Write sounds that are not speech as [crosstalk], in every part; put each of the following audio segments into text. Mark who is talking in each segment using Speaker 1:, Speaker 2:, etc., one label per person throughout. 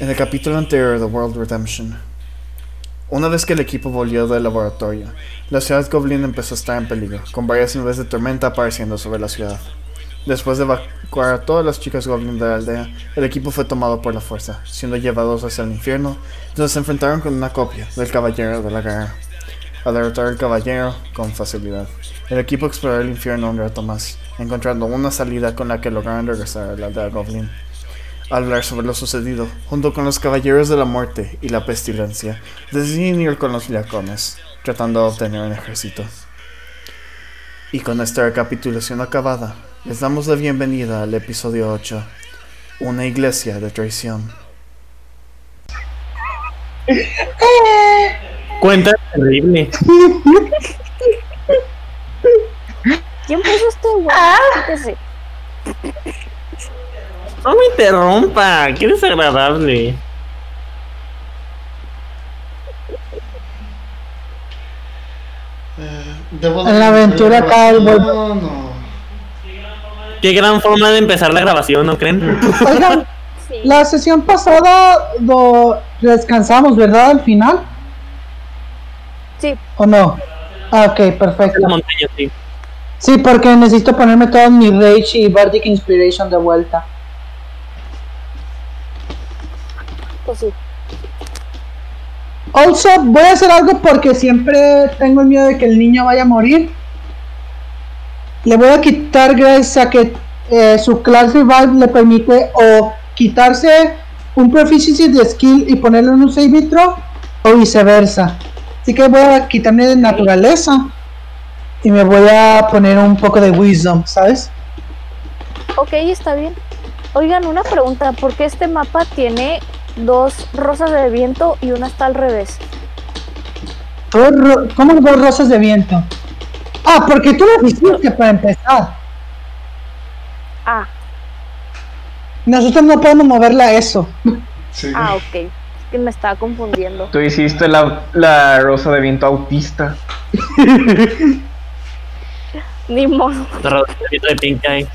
Speaker 1: En el capítulo anterior de World Redemption, una vez que el equipo volvió del laboratorio, la ciudad Goblin empezó a estar en peligro, con varias nubes de tormenta apareciendo sobre la ciudad. Después de evacuar a todas las chicas Goblin de la aldea, el equipo fue tomado por la fuerza, siendo llevados hacia el infierno, donde se enfrentaron con una copia del Caballero de la Guerra. Al derrotar al Caballero con facilidad, el equipo exploró el infierno un rato más, encontrando una salida con la que lograron regresar a la aldea Goblin. Al hablar sobre lo sucedido, junto con los caballeros de la muerte y la pestilencia, deciden ir con los diacones, tratando de obtener un ejército. Y con esta recapitulación acabada, les damos la bienvenida al episodio 8, Una iglesia de traición.
Speaker 2: Cuenta terrible.
Speaker 3: ¿Quién puso este güey? Quítese.
Speaker 2: No me interrumpa, qué desagradable.
Speaker 4: Debo
Speaker 5: En la aventura acá el
Speaker 4: No,
Speaker 5: bol-
Speaker 4: no.
Speaker 2: Qué gran forma de empezar la grabación, ¿no creen?
Speaker 5: Oigan,
Speaker 3: Sí.
Speaker 5: la sesión pasada lo descansamos, ¿verdad? Al final,
Speaker 3: Sí.
Speaker 5: ¿o no? Ah, ok, perfecto.
Speaker 2: La montaña, sí.
Speaker 5: Sí, porque necesito ponerme todo mi Rage y Bardic Inspiration de vuelta.
Speaker 3: Pues sí.
Speaker 5: Also, voy a hacer algo porque siempre tengo el miedo de que el niño vaya a morir. Le voy a quitar gracias a que eh, su Class Revive le permite o quitarse un Proficiency de Skill y ponerlo en un 6 vitro o viceversa. Así que voy a quitarme de Naturaleza y me voy a poner un poco de Wisdom, ¿sabes?
Speaker 3: Ok, está bien. Oigan, una pregunta. ¿Por qué este mapa tiene dos rosas de viento y una está al revés?
Speaker 5: Todo ro- ¿Cómo dos rosas de viento? Ah, porque tú lo hiciste para empezar.
Speaker 3: Ah,
Speaker 5: Nosotros no podemos moverla a eso.
Speaker 4: Sí.
Speaker 3: ah, ok. Es que me estaba confundiendo. [laughs]
Speaker 6: Tú hiciste la, la rosa de viento autista.
Speaker 3: Ni modo.
Speaker 2: La rodilla de Pink Eye.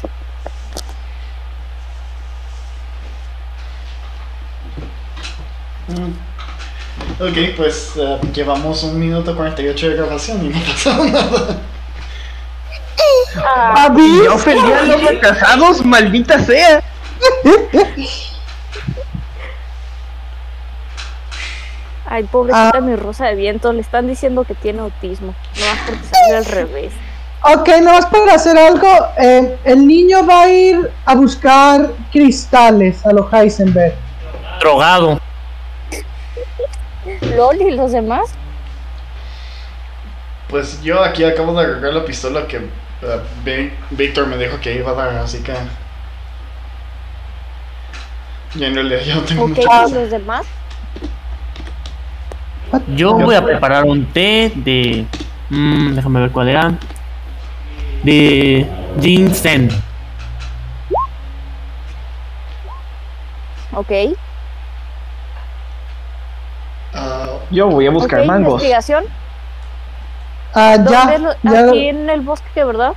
Speaker 4: Mm. Ok, pues eh, llevamos un minuto 48 de grabación y no pasó [laughs] nada.
Speaker 3: Ah,
Speaker 5: ¡Abby!
Speaker 6: Yo peleé a los retrasados, maldita sea.
Speaker 3: ay, pobrecita mi rosa de viento. Le están diciendo que tiene autismo. No más porque sale al revés.
Speaker 5: Ok, nomás para hacer algo, eh, el niño va a ir a buscar cristales a los Heisenberg.
Speaker 2: Drogado.
Speaker 3: ¿Lol y los demás?
Speaker 4: Pues yo aquí acabo de agarrar la pistola que eh, Vic- Víctor me dijo que iba a dar, así que. Y en realidad yo no tengo
Speaker 3: Ok,
Speaker 4: mucho que
Speaker 3: ¿y
Speaker 4: hacer.
Speaker 3: los demás?
Speaker 2: Yo voy a preparar un té de. mm, déjame ver cuál era. De. Ginseng.
Speaker 3: Ok.
Speaker 4: Ah,
Speaker 6: Yo voy a buscar
Speaker 3: Ok,
Speaker 6: mangos.
Speaker 3: investigación.
Speaker 5: Ah,
Speaker 3: ¿Dónde
Speaker 5: ya,
Speaker 3: lo-
Speaker 5: ya.
Speaker 3: Aquí en el bosque, ¿verdad?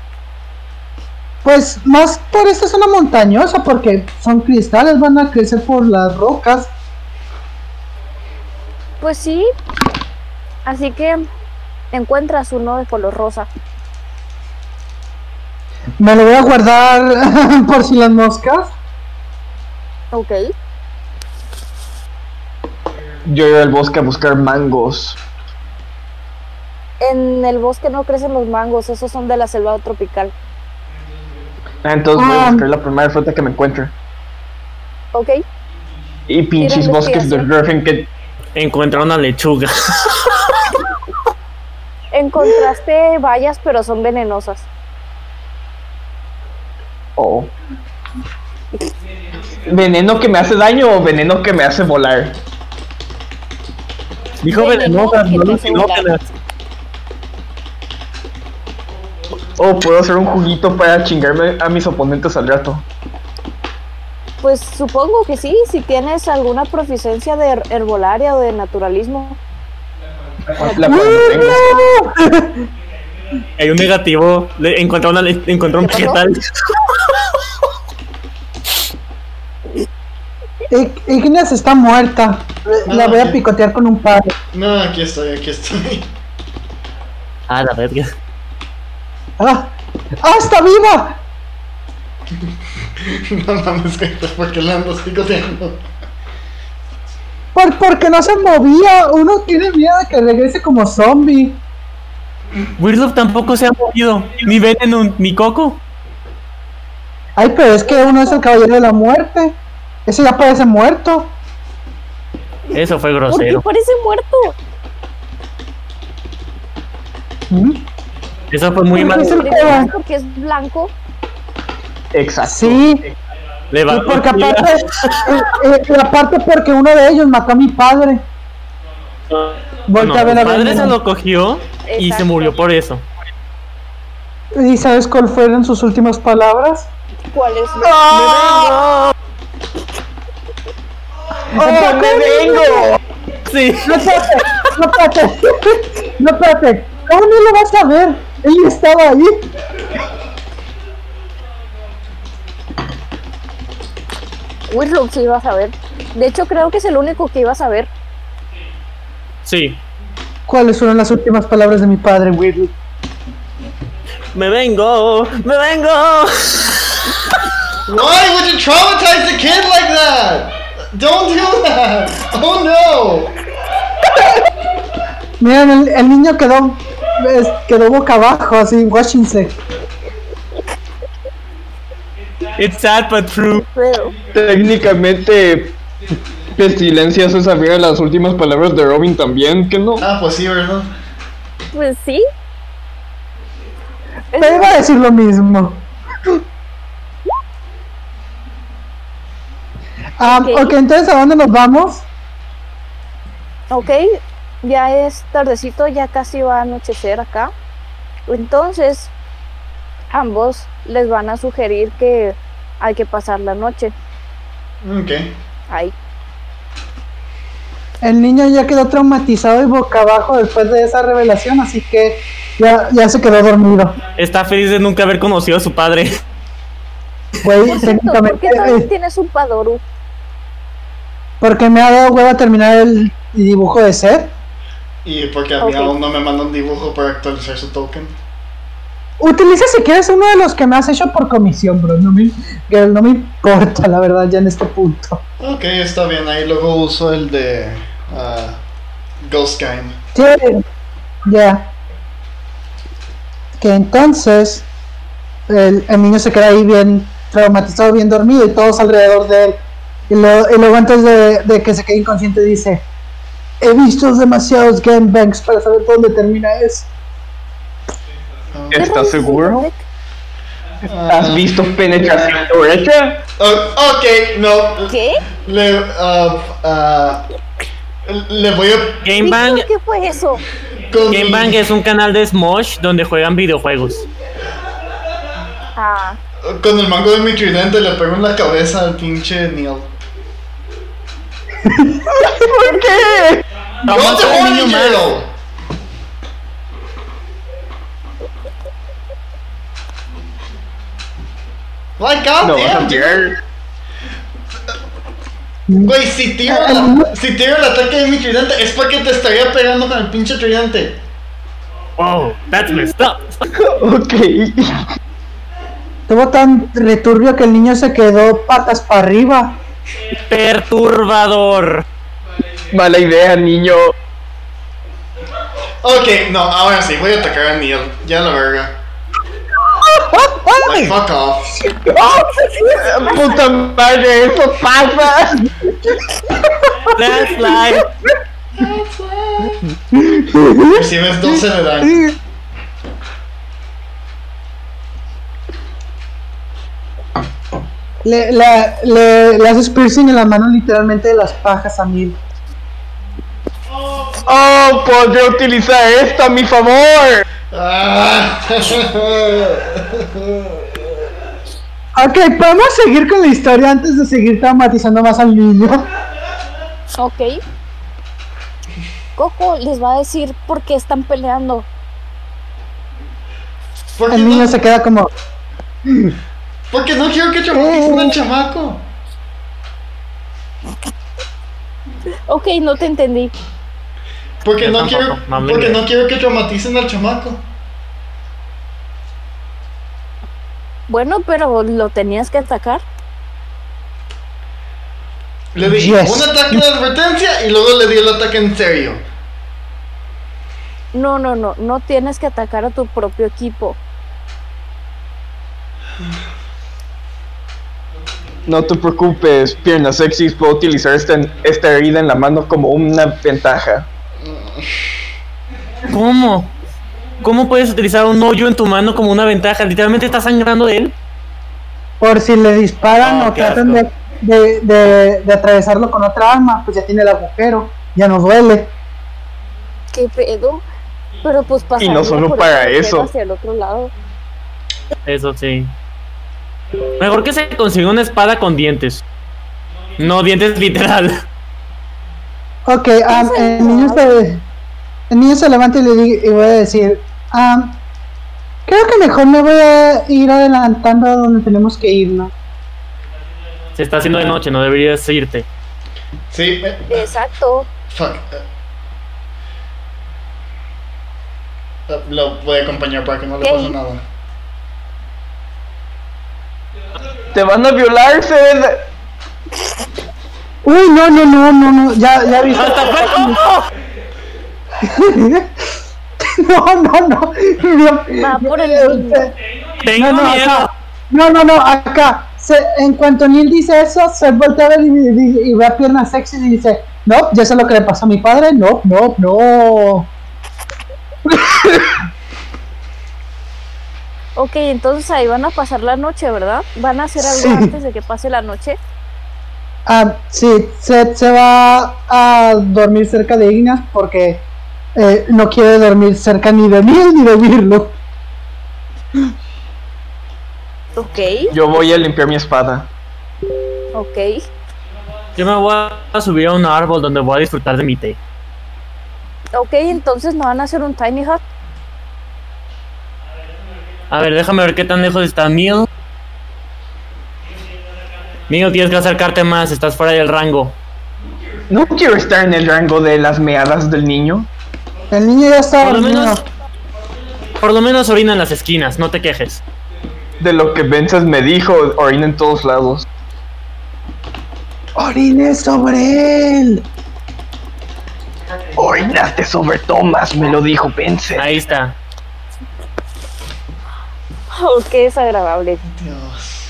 Speaker 5: Pues más por esta zona montañosa, porque son cristales, van a crecer por las rocas.
Speaker 3: Pues sí. Así que encuentras uno de color rosa.
Speaker 5: Me lo voy a guardar [laughs] por si las moscas.
Speaker 3: Ok.
Speaker 6: Yo iba al bosque a buscar mangos.
Speaker 3: En el bosque no crecen los mangos, esos son de la selva tropical.
Speaker 6: Ah, entonces voy a
Speaker 5: Ah.
Speaker 6: buscar la primera fruta que me encuentre.
Speaker 3: Ok.
Speaker 6: Y pinches
Speaker 3: Tira
Speaker 6: bosques de
Speaker 3: investigación.
Speaker 6: Griffin que
Speaker 2: Encontré una lechuga. [laughs]
Speaker 3: Encontraste [gasps] bayas, pero son venenosas.
Speaker 6: Oh. ¿Veneno que me hace daño o veneno que me hace volar?
Speaker 2: Dijo
Speaker 3: Veneno
Speaker 2: venenosas,
Speaker 3: que
Speaker 2: no
Speaker 3: te
Speaker 2: alucinógenas.
Speaker 6: O Oh, puedo hacer un juguito para chingarme a mis oponentes al rato.
Speaker 3: Pues supongo que sí, si tienes alguna proficiencia de her- herbolaria o de naturalismo.
Speaker 6: La cual no tengo.
Speaker 2: Hay un negativo. Le, encontré, una, le- encontré un
Speaker 3: ¿Qué pasó?
Speaker 2: vegetal.
Speaker 5: [laughs] Ig- Ignis está muerta. La
Speaker 4: Ah,
Speaker 5: voy a
Speaker 4: ok.
Speaker 5: picotear con un par.
Speaker 4: No, aquí estoy, aquí estoy. [laughs]
Speaker 2: Ah, la verga.
Speaker 5: ¡Ah! ¡Ah, está viva!
Speaker 4: No mames, Gato, ¿por qué la andas picoteando?
Speaker 5: Por, porque no se movía. Uno tiene miedo de que regrese como zombie.
Speaker 2: Weirdlove tampoco se ha movido. Ni Venom, ni Coco.
Speaker 5: Ay, pero es que uno es el caballero de la muerte. Ese ya parece muerto.
Speaker 2: Eso fue
Speaker 7: ¿Por qué
Speaker 2: grosero.
Speaker 7: parece muerto?
Speaker 5: ¿Mm?
Speaker 2: Eso fue muy mal.
Speaker 5: Es el cobra.
Speaker 7: Porque es blanco.
Speaker 6: Exacto.
Speaker 5: Sí,
Speaker 2: Le
Speaker 5: y
Speaker 2: bajó
Speaker 5: porque
Speaker 2: la- [laughs]
Speaker 5: aparte, eh, eh, y aparte porque uno de ellos mató a mi padre. Voltea
Speaker 2: No,
Speaker 5: a
Speaker 2: el
Speaker 5: ver a
Speaker 2: padre se
Speaker 5: Venom.
Speaker 2: lo cogió y se
Speaker 7: Exacto.
Speaker 2: murió por eso.
Speaker 5: ¿Y sabes cuál fueron sus últimas palabras?
Speaker 7: ¿Cuál es?
Speaker 5: ¡Oh, vengo!
Speaker 2: Sí.
Speaker 5: No espérate, no espérate, [laughs] no espérate. ¿Cómo no lo vas a ver? Ella estaba ahí.
Speaker 7: Whirlpool sí iba a saber. De hecho, creo que es el único que iba a saber.
Speaker 2: Sí.
Speaker 5: ¿Cuáles fueron las últimas palabras de mi padre, Whitley?
Speaker 2: Me vengo, me vengo.
Speaker 4: Why would you traumatize the kid like that? Don't do that! Oh no!
Speaker 5: Miren, el, el niño quedó, es- quedó boca abajo, así, Washington.
Speaker 2: It's sad but true.
Speaker 7: Pero.
Speaker 6: Técnicamente, Pestilencia se sabía las últimas palabras de Robin también, que no.
Speaker 4: Ah, pues sí, ¿verdad?
Speaker 7: Pues sí.
Speaker 5: Te iba a decir lo mismo. Ah,
Speaker 7: Ok.
Speaker 5: ok, entonces, ¿a dónde nos vamos?
Speaker 7: Ok, ya es tardecito, ya casi va a anochecer acá. Entonces, ambos les van a sugerir que hay que pasar la noche
Speaker 4: Ok.
Speaker 7: ahí.
Speaker 5: El niño ya quedó traumatizado y boca abajo después de esa revelación, así que ya, ya se quedó dormido.
Speaker 2: Está feliz de nunca haber conocido a su padre.
Speaker 5: Güey,
Speaker 7: Por cierto, ¿por
Speaker 5: técnicamente,
Speaker 7: qué también
Speaker 5: eh,
Speaker 7: tienes un Padoru?
Speaker 5: porque me ha dado hueva terminar el dibujo de Seth.
Speaker 4: Y porque a mí
Speaker 7: Ok.
Speaker 4: aún no me manda un dibujo para actualizar su token.
Speaker 5: Utiliza si quieres uno de los que me has hecho por comisión, bro. No me, que no me importa, la verdad, ya en este punto.
Speaker 4: Ok, está bien, ahí luego uso el de ah, Ghost Game.
Speaker 5: Sí, ya. Que entonces el, el niño se queda ahí bien traumatizado, bien dormido y todos alrededor de él. Y, lo- y luego antes de, de que se quede inconsciente dice, he visto demasiados game banks para saber dónde termina eso.
Speaker 6: ¿Estás seguro?
Speaker 4: Ah,
Speaker 6: ¿Has visto penetración de oreja?
Speaker 4: oh, ok, no.
Speaker 7: ¿Qué?
Speaker 4: Le, ah, ah, le voy a.
Speaker 2: Game Bang,
Speaker 7: Víctor, ¿Qué fue eso?
Speaker 4: Con
Speaker 2: Game
Speaker 4: mi-
Speaker 2: Bang es un canal de Smosh donde juegan videojuegos.
Speaker 7: Ah,
Speaker 4: Con el mango de mi tridente le pego en la cabeza al pinche Neil.
Speaker 2: No,
Speaker 4: ¡No te
Speaker 2: mató a un niño
Speaker 4: voy
Speaker 2: más.
Speaker 4: a Like,
Speaker 6: No vas a
Speaker 4: goddamn,
Speaker 6: tirar.
Speaker 4: Güey, si tiro,
Speaker 6: Ah,
Speaker 4: la- si tiro el ataque de mi tridente es porque te estaría pegando con el pinche tridente.
Speaker 2: Wow, Oh, that's messed up.
Speaker 6: Ok.
Speaker 5: Estuvo tan returbio que el niño se quedó patas para arriba.
Speaker 2: Perturbador.
Speaker 6: Mala idea, niño.
Speaker 4: Ok, no, ahora sí, voy a atacar a Neil. Ya la verga. Like, fuck off.
Speaker 6: Puta madre, eso pasa.
Speaker 2: That's life.
Speaker 4: Recibes 12 de daño.
Speaker 5: Le, la- le- le haces piercing en la mano literalmente de las pajas a mil.
Speaker 6: Oh, podré utilizar esto a mi favor.
Speaker 4: Ah. [laughs]
Speaker 5: Ok, podemos seguir con la historia antes de seguir traumatizando más al niño.
Speaker 7: ok. Coco les va a decir por qué están peleando.
Speaker 4: Porque
Speaker 5: El niño
Speaker 4: no,
Speaker 5: se queda como,
Speaker 4: porque no quiero que traumaticen al chamaco.
Speaker 3: Ok, no te entendí.
Speaker 4: Porque
Speaker 2: Yo
Speaker 4: no
Speaker 2: tampoco,
Speaker 4: quiero,
Speaker 2: no me
Speaker 4: porque
Speaker 2: digas.
Speaker 4: no quiero que traumaticen al chamaco.
Speaker 3: Bueno, pero lo tenías que atacar.
Speaker 4: Le di
Speaker 5: Yes.
Speaker 4: un ataque de advertencia y luego le di el ataque en serio.
Speaker 3: No, no, no, no tienes que atacar a tu propio equipo.
Speaker 6: No te preocupes, piernas sexys, puedo utilizar esta, esta herida en la mano como una ventaja.
Speaker 2: ¿Cómo? ¿Cómo puedes utilizar un hoyo en tu mano como una ventaja? Literalmente estás sangrando de él.
Speaker 5: Por si le disparan
Speaker 2: Ah,
Speaker 5: o
Speaker 2: qué
Speaker 5: tratan de,
Speaker 2: asco.
Speaker 5: de- de- de atravesarlo con otra arma, pues ya tiene el agujero, ya no duele.
Speaker 3: ¿Qué pedo? Pero pues pasaría
Speaker 6: solo
Speaker 3: por el
Speaker 6: para
Speaker 3: agujero
Speaker 6: eso.
Speaker 3: Hacia el otro lado.
Speaker 2: Eso sí. Mejor que se consiga una espada con dientes. No dientes literal.
Speaker 5: Ok, am, el, niño se, el niño se levanta y le di- y voy a decir, am, creo que mejor me voy a ir adelantando a donde tenemos que ir, ¿no?
Speaker 2: Se está haciendo de noche, no deberías irte.
Speaker 4: Sí, eh,
Speaker 3: Exacto.
Speaker 4: fuck. eh. Eh, Lo voy a acompañar para que no le
Speaker 3: Ok.
Speaker 4: pase nada.
Speaker 6: ¡Te van a violar, Fed!
Speaker 5: Uy, no, no, no, no, no, ya, ya vi.
Speaker 2: ¡Hasta fue como!
Speaker 5: [laughs] No, no, no. [laughs]
Speaker 3: Va por el niño.
Speaker 2: ¡Tengo
Speaker 5: No, no,
Speaker 2: miedo!
Speaker 5: acá. No, no, no, acá. Se- en cuanto Neil dice eso, se voltea a ver y, y- y ve a piernas sexy y dice, no, ya sé lo que le pasó a mi padre, no, no, no.
Speaker 3: Ok, entonces ahí van a pasar la noche, ¿verdad? Van a hacer algo
Speaker 5: Sí.
Speaker 3: antes de que pase la noche.
Speaker 5: Ah, sí, se, se va a dormir cerca de Ignas porque eh, no quiere dormir cerca ni de Neil ni de Virlo.
Speaker 3: Ok,
Speaker 6: Yo voy a limpiar mi espada.
Speaker 3: ok.
Speaker 2: Yo me voy a subir a un árbol donde voy a disfrutar de mi té.
Speaker 3: Ok, entonces no van a hacer un tiny hut. [laughs]
Speaker 2: A ver, déjame ver qué tan lejos está Neil. Neil, tienes que acercarte más, estás fuera del rango.
Speaker 6: No quiero estar en el rango de las meadas del niño.
Speaker 5: El niño ya está
Speaker 2: Por lo
Speaker 5: dormido.
Speaker 2: menos. Por lo menos orina en las esquinas, no te quejes.
Speaker 6: De lo que Vences me dijo, orina en todos lados.
Speaker 5: Orine sobre él.
Speaker 6: Orinaste sobre Thomas, me lo dijo Vences.
Speaker 2: Ahí está.
Speaker 3: Oh, qué desagradable.
Speaker 4: Dios.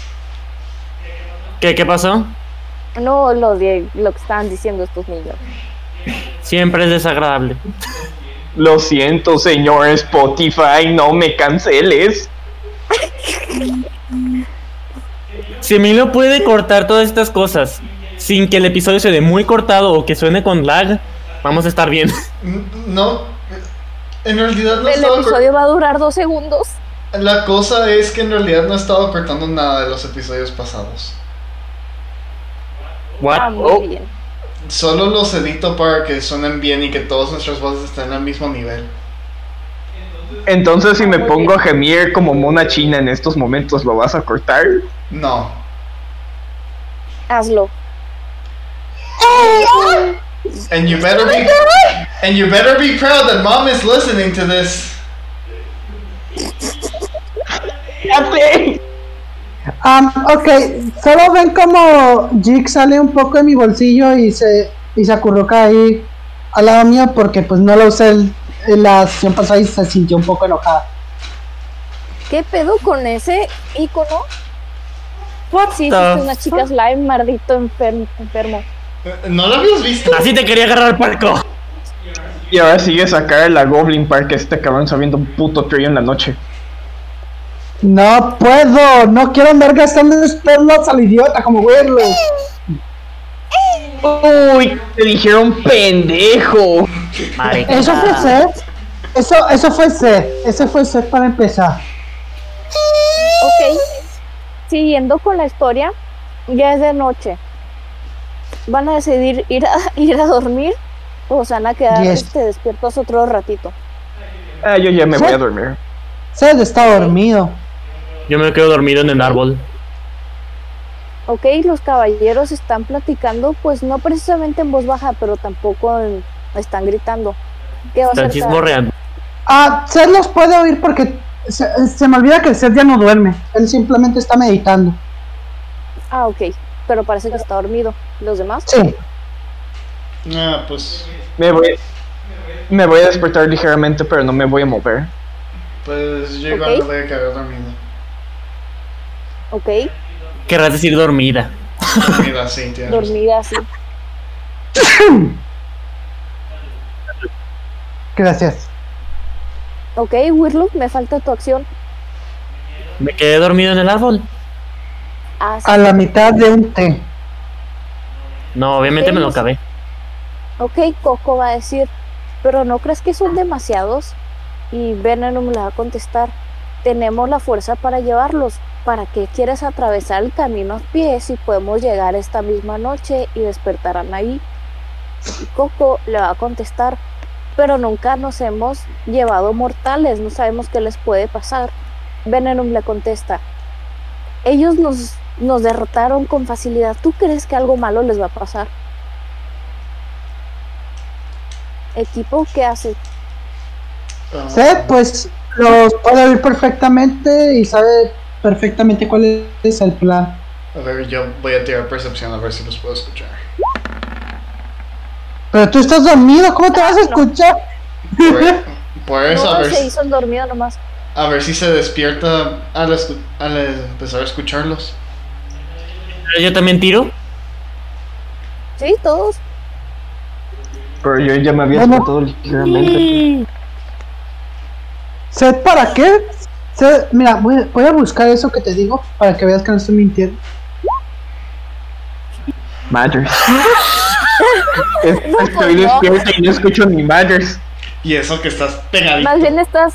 Speaker 2: ¿Qué, qué pasó?
Speaker 3: No lo odié, lo que están diciendo estos niños.
Speaker 2: Siempre es desagradable.
Speaker 6: Lo siento, señor Spotify, no me canceles.
Speaker 2: Si Emilio puede cortar todas estas cosas sin que el episodio se dé muy cortado o que suene con lag, vamos a estar bien. [laughs]
Speaker 4: N- No, en realidad no
Speaker 3: El
Speaker 4: estaba cor-
Speaker 3: episodio va a durar dos segundos.
Speaker 4: La cosa es que en realidad no he estado cortando nada de los episodios pasados.
Speaker 3: Ah,
Speaker 2: What?
Speaker 3: muy
Speaker 6: Oh.
Speaker 3: bien.
Speaker 4: Solo los edito para que suenen bien y que todas nuestras voces estén al mismo nivel.
Speaker 6: Entonces, si
Speaker 3: Ah,
Speaker 6: me pongo a gemir como mona china en estos momentos, ¿lo vas a cortar?
Speaker 4: No.
Speaker 3: Hazlo.
Speaker 4: And you better be And you better be proud that mom is listening to this.
Speaker 5: Am, Um, ok, solo ven como Jig sale un poco de mi bolsillo y se, y se acurruca ahí al lado mío porque pues no lo usé el- en la sesión pasada y se sintió un poco enojada.
Speaker 3: ¿Qué pedo con ese icono? Sí,
Speaker 2: the
Speaker 3: existe una chica slime, maldito enfermo. enfermo.
Speaker 4: Eh, ¿No lo habías visto?
Speaker 3: Ah.
Speaker 2: Así te quería agarrar, Parco.
Speaker 6: Y ahora sigue sacar a la Goblin Park, este cabrón sabiendo un puto trío en la noche.
Speaker 5: No puedo, no quiero andar gastando estornos al idiota como verlo.
Speaker 6: ¡Uy! Te dijeron pendejo.
Speaker 2: Marica.
Speaker 5: Eso fue ser, eso, eso fue ser, eso fue ser para empezar.
Speaker 3: Ok, siguiendo con la historia, ya es de noche. ¿Van a decidir ir a, [laughs] ir a dormir o se van a quedar
Speaker 5: Yes.
Speaker 3: este, despiertos otro ratito?
Speaker 6: Ah, yo ya me voy a dormir.
Speaker 5: Sed está dormido.
Speaker 2: Yo me quedo dormido en el árbol.
Speaker 3: ok, los caballeros están platicando, pues no precisamente en voz baja, pero tampoco en- están gritando. ¿Qué va a
Speaker 2: Están
Speaker 3: hacer? Cal?
Speaker 2: chismorreando.
Speaker 5: Ah, Seth los puede oír porque se, se me olvida que Seth ya no duerme. Él simplemente está meditando.
Speaker 3: Ah, ok, pero parece que está dormido. ¿Los demás?
Speaker 5: Sí.
Speaker 4: Ah, pues,
Speaker 6: Me voy, me voy a despertar ligeramente, pero no me voy a mover.
Speaker 4: pues yo igual
Speaker 3: Ok.
Speaker 4: me voy a quedar dormido.
Speaker 3: Ok,
Speaker 2: Querrás decir dormida.
Speaker 4: Dormida, sí, tienes razón.
Speaker 3: dormida así.
Speaker 5: Gracias.
Speaker 3: Ok, Wirlock, me falta tu acción.
Speaker 2: Me quedé dormido en el árbol.
Speaker 3: Ah, sí.
Speaker 5: A la mitad de un té.
Speaker 2: No, obviamente me lo acabé.
Speaker 3: Ok, Coco va a decir, pero ¿no crees que son demasiados? Y Venom le va a contestar, tenemos la fuerza para llevarlos. ¿Para qué quieres atravesar el camino a pie si podemos llegar esta misma noche y despertarán ahí? Y Coco le va a contestar, pero nunca nos hemos llevado mortales, no sabemos qué les puede pasar. Venom le contesta, ellos nos, nos derrotaron con facilidad, ¿tú crees que algo malo les va a pasar? Equipo, ¿qué hace?
Speaker 4: Ah,
Speaker 5: Seth, pues los puede oír perfectamente y sabe perfectamente cuál es el plan.
Speaker 4: A ver, yo voy a tirar percepción a ver si los puedo escuchar.
Speaker 5: Pero tú estás dormido, ¿cómo te vas a escuchar? [laughs]
Speaker 4: Por, por eso,
Speaker 3: No,
Speaker 4: a ver,
Speaker 3: se
Speaker 4: si-
Speaker 3: hizo el dormido nomás.
Speaker 4: a ver si se despierta al, escu- al empezar a escucharlos.
Speaker 2: Pero yo también tiro.
Speaker 3: Sí, todos.
Speaker 6: Pero yo ya me había
Speaker 5: Bueno.
Speaker 6: despertado ligeramente.
Speaker 5: Seth, ¿para qué? Seth, mira, voy, voy a buscar eso que te digo para que veas que no estoy mintiendo.
Speaker 6: Matters. Es- Estoy
Speaker 3: pues, no.
Speaker 6: despierto y no escucho ni Matters.
Speaker 4: Y eso que estás pegadito.
Speaker 3: Más bien estás.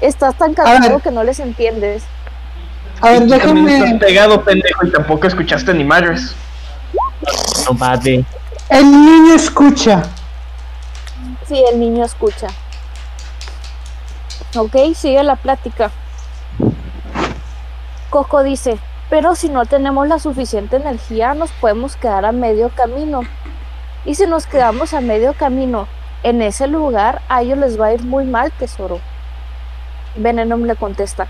Speaker 3: Estás tan cansado
Speaker 5: ver.
Speaker 3: que no les entiendes.
Speaker 5: A ver,
Speaker 6: Y tú también
Speaker 5: déjame.
Speaker 6: Estás pegado, pendejo, y tampoco escuchaste ni Matters.
Speaker 2: No mate.
Speaker 5: El niño escucha.
Speaker 3: Sí, el niño escucha. Ok, sigue la plática. Coco dice, pero si no tenemos la suficiente energía nos podemos quedar a medio camino. Y si nos quedamos a medio camino en ese lugar, a ellos les va a ir muy mal, tesoro. Venenom le contesta,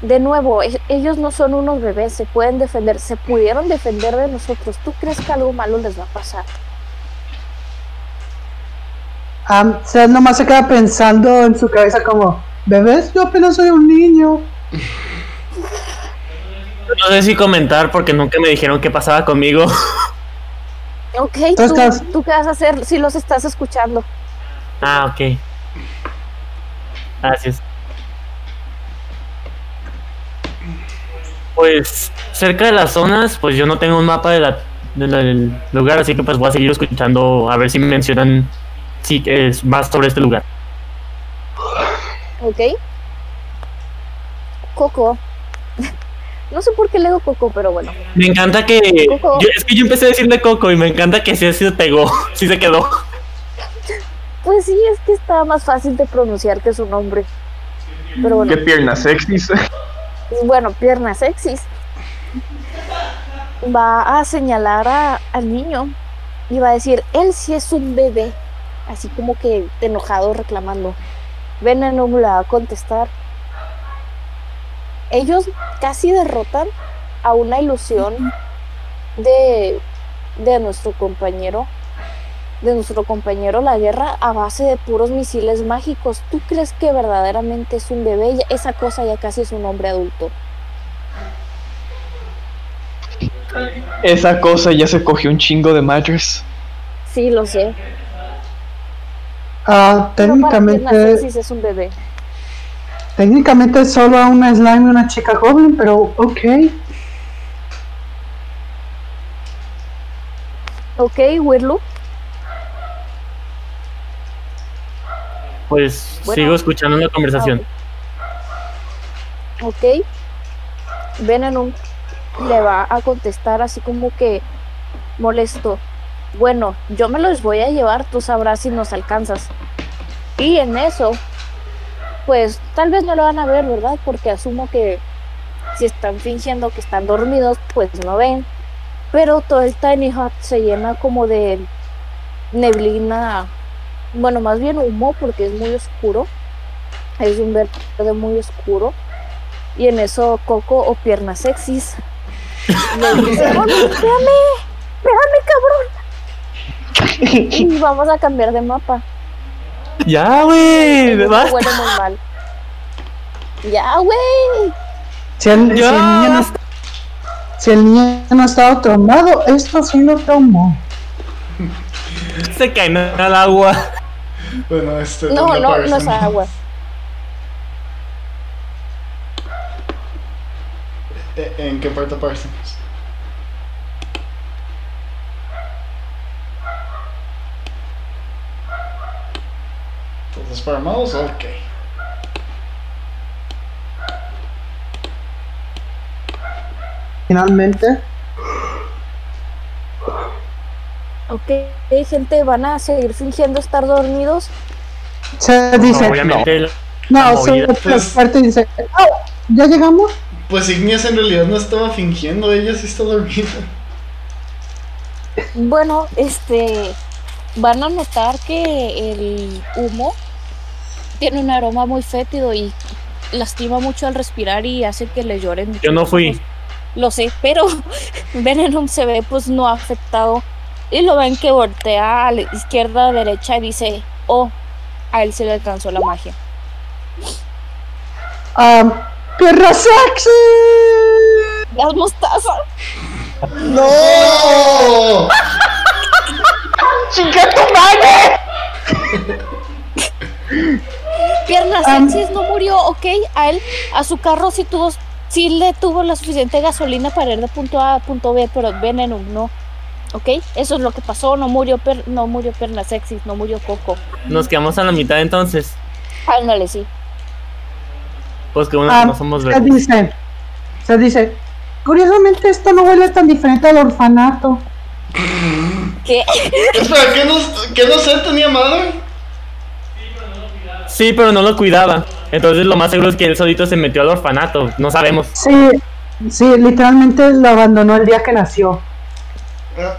Speaker 3: de nuevo, e- ellos no son unos bebés, se pueden defender, se pudieron defender de nosotros. ¿Tú crees que algo malo les va a pasar?
Speaker 5: Am- Seth Ah, nomás se queda pensando en su cabeza como, bebés, yo apenas soy un niño.
Speaker 2: No sé si comentar porque nunca me dijeron qué pasaba conmigo.
Speaker 3: Ok,
Speaker 5: Tú
Speaker 3: tú,
Speaker 5: estás-
Speaker 3: ¿tú qué vas a hacer si los estás escuchando?
Speaker 2: Ah, ok. Gracias. Pues cerca de las zonas, pues yo no tengo un mapa de la- de la- del lugar, así que pues voy a seguir escuchando a ver si mencionan si es más sobre este lugar.
Speaker 3: Ok. Coco. [laughs] No sé por qué le digo Coco, pero bueno.
Speaker 2: Me encanta que
Speaker 3: Coco.
Speaker 2: yo- es que yo empecé a decirle Coco y me encanta que sí se pegó, [laughs] sí se quedó.
Speaker 3: Pues sí, es que está más fácil de pronunciar que su nombre. Pero bueno,
Speaker 6: Qué piernas sexys. [laughs]
Speaker 3: bueno, piernas sexys. Va a señalar a- al niño y va a decir, él sí es un bebé. Así como que enojado, reclamando. Venenom le va a contestar. Ellos casi derrotan a una ilusión de, de nuestro compañero, de nuestro compañero la guerra a base de puros misiles mágicos. ¿Tú crees que verdaderamente es un bebé? Ya- Esa cosa ya casi es un hombre adulto.
Speaker 6: Esa cosa ya se cogió un chingo de Matters.
Speaker 3: Sí, lo sé.
Speaker 5: Ah,
Speaker 3: Pero para piernas
Speaker 5: técnicamente,
Speaker 3: sexys es un bebé.
Speaker 5: técnicamente solo a una slime y una chica joven, pero ok.
Speaker 3: Ok, Wirlu.
Speaker 2: Pues
Speaker 3: Bueno.
Speaker 2: sigo escuchando la conversación.
Speaker 5: Ah,
Speaker 3: Ok. Venom le va a contestar así como que molesto. Bueno, yo me los voy a llevar, tú sabrás si nos alcanzas. Y en eso, pues tal vez no lo van a ver, ¿verdad? Porque asumo que Si están fingiendo que están dormidos, pues no ven. Pero todo el tiny hut se llena como de neblina, bueno, más bien humo porque es muy oscuro. Es un verde muy oscuro. Y en eso Coco o piernas sexys le dice, "Bueno, espérame, espérame, cabrón. Y vamos a cambiar de mapa.
Speaker 2: Ya, güey.
Speaker 3: El
Speaker 2: me
Speaker 3: mundo
Speaker 2: basta.
Speaker 3: huele muy mal. Ya, güey.
Speaker 5: Si el, si el
Speaker 2: Ya.
Speaker 5: niño no, está- si el niño no estaba traumado, esto sí lo traumó.
Speaker 2: Se caen al agua.
Speaker 4: Bueno, este.
Speaker 3: No,
Speaker 4: the
Speaker 3: no, no
Speaker 4: person.
Speaker 3: es agua.
Speaker 4: Eh, ¿En qué parte Parsons? Entonces para mouse, ok.
Speaker 5: Finalmente,
Speaker 3: Ok, eh, gente, van a seguir fingiendo estar dormidos.
Speaker 5: se dice,
Speaker 2: Obviamente. la-
Speaker 5: no,
Speaker 2: la
Speaker 5: se
Speaker 2: movida,
Speaker 4: pues.
Speaker 5: parte dice, "Ah, ya llegamos.
Speaker 4: Pues Igneas en realidad no estaba fingiendo, ella sí está dormida.
Speaker 3: Bueno, este. Van a notar que el humo tiene un aroma muy fétido y lastima mucho al respirar y hace que le lloren.
Speaker 2: Yo no fui.
Speaker 3: Lo sé, pero [laughs] Venom se ve pues no afectado. Y lo ven que voltea a la izquierda, derecha y dice, oh, a él se le alcanzó la magia.
Speaker 5: Um, ¡Pierna sexy!
Speaker 3: Las mostaza.
Speaker 4: ¡No!
Speaker 3: Piernas
Speaker 5: Am-
Speaker 3: sexys no murió, ok. A él, a su carro sí tuvo, sí le tuvo la suficiente gasolina para ir de punto A a punto B, pero Venom no. Ok, eso es lo que pasó, no murió per- no murió piernas sexys, no murió Coco.
Speaker 2: Nos quedamos a la mitad entonces.
Speaker 3: Ándale, sí.
Speaker 2: Pues que bueno,
Speaker 5: Ah,
Speaker 2: que no somos
Speaker 5: Se
Speaker 2: verdes.
Speaker 5: dice, se dice, curiosamente esto no huele tan diferente al orfanato.
Speaker 3: ¿Qué?
Speaker 4: [laughs] Espera, ¿qué no, qué no sé? ¿Tenía madre?
Speaker 2: Sí, pero no lo cuidaba. Entonces lo más seguro es que él solito se metió al orfanato. No sabemos.
Speaker 5: Sí, sí, literalmente lo abandonó el día que nació.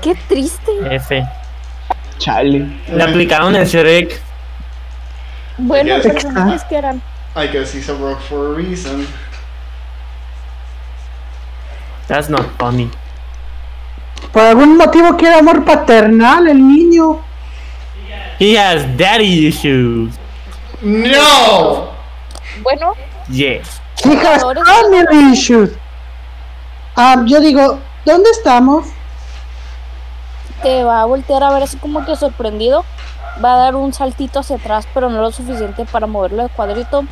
Speaker 3: Qué triste.
Speaker 2: F.
Speaker 6: Chale.
Speaker 4: Eh,
Speaker 2: Le aplicaron el Shrek.
Speaker 3: Bueno,
Speaker 4: Ya sé.
Speaker 3: personajes que eran.
Speaker 4: I guess he's a rock for a reason.
Speaker 2: That's not funny.
Speaker 5: Por algún motivo quiere amor paternal el niño.
Speaker 2: He has daddy issues.
Speaker 4: ¡No!
Speaker 3: Bueno,
Speaker 2: Yes.
Speaker 5: Hijas,
Speaker 3: Ahora-
Speaker 5: family issues. Ah, yo digo, ¿dónde estamos?
Speaker 3: te va a voltear a ver así como que sorprendido. Va a dar un saltito hacia atrás, pero no lo suficiente para moverlo de cuadrito.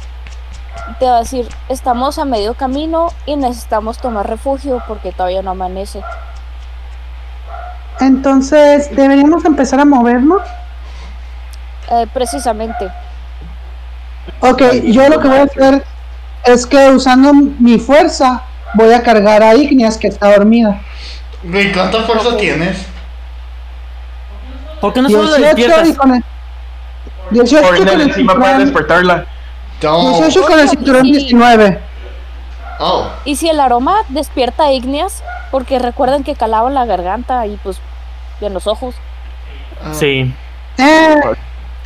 Speaker 3: Te va a decir, estamos a medio camino y necesitamos tomar refugio porque todavía no amanece.
Speaker 5: Entonces, ¿deberíamos empezar a movernos?
Speaker 3: Eh, precisamente.
Speaker 5: Ok, yo lo que voy a hacer es que usando mi fuerza voy a cargar a Igneas que está dormida.
Speaker 4: Güey, ¿cuánta fuerza tienes?
Speaker 2: ¿Por qué no solo lo
Speaker 5: 18 y
Speaker 2: despiertas?
Speaker 5: con el... 18
Speaker 6: Por
Speaker 5: con el
Speaker 6: encima para
Speaker 5: cinturón,
Speaker 6: despertarla.
Speaker 4: Don't.
Speaker 5: 18 con el cinturón
Speaker 3: Sí.
Speaker 5: 19.
Speaker 4: Oh.
Speaker 3: Y si el aroma despierta a Igneas, porque recuerden que calaba en la garganta y pues en los ojos.
Speaker 4: Ah,
Speaker 2: Sí.
Speaker 5: Eh,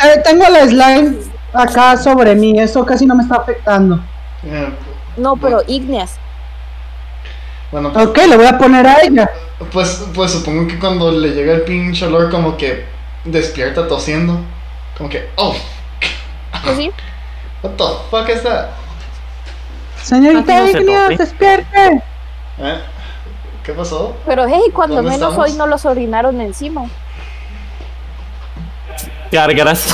Speaker 5: eh, tengo la slime acá sobre mí, eso casi no me está afectando.
Speaker 4: Eh,
Speaker 3: No, pero Igneas.
Speaker 4: Bueno, pues,
Speaker 5: Ok, le voy a poner a ella.
Speaker 4: pues, pues supongo que cuando le llega el pinche olor, como que despierta tosiendo. Como que, oh,
Speaker 3: Pues sí,
Speaker 4: what the fuck is that?
Speaker 5: Señorita
Speaker 2: Ah, sí, no se
Speaker 5: Igneas,
Speaker 2: tope.
Speaker 5: despierte.
Speaker 4: ¿Eh? ¿Qué pasó?
Speaker 3: pero hey, cuando
Speaker 4: ¿Dónde
Speaker 3: menos
Speaker 4: estamos?
Speaker 3: hoy no los orinaron encima.
Speaker 2: Gárgaras.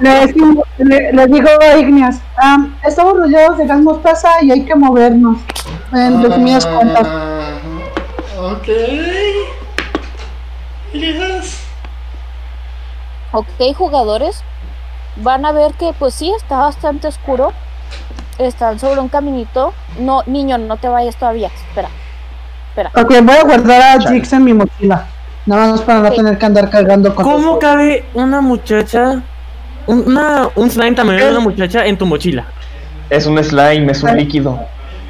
Speaker 5: Le, decimos- le- le digo a Igneas, "Am, estamos rodeados de gas mostaza y hay que movernos. En resumidas cuentas.
Speaker 4: Ah, Ok. Yes.
Speaker 3: Ok, jugadores, van a ver que pues sí, está bastante oscuro. Están sobre un caminito. No, niño, no te vayas todavía. Espera.
Speaker 5: Ok, voy a guardar a Jix en mi mochila. Nada más para no
Speaker 3: Sí.
Speaker 5: tener que andar cargando con
Speaker 2: [laughs] ¿Cómo cabe una muchacha? un- Una, un slime también de una muchacha en tu mochila.
Speaker 6: Es un slime, es un líquido.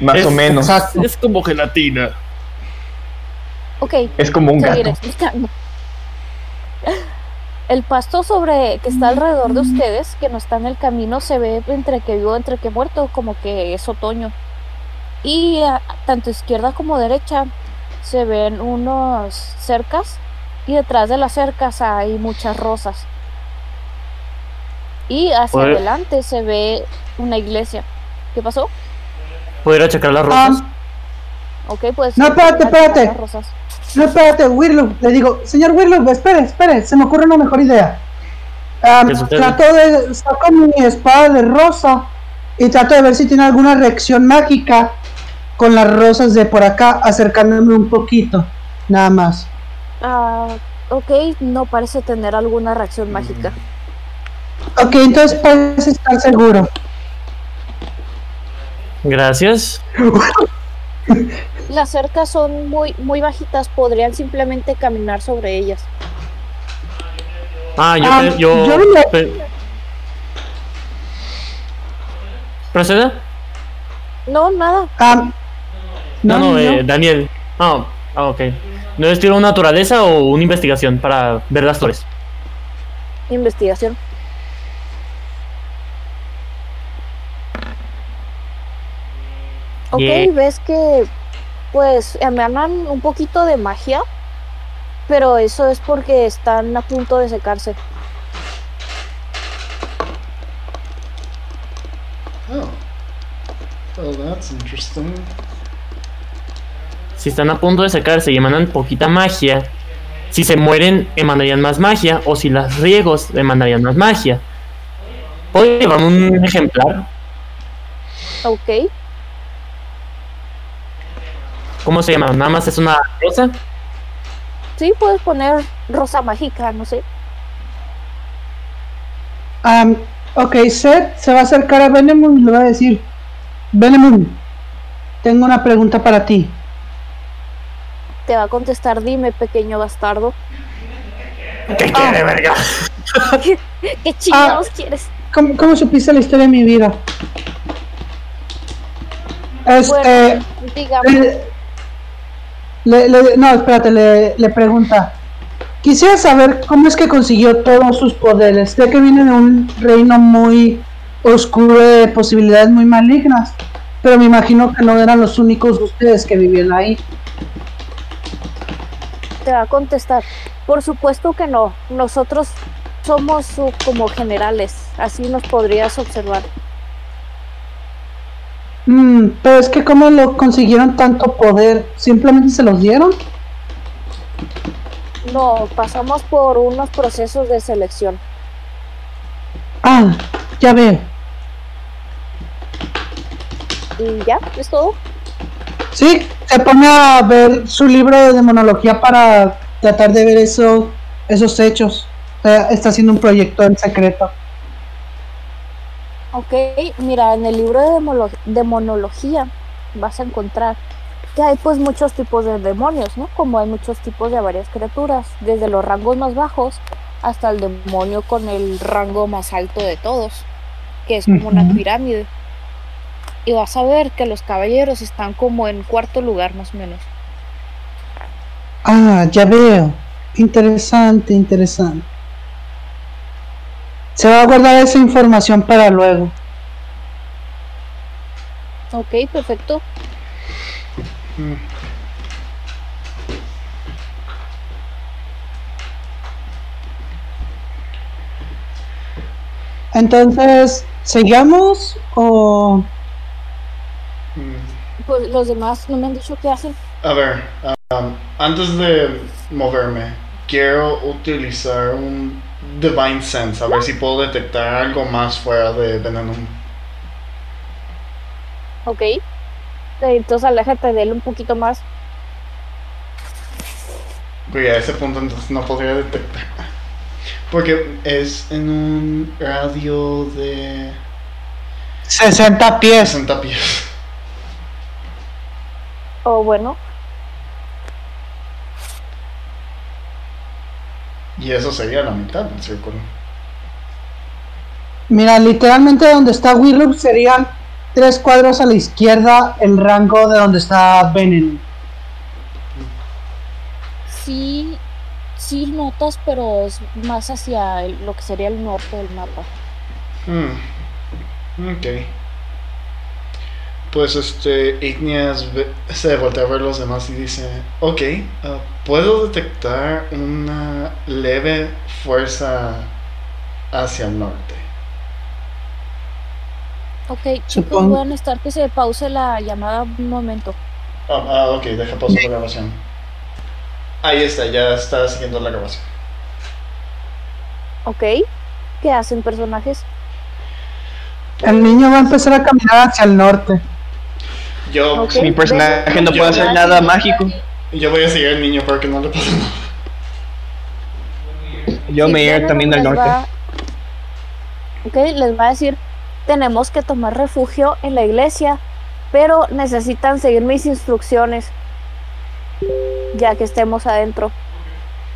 Speaker 6: Más
Speaker 2: Es-
Speaker 6: o menos.
Speaker 5: Exacto.
Speaker 2: Es como gelatina.
Speaker 3: Ok,
Speaker 6: Es como un
Speaker 3: seguir
Speaker 6: gato.
Speaker 3: explicando. [laughs] El pasto sobre que está alrededor de ustedes, que no está en el camino, se ve entre que vivo, entre que muerto, como que es otoño. Y a- tanto izquierda como derecha se ven unos cercas y detrás de las cercas hay muchas rosas. Y hacia
Speaker 6: Pues-
Speaker 2: Oye.
Speaker 3: adelante se ve una iglesia. ¿Qué pasó?
Speaker 2: ¿Pudiera checar las rosas?
Speaker 5: Ah,
Speaker 3: Ok, pues...
Speaker 5: No, espérate,
Speaker 3: las
Speaker 5: espérate.
Speaker 3: rosas.
Speaker 5: no, espérate, Wirloop. Le digo, señor Wirloop, espere, espere, se me ocurre una mejor idea. Am,
Speaker 2: ¿Qué sucede?
Speaker 5: trato de. Saco mi espada de rosa y trato de ver si tiene alguna reacción mágica con las rosas de por acá, acercándome un poquito, nada más.
Speaker 3: Ah, ok, no parece tener alguna reacción mágica.
Speaker 5: Ok, entonces parece estar seguro.
Speaker 2: Ah. Gracias.
Speaker 3: Las cercas son muy, muy bajitas, podrían simplemente caminar sobre ellas.
Speaker 2: Ah, yo.
Speaker 5: Ah,
Speaker 2: pe- yo,
Speaker 5: yo no-
Speaker 2: pe- ¿Proceda?
Speaker 3: No, nada.
Speaker 5: Am,
Speaker 2: No, no,
Speaker 5: no.
Speaker 2: eh, Daniel. Ah, ah, ok. ¿No es tiro naturaleza o una investigación para ver las flores?
Speaker 3: Investigación. Ok,
Speaker 2: Yeah.
Speaker 3: ves que pues emanan un poquito de magia, pero eso es porque están a punto de secarse.
Speaker 4: Oh. Oh, that's interesting.
Speaker 2: Si están a punto de secarse y emanan poquita magia, si se mueren, emanarían más magia, o si las riegos, emanarían más magia. ¿Puedo llevar un ejemplar?
Speaker 3: Ok,
Speaker 2: ¿Cómo se llama? ¿Nada más es una rosa?
Speaker 3: sí, puedes poner rosa mágica, no sé.
Speaker 5: Am, ok, Seth se va a acercar a Venemon y le va a decir, Venemon, tengo una pregunta para ti.
Speaker 3: Te va a contestar, dime, pequeño bastardo. Ah.
Speaker 2: ¿Qué quiere, verga?
Speaker 3: [laughs] ¿Qué chingados quieres?
Speaker 5: ¿Cómo, cómo supiste la historia de mi vida? Este,
Speaker 3: Bueno, digamos,
Speaker 5: le- le- le- no, espérate, le, le pregunta. Quisiera saber cómo es que consiguió todos sus poderes. Sé que viene de un reino muy oscuro de posibilidades muy malignas, pero me imagino que no eran los únicos de ustedes que vivían ahí.
Speaker 3: te va a contestar. Por supuesto que no. Nosotros somos su- como generales. Así nos podrías observar.
Speaker 5: Mm, pero es que cómo lo consiguieron tanto poder, simplemente se los dieron.
Speaker 3: No, pasamos por unos procesos de selección.
Speaker 5: Ah, ya veo.
Speaker 3: Y ya, es todo.
Speaker 5: Sí, se pone a ver su libro de demonología para tratar de ver eso, esos hechos. Eh, está haciendo un proyecto en secreto.
Speaker 3: Ok, mira, en el libro de demolo- demonología vas a encontrar que hay pues muchos tipos de demonios, ¿no? Como hay muchos tipos de varias criaturas, desde los rangos más bajos hasta el demonio con el rango más alto de todos, que es como una
Speaker 5: Ujú.
Speaker 3: pirámide. Y vas a ver que los caballeros están como en cuarto lugar más o menos.
Speaker 5: Ah, ya veo. Interesante, interesante. Se va a guardar esa información para luego.
Speaker 3: Ok, perfecto.
Speaker 4: Hmm,
Speaker 5: Entonces, ¿sigamos o...?
Speaker 3: Pues los demás no me han dicho qué hacen.
Speaker 4: hmm. A ver, um, antes de moverme, quiero utilizar un Divine Sense, a ver si puedo detectar algo más fuera de Venenum.
Speaker 3: Ok. Eh, Entonces aléjate de él un poquito más.
Speaker 4: Porque a ese punto entonces no podría detectar. Porque es en un radio de
Speaker 5: 60 pies.
Speaker 4: 60 pies.
Speaker 3: O bueno,
Speaker 4: Y eso sería la mitad del círculo.
Speaker 5: Mira, literalmente donde está Willow serían tres cuadros a la izquierda el rango de donde está Venom.
Speaker 3: Sí, sí notas, pero es más hacia el- lo que sería el norte del mapa.
Speaker 4: Hmm. Ok. Pues este, Igneas ve- se voltea a ver los demás y dice, ok, ah, puedo detectar una leve fuerza hacia el norte.
Speaker 3: Ok, chicos,
Speaker 5: Supongo-
Speaker 3: voy a necesitar que se pause la llamada un momento.
Speaker 4: Ah, ah, ok, deja pausa la grabación. Ahí está, ya está siguiendo la grabación.
Speaker 3: Ok, ¿qué hacen personajes?
Speaker 5: El niño va a empezar a caminar hacia el norte.
Speaker 4: Yo,
Speaker 3: Ok,
Speaker 6: Mi personaje
Speaker 3: ven.
Speaker 6: no puede hacer nada mágico.
Speaker 4: yo voy a seguir al niño para que no le pase nada.
Speaker 6: Yo me iré
Speaker 3: Venom
Speaker 6: también al
Speaker 3: les
Speaker 6: norte.
Speaker 3: va- Ok, les va a decir, tenemos que tomar refugio en la iglesia, pero necesitan seguir mis instrucciones, ya que estemos adentro.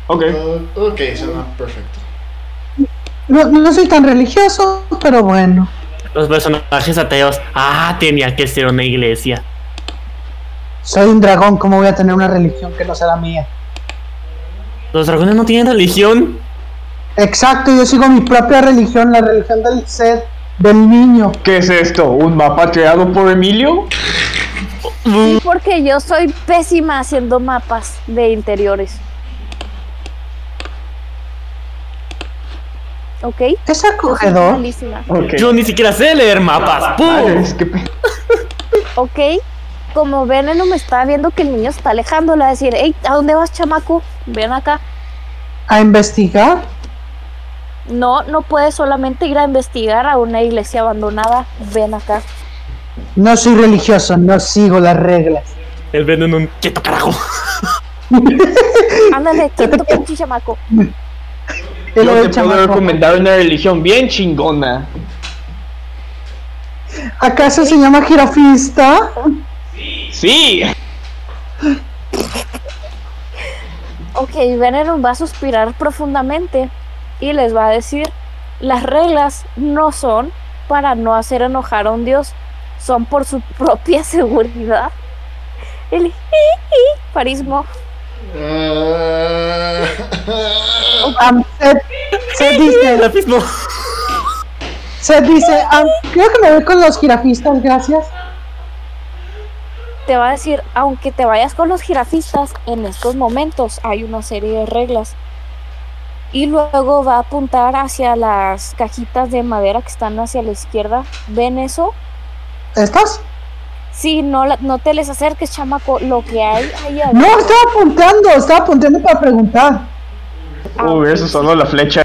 Speaker 6: Ok.
Speaker 4: Ah, ok, suena perfecto.
Speaker 5: No, no soy tan religioso, pero bueno.
Speaker 2: Los personajes ateos. Ah, tenía que ser una iglesia.
Speaker 5: Soy un dragón, ¿cómo voy a tener una religión que no sea la mía?
Speaker 2: Los dragones no tienen religión.
Speaker 5: Exacto, yo sigo mi propia religión, la religión del sed del niño.
Speaker 6: ¿Qué es esto? ¿Un mapa creado por Emilio?
Speaker 3: Sí, porque yo soy pésima haciendo mapas de interiores. ¿Ok? Yo
Speaker 5: Es
Speaker 3: soy
Speaker 5: acogedor.
Speaker 3: malísima.
Speaker 6: Ok.
Speaker 2: Yo ni siquiera sé leer mapas. ¡Pum!
Speaker 6: Ah, Madres, qué pe-
Speaker 3: Ok, como Veneno me está viendo que el niño está alejando, le va a decir, hey, ¿a dónde vas, chamaco? Ven acá.
Speaker 5: A investigar.
Speaker 3: No, no puedes solamente ir a investigar a una iglesia abandonada. Ven acá.
Speaker 5: No soy religioso, no sigo las reglas.
Speaker 2: El Venom un quieto carajo. [laughs]
Speaker 3: Ándale, quieto, pinche chamaco.
Speaker 5: Y luego
Speaker 6: Yo
Speaker 5: el
Speaker 6: te puedo
Speaker 5: chamaco,
Speaker 6: recomendar una religión bien chingona.
Speaker 5: ¿Acaso se llama jirafista?
Speaker 6: Sí.
Speaker 3: Ok, Veneno va a suspirar profundamente y les va a decir, las reglas no son para no hacer enojar a un dios, son por su [laughs] propia seguridad. El parismo.
Speaker 4: Ah.
Speaker 5: Am- Sed- Sed dice,
Speaker 2: Racismo.
Speaker 5: Sed dice, am- creo que me voy con los jirafistas, gracias.
Speaker 3: Te va a decir, aunque te vayas con los jirafistas, en estos momentos hay una serie de reglas. Y luego va a apuntar hacia las cajitas de madera que están hacia la izquierda. ¿Ven eso?
Speaker 5: ¿Estás?
Speaker 3: Sí, no, la- no te les acerques, chamaco. Lo que hay ahí
Speaker 5: No,
Speaker 3: abajo.
Speaker 5: estaba apuntando, estaba apuntando para preguntar.
Speaker 3: Ah,
Speaker 6: Uy, eso sonó la flecha.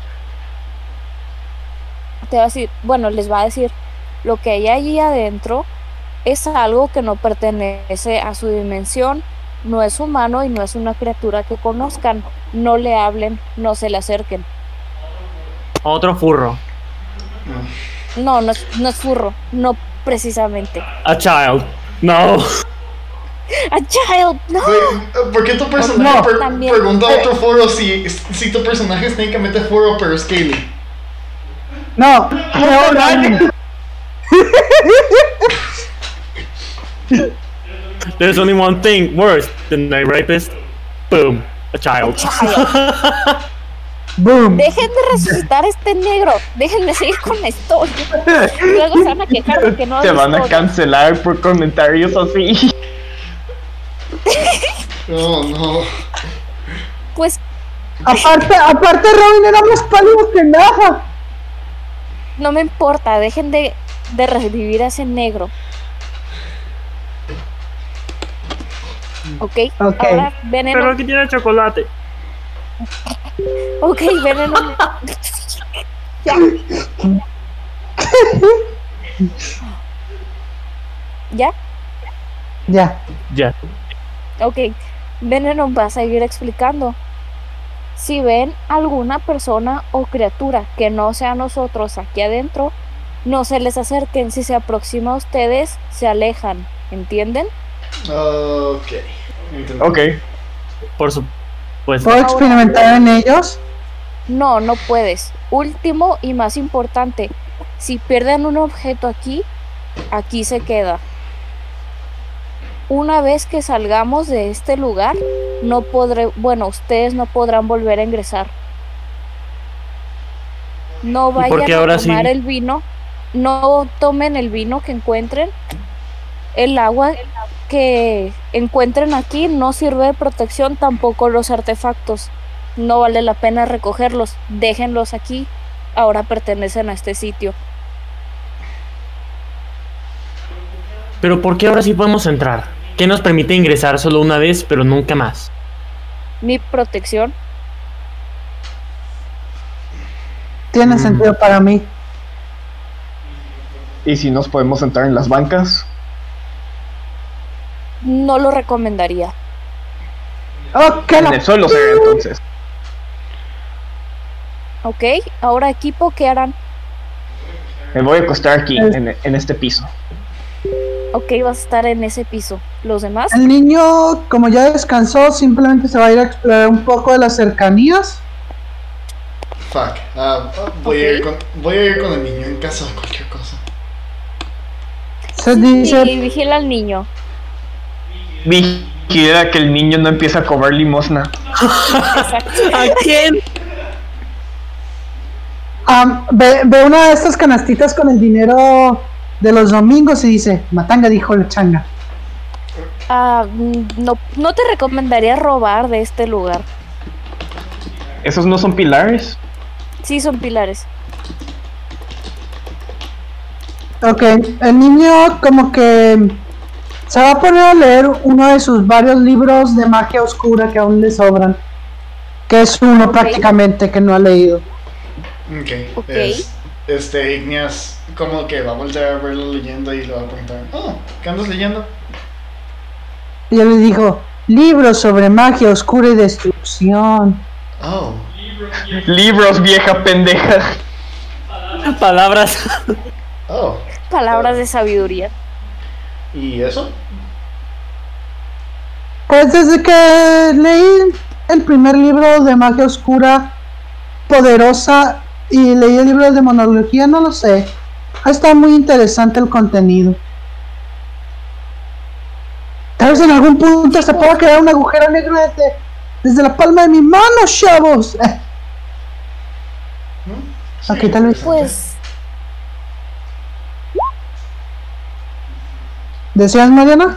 Speaker 3: te va a decir, bueno, les va a decir, lo que hay allí adentro es algo que no pertenece a su dimensión, no es humano y no es una criatura que conozcan. No le hablen, no se le acerquen.
Speaker 2: Otro furro.
Speaker 4: Ah.
Speaker 3: No, no es, no es furro, no precisamente.
Speaker 2: A child. No. [laughs]
Speaker 3: A child, no.
Speaker 4: Güey, ¿Por qué tu personaje
Speaker 5: No,
Speaker 4: per-
Speaker 3: también. Eh.
Speaker 4: pregunta a otro foro si, si tu personaje es técnicamente foro pero es Kaylee?
Speaker 5: Ah, No, creo que-
Speaker 2: There's only one thing worse than a rapist. Boom. A child.
Speaker 5: Boom.
Speaker 3: Dejen de resucitar a este negro, déjenme seguir con la historia. Luego se van a quejar de que no
Speaker 6: Te
Speaker 3: hay
Speaker 6: van a
Speaker 3: historia.
Speaker 6: cancelar por comentarios así. [laughs]
Speaker 4: No, no.
Speaker 3: Pues
Speaker 5: Aparte, aparte Robin era más pálido que nada.
Speaker 3: no me importa, dejen de, de revivir a ese negro. Ok,
Speaker 5: Ok.
Speaker 3: ahora
Speaker 2: [laughs]
Speaker 3: veneno.
Speaker 2: Pero que tiene chocolate.
Speaker 3: Ok, veneno. ¿Ya?
Speaker 5: Ya.
Speaker 2: Ya.
Speaker 3: Ok, Veneno va a seguir explicando. Si ven alguna persona o criatura que no sea nosotros aquí adentro, no se les acerquen. Si se aproxima a ustedes, se alejan. ¿Entienden?
Speaker 4: Ok. Entendí.
Speaker 6: Ok.
Speaker 2: Por su. Pues.
Speaker 5: ¿Puedo experimentar en ellos?
Speaker 3: No, no puedes. Último y más importante, si pierden un objeto aquí, Aquí se queda. Una vez que salgamos de este lugar, no podré, bueno, ustedes no podrán volver a ingresar. No
Speaker 2: por
Speaker 3: vayan
Speaker 2: qué
Speaker 3: a
Speaker 2: ahora
Speaker 3: tomar
Speaker 2: sí?
Speaker 3: el vino, no tomen el vino que encuentren. El agua que encuentren aquí no sirve de protección, tampoco los artefactos. No vale la pena recogerlos, déjenlos aquí. Ahora pertenecen a este sitio.
Speaker 2: Pero ¿por qué ahora sí podemos entrar? ¿Qué nos permite ingresar solo una vez, pero nunca más? [laughs]
Speaker 3: Mi protección
Speaker 5: Tiene
Speaker 2: Mm.
Speaker 5: sentido para mí.
Speaker 6: ¿Y si nos podemos sentar en las bancas?
Speaker 3: no lo recomendaría.
Speaker 5: Oh, que
Speaker 6: En
Speaker 5: la-
Speaker 6: el suelo será entonces.
Speaker 3: ¿Ok? Ahora equipo, ¿qué harán?
Speaker 6: Me voy a acostar aquí, en, en este piso.
Speaker 3: Ok, vas a estar en ese piso. ¿Los demás?
Speaker 5: El niño, como ya descansó, simplemente se va a ir a explorar un poco de las cercanías.
Speaker 4: Fuck. Ah, voy, a ir con, voy a ir con el niño en caso de cualquier cosa.
Speaker 5: Se
Speaker 3: Y
Speaker 5: dice,
Speaker 3: vigila al niño.
Speaker 6: Vigila que el niño no empiece a cobrar limosna.
Speaker 2: ¿A quién?
Speaker 5: am, ve, ve una de estas canastitas con el dinero de los domingos y dice, Matanga dijo la changa.
Speaker 3: Ah, mm, no, no te recomendaría robar de este lugar.
Speaker 6: ¿Esos no son pilares?
Speaker 3: Sí, son pilares.
Speaker 5: Ok, el niño como que se va a poner a leer uno de sus varios libros de magia oscura que aún le sobran. Que es uno prácticamente que no ha leído.
Speaker 4: Ok.
Speaker 3: Ok.
Speaker 4: es- este, Igneas, como que va a voltear a verlo leyendo y le va a preguntar: Oh, ¿qué andas leyendo?
Speaker 5: Y él le dijo, libros sobre magia oscura y destrucción.
Speaker 4: Oh,
Speaker 6: Libros, vieja pendeja.
Speaker 2: Palabras.
Speaker 4: oh.
Speaker 3: Palabras de sabiduría.
Speaker 4: ¿Y eso?
Speaker 5: Pues desde que leí el primer libro de magia oscura poderosa y leí el libro de monología, no lo sé. Ha estado muy interesante el contenido. Tal vez en algún punto se pueda crear un agujero negro desde, desde la palma de mi mano, chavos. Eh,
Speaker 4: ¿Mm?
Speaker 3: Ah,
Speaker 5: Ok, tal vez.
Speaker 3: Pues,
Speaker 5: ¿Decías, Mariana?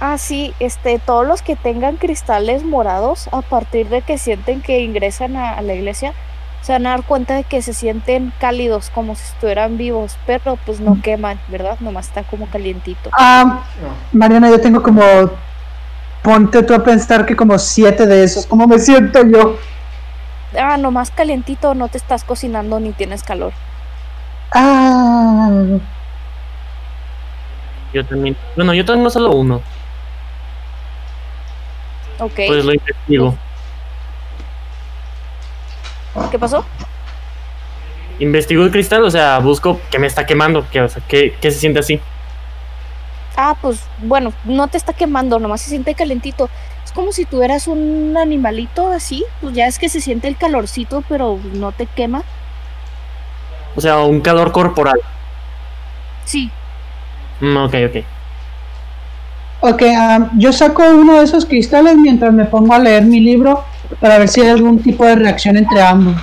Speaker 3: ah, sí, este, todos los que tengan cristales morados, a partir de que sienten que ingresan a, a la iglesia, se van a dar cuenta de que se sienten cálidos, como si estuvieran vivos, pero pues no queman, ¿verdad? Nomás está como calientito.
Speaker 5: Ah,
Speaker 3: Pues-
Speaker 4: Oh,
Speaker 5: Mariana, yo tengo como... Ponte tú a pensar que como siete de esos, ¿cómo me siento yo?
Speaker 3: Ah, nomás calientito, no te estás cocinando ni tienes calor.
Speaker 5: Ah...
Speaker 2: Yo también. Bueno, yo tengo solo uno.
Speaker 3: Ok,
Speaker 2: Pues lo investigo.
Speaker 3: ¿qué pasó?
Speaker 2: Investigo el cristal, o sea, busco que me está quemando, que, o sea, que, que se siente así.
Speaker 3: Ah, pues bueno, no te está quemando, nomás se siente calentito. Es como si tuvieras un animalito así, pues ya es que se siente el calorcito, pero no te quema.
Speaker 2: O sea, un calor corporal.
Speaker 3: Sí,
Speaker 2: Mm, ok, ok.
Speaker 5: Ok, am, yo saco uno de esos cristales mientras me pongo a leer mi libro para ver si hay algún tipo de reacción entre ambos.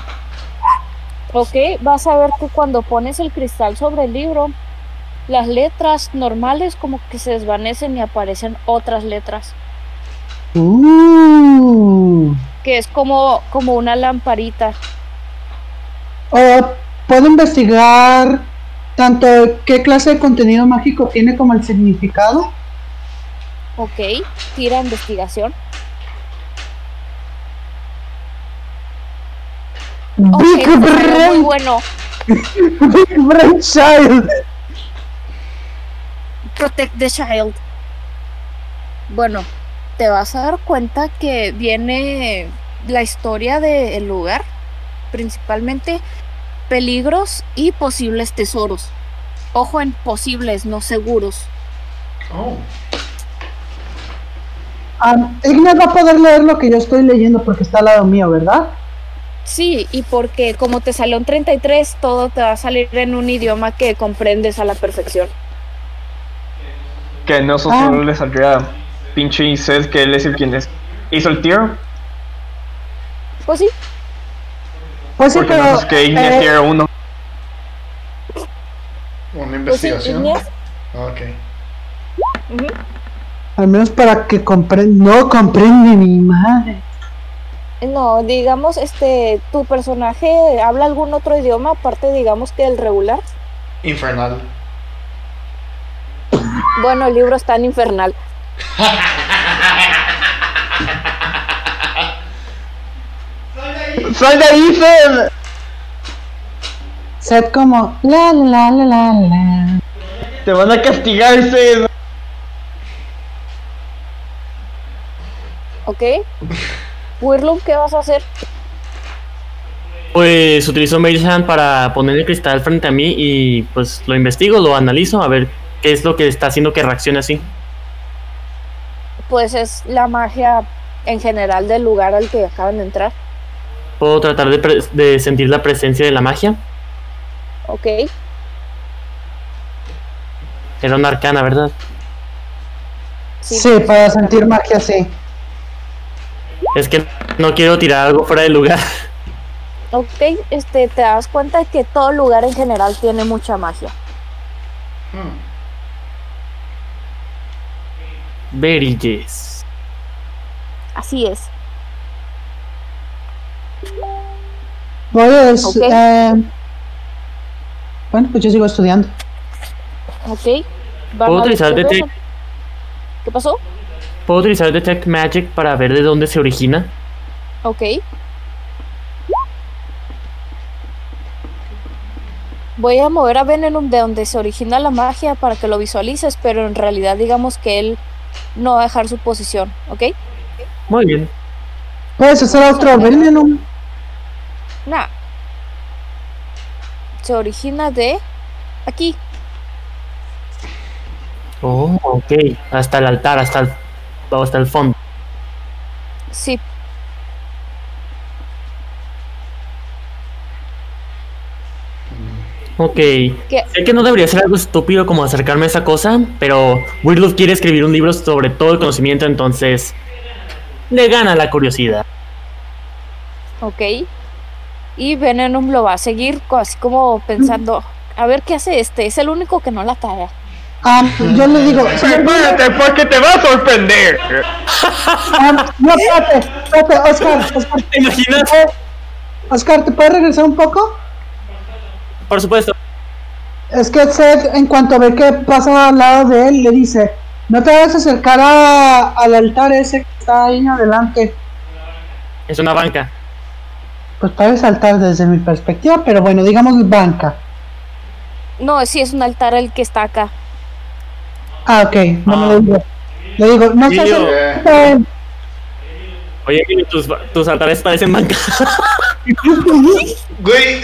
Speaker 3: Ok, vas a ver que cuando pones el cristal sobre el libro, las letras normales como que se desvanecen y aparecen otras letras,
Speaker 5: Uh.
Speaker 3: que es como, como una lamparita.
Speaker 5: O puedo investigar tanto qué clase de contenido mágico tiene como el significado.
Speaker 3: Ok, tira investigación. Ok,
Speaker 5: Big
Speaker 3: te salió muy
Speaker 5: Brain,
Speaker 3: bueno.
Speaker 5: Big Brain Child.
Speaker 3: Protect the Child. Bueno, te vas a dar cuenta que viene la historia del lugar, principalmente peligros y posibles tesoros. Ojo en posibles, no seguros.
Speaker 4: oh.
Speaker 5: Ah, Am, Ignas va a poder leer lo que yo estoy leyendo porque está al lado mío, ¿verdad?
Speaker 3: Sí, y porque como te salió un 33, todo te va a salir en un idioma que comprendes a la perfección.
Speaker 6: Que no eso
Speaker 5: Ah.
Speaker 6: solo le saldría a pinche Incel, que él es el quien es. hizo el tier.
Speaker 3: Pues sí,
Speaker 5: Pues sí,
Speaker 6: Porque
Speaker 5: pero.
Speaker 6: no es que Ignis
Speaker 5: eh,
Speaker 6: tier 1.
Speaker 4: Una
Speaker 3: pues sí,
Speaker 4: investigación.
Speaker 3: Igneas.
Speaker 4: ok.
Speaker 3: Ujú.
Speaker 5: al menos para que comprendan. No comprende mi madre.
Speaker 3: No, digamos, este, tu personaje habla algún otro idioma aparte, digamos, que el regular.
Speaker 4: Infernal.
Speaker 3: Bueno, el libro está en infernal.
Speaker 6: ¡Sal de ahí, Cel!
Speaker 5: Sed como. La la la la la.
Speaker 6: ¡Te van a castigar, Cel!
Speaker 5: [laughs]
Speaker 3: ¿Ok? Wirloom, ¿qué vas a hacer?
Speaker 2: Pues utilizo Mage Hand para poner el cristal frente a mí y pues lo investigo, lo analizo, a ver qué es lo que está haciendo que reaccione así.
Speaker 3: Pues es la magia en general del lugar al que acaban de entrar.
Speaker 2: Puedo tratar de, pre- de sentir la presencia de la magia.
Speaker 3: ¿Ok?
Speaker 2: Era una arcana, ¿verdad?
Speaker 3: Sí.
Speaker 5: Sí, para sentir magia así.
Speaker 2: Es que no quiero tirar algo fuera de lugar. [laughs]
Speaker 3: Ok, este, te das cuenta que todo lugar en general tiene mucha magia.
Speaker 4: Hmm.
Speaker 2: Very yes.
Speaker 3: Así es.
Speaker 5: Voy a des-
Speaker 3: Ok.
Speaker 5: eh, Bueno, pues yo sigo estudiando.
Speaker 3: ¿Ok? Van
Speaker 2: ¿Puedo
Speaker 3: a ver
Speaker 2: utilizar
Speaker 3: qué
Speaker 2: detect-
Speaker 3: ves. ¿Qué pasó?
Speaker 2: Puedo utilizar Detect Magic para ver de dónde se origina.
Speaker 3: Ok. Voy a mover a Venenum de donde se origina la magia para que lo visualices, pero en realidad digamos que él no va a dejar su posición, ¿ok?
Speaker 2: Muy bien.
Speaker 5: Puedes hacer otro veneno.
Speaker 3: Nada. Se origina de aquí.
Speaker 2: Oh, ok. Hasta el altar, hasta el, hasta el fondo.
Speaker 3: Sí.
Speaker 2: Ok. Sé que no debería ser algo estúpido como acercarme a esa cosa, pero Weirdloof quiere escribir un libro sobre todo el conocimiento, entonces le gana la curiosidad.
Speaker 3: Ok. Y Venenum lo va a seguir co- así como pensando, a ver qué hace este, es el único que no la caga.
Speaker 5: Ah, yo le
Speaker 2: [laughs]
Speaker 5: digo.
Speaker 6: Prepárate porque te va a sorprender.
Speaker 5: ah, no, espérate, espérate, Oscar, Oscar. Eh,
Speaker 2: ¿Te imaginas?
Speaker 5: Oscar, ¿te puedes regresar un poco?
Speaker 2: Por supuesto.
Speaker 5: Es que Seth, en cuanto ve que pasa al lado de él, le dice, no te vayas a acercar a- al altar ese que está ahí adelante.
Speaker 2: Es una banca.
Speaker 5: Pues puede saltar desde mi perspectiva, pero bueno, digamos banca.
Speaker 3: No, sí es un altar el que está acá.
Speaker 5: Ah, ok, bueno,
Speaker 2: Ah.
Speaker 5: le digo. Le digo, no se
Speaker 2: Leo.
Speaker 5: acerque
Speaker 4: Eh,
Speaker 5: a él.
Speaker 2: Oye, Emilio, tus, ba- tus altares parecen banca.
Speaker 4: Güey, eh,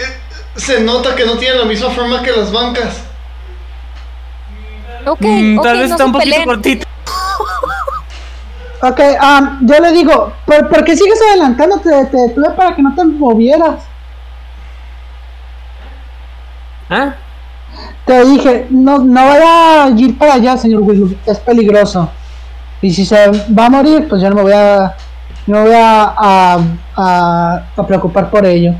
Speaker 4: se nota que no tiene la misma forma que las bancas.
Speaker 3: [laughs] Ok,
Speaker 2: Mm,
Speaker 3: ok,
Speaker 2: Tal vez
Speaker 3: no
Speaker 2: está
Speaker 3: se
Speaker 2: un poquito
Speaker 3: peleen.
Speaker 2: cortito.
Speaker 5: Ok, ah, yo le digo, ¿por, por qué sigues adelantando? Te, te detuve para que no te movieras.
Speaker 2: ¿Ah?
Speaker 5: Te dije, no, no vaya a ir para allá, señor Willow, es peligroso. Y si se va a morir, pues yo no me voy a, no me voy a, a, a- a preocupar por ello.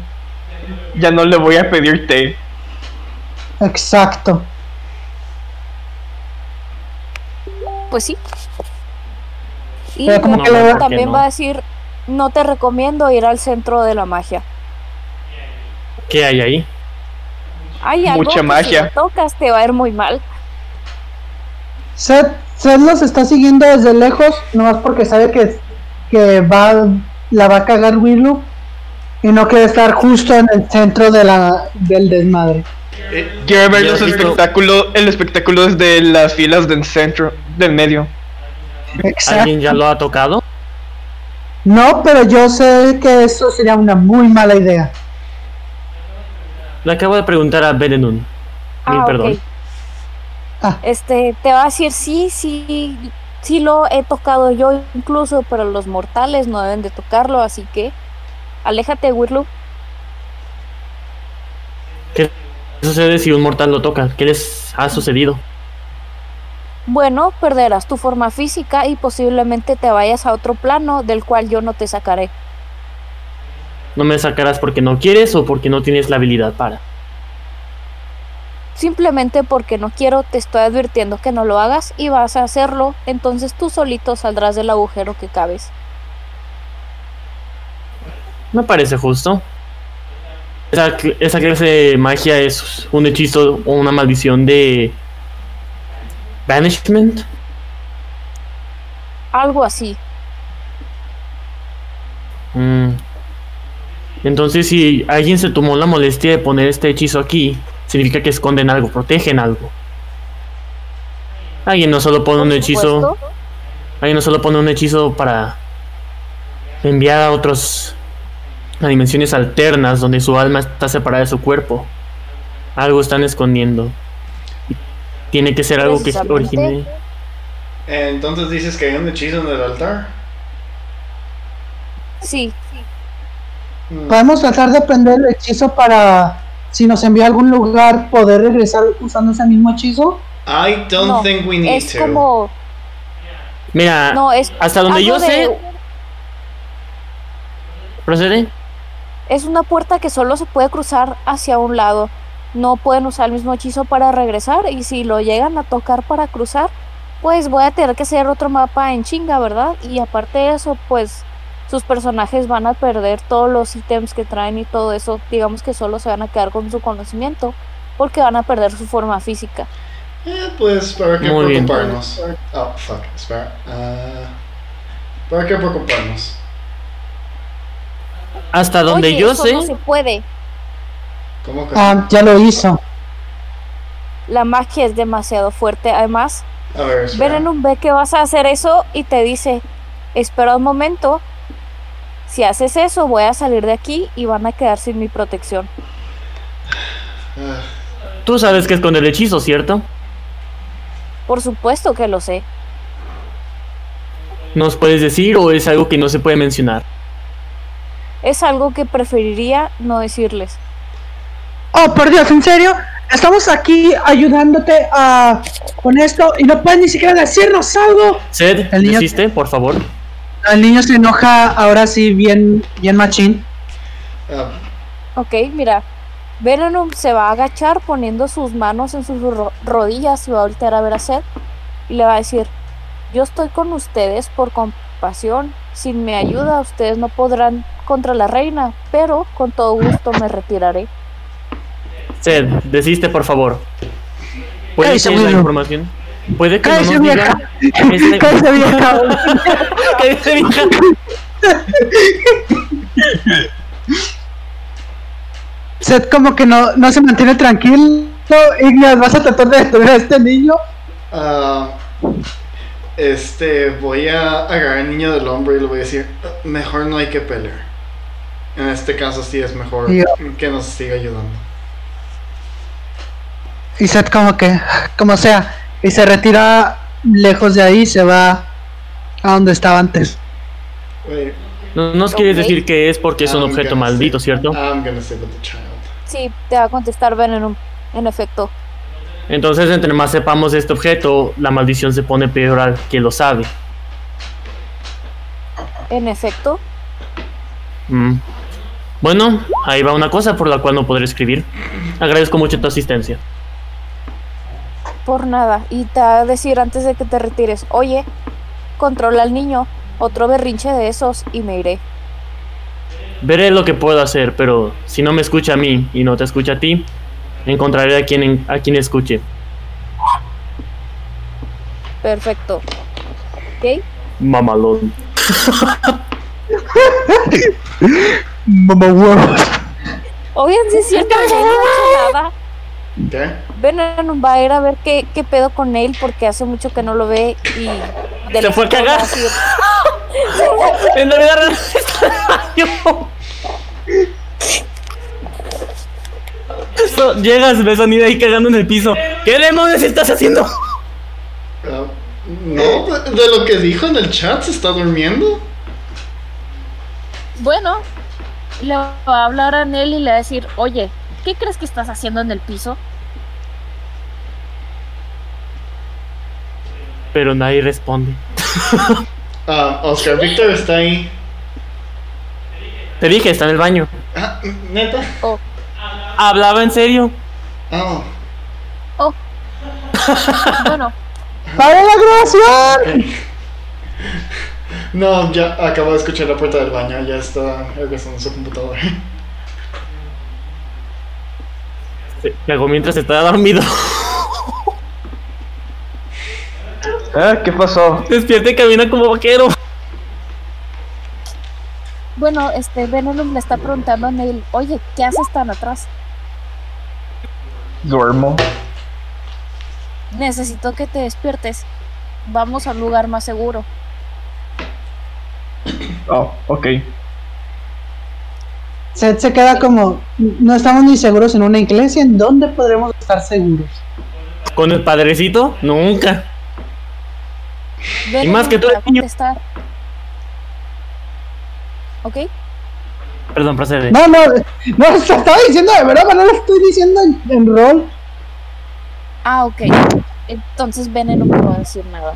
Speaker 6: Ya no le voy a pedir té.
Speaker 5: Exacto.
Speaker 3: Pues sí. Y
Speaker 5: Pero como
Speaker 2: No,
Speaker 5: que lo
Speaker 2: no,
Speaker 5: veo-
Speaker 2: ¿por qué
Speaker 3: también
Speaker 2: no?
Speaker 3: va a decir, no te recomiendo ir al centro de la magia.
Speaker 2: ¿Qué hay ahí?
Speaker 3: Hay algo
Speaker 6: Mucha
Speaker 3: que
Speaker 6: magia.
Speaker 3: si lo tocas te va a ir muy mal.
Speaker 5: Seth, Seth los está siguiendo desde lejos, nomás porque sabe que, que va, la va a cagar Willow y no quiere estar justo en el centro de la, del desmadre.
Speaker 4: Eh,
Speaker 6: Quiero ver
Speaker 2: Ya
Speaker 6: los
Speaker 2: has visto-
Speaker 6: espectáculos, el espectáculo desde las filas del centro, del medio.
Speaker 5: Exacto.
Speaker 2: ¿Alguien ya lo ha tocado?
Speaker 5: No, pero yo sé que eso sería una muy mala idea.
Speaker 2: Le acabo de preguntar a Belenun. Mil
Speaker 3: Ah, ok.
Speaker 2: perdón.
Speaker 5: Ah.
Speaker 3: Este, te va a decir, sí, sí, sí lo he tocado yo incluso, pero los mortales no deben de tocarlo, así que aléjate, Wirloop.
Speaker 2: ¿Qué sucede si un mortal lo toca? ¿Qué les ha sucedido?
Speaker 3: Bueno, perderás tu forma física y posiblemente te vayas a otro plano del cual yo no te sacaré.
Speaker 2: ¿No me sacarás porque no quieres o porque no tienes la habilidad para?
Speaker 3: Simplemente porque no quiero, te estoy advirtiendo que no lo hagas y vas a hacerlo, entonces tú solito saldrás del agujero que cabes.
Speaker 2: Me parece justo. Esa, cl- esa clase de magia es un hechizo o una maldición de... Banishment.
Speaker 3: Algo así.
Speaker 2: Mm. Entonces, si alguien se tomó la molestia de poner este hechizo aquí, significa que esconden algo, protegen algo. Alguien no solo pone
Speaker 3: por
Speaker 2: un hechizo,
Speaker 3: supuesto.
Speaker 2: alguien no solo pone un hechizo para enviar a otros a dimensiones alternas donde su alma está separada de su cuerpo. Algo están escondiendo. Tiene que ser algo que
Speaker 3: Precisamente.
Speaker 2: origine.
Speaker 4: Entonces dices que hay un hechizo en el altar.
Speaker 3: Sí,
Speaker 4: Mm,
Speaker 5: Podemos tratar de aprender el hechizo para, si nos envía a algún lugar, poder regresar usando ese mismo hechizo.
Speaker 4: I don't
Speaker 3: No,
Speaker 4: think we need
Speaker 3: es
Speaker 4: to.
Speaker 3: como...
Speaker 2: Mira,
Speaker 3: No, es...
Speaker 2: hasta donde
Speaker 3: algo
Speaker 2: yo
Speaker 3: de-
Speaker 2: sé, procede.
Speaker 3: Es una puerta que solo se puede cruzar hacia un lado. No pueden usar el mismo hechizo para regresar y si lo llegan a tocar para cruzar, pues voy a tener que hacer otro mapa en chinga, ¿verdad? Y aparte de eso, pues sus personajes van a perder todos los ítems que traen y todo eso. Digamos que solo se van a quedar con su conocimiento porque van a perder su forma física.
Speaker 4: Eh, pues, ¿para qué
Speaker 2: Muy bien.
Speaker 4: preocuparnos? Oh, fuck, espera. Ah, ¿Para qué preocuparnos?
Speaker 2: Hasta donde
Speaker 3: Oye,
Speaker 2: yo
Speaker 3: eso
Speaker 2: sé.
Speaker 3: no se puede.
Speaker 4: ¿Cómo que?
Speaker 5: Ah, ya lo hizo.
Speaker 3: La magia es demasiado fuerte. Además,
Speaker 4: a ver, espera.
Speaker 3: Verenum ve que vas a hacer eso y te dice, espera un momento, si haces eso voy a salir de aquí y van a quedar sin mi protección.
Speaker 4: Ah,
Speaker 2: Tú sabes que es con el hechizo, ¿cierto?
Speaker 3: Por supuesto que lo sé.
Speaker 2: ¿Nos puedes decir o es algo que no se puede mencionar?
Speaker 3: Es algo que preferiría no decirles.
Speaker 5: Oh, por Dios, en serio, estamos aquí ayudándote a, con esto y no puedes ni siquiera decirnos algo.
Speaker 2: Sed,
Speaker 5: El niño-
Speaker 2: desiste, por favor.
Speaker 5: El niño se enoja ahora sí, bien, bien machín.
Speaker 4: ah,
Speaker 3: Ok, mira. Verenum se va a agachar poniendo sus manos en sus ro- rodillas y va a voltear a ver a Seth y le va a decir, yo estoy con ustedes por compasión, sin mi ayuda ustedes no podrán contra la reina, pero con todo gusto me retiraré.
Speaker 2: Sed, desiste, por favor. ¿Puede
Speaker 5: Cállese,
Speaker 2: que la
Speaker 5: Willow.
Speaker 2: información? Puede que no
Speaker 5: Cállese,
Speaker 2: nos diga.
Speaker 5: [laughs]
Speaker 2: este-
Speaker 5: Cállese, vieja.
Speaker 2: Cállese, vieja.
Speaker 5: Seth como que no, no se mantiene tranquilo. Ignas, vas a tratar de destruir a este niño.
Speaker 4: ah, este, voy a agarrar al niño del hombre y le voy a decir, "Ah, mejor no hay que pelear. En este caso sí es mejor
Speaker 5: Yo-
Speaker 4: que nos siga ayudando.
Speaker 5: Y Seth como que, como sea, y se retira lejos de ahí y se va a donde estaba antes.
Speaker 4: Wait,
Speaker 2: No nos quieres
Speaker 3: Ok.
Speaker 2: decir que es porque es un
Speaker 4: I'm
Speaker 2: objeto
Speaker 4: gonna
Speaker 2: maldito,
Speaker 4: stay-
Speaker 2: ¿cierto?
Speaker 4: I'm gonna stay with the child.
Speaker 3: Sí, te va a contestar Venom, en efecto.
Speaker 2: Entonces, entre más sepamos de este objeto, la maldición se pone peor al que lo sabe.
Speaker 3: En efecto,
Speaker 2: Mm. Bueno, ahí va una cosa por la cual no podré escribir. Agradezco mucho tu asistencia.
Speaker 3: por nada. Y te va a decir antes de que te retires, oye, controla al niño, otro berrinche de esos y me iré.
Speaker 2: Veré lo que puedo hacer, pero si no me escucha a mí y no te escucha a ti, encontraré a quien, a quien escuche.
Speaker 3: Perfecto. ¿Ok?
Speaker 2: Mamalón.
Speaker 5: Mamá huevo.
Speaker 3: Oigan, si es cierto, Venom no ha hecho nada.
Speaker 4: ¿Qué?
Speaker 3: Venom va a ir a ver qué, qué pedo con él porque hace mucho que no lo ve y... de
Speaker 2: Se
Speaker 3: la
Speaker 2: fue a
Speaker 3: escuela
Speaker 2: cagar.
Speaker 3: va decir,
Speaker 2: En la vida real está el baño. So, llegas, ves a Nida ahí cagando en el piso. ¿Qué demonios estás haciendo?
Speaker 4: Ah, no, de, de lo que dijo en el chat, ¿se está durmiendo?
Speaker 3: Bueno, le va a hablar a él y le va a decir, oye, ¿Qué crees que estás haciendo en el piso?
Speaker 2: Pero nadie responde.
Speaker 4: Ah, Oscar Víctor está ahí.
Speaker 2: Te dije, está en el baño.
Speaker 4: Ah, ¿Neta?
Speaker 2: Hablaba en serio.
Speaker 4: Ah,
Speaker 3: Bueno,
Speaker 5: ¡Para la grabación!
Speaker 4: No, ya acabo de escuchar la puerta del baño. Ya está regresando su computadora.
Speaker 2: Luego mientras estaba dormido.
Speaker 6: ¿Eh? ¿Qué pasó?
Speaker 2: [laughs] Despierta y camina como vaquero.
Speaker 3: bueno, este Venom le está preguntando a Neil, oye, ¿qué haces tan atrás?
Speaker 6: Duermo.
Speaker 3: Necesito que te despiertes. Vamos a un lugar más seguro.
Speaker 6: Oh, ok.
Speaker 5: Seth se queda como, no estamos ni seguros en una iglesia, ¿en dónde podremos estar seguros?
Speaker 2: Con el padrecito, nunca.
Speaker 3: Venom
Speaker 2: más que
Speaker 3: le
Speaker 2: tú
Speaker 3: va a
Speaker 2: eres niño.
Speaker 3: contestar. ¿Ok?
Speaker 2: Perdón, procede.
Speaker 5: No, no, no, se estaba diciendo de broma, no lo estoy diciendo en, en rol.
Speaker 3: Ah, ok. Entonces Bene no puedo decir nada.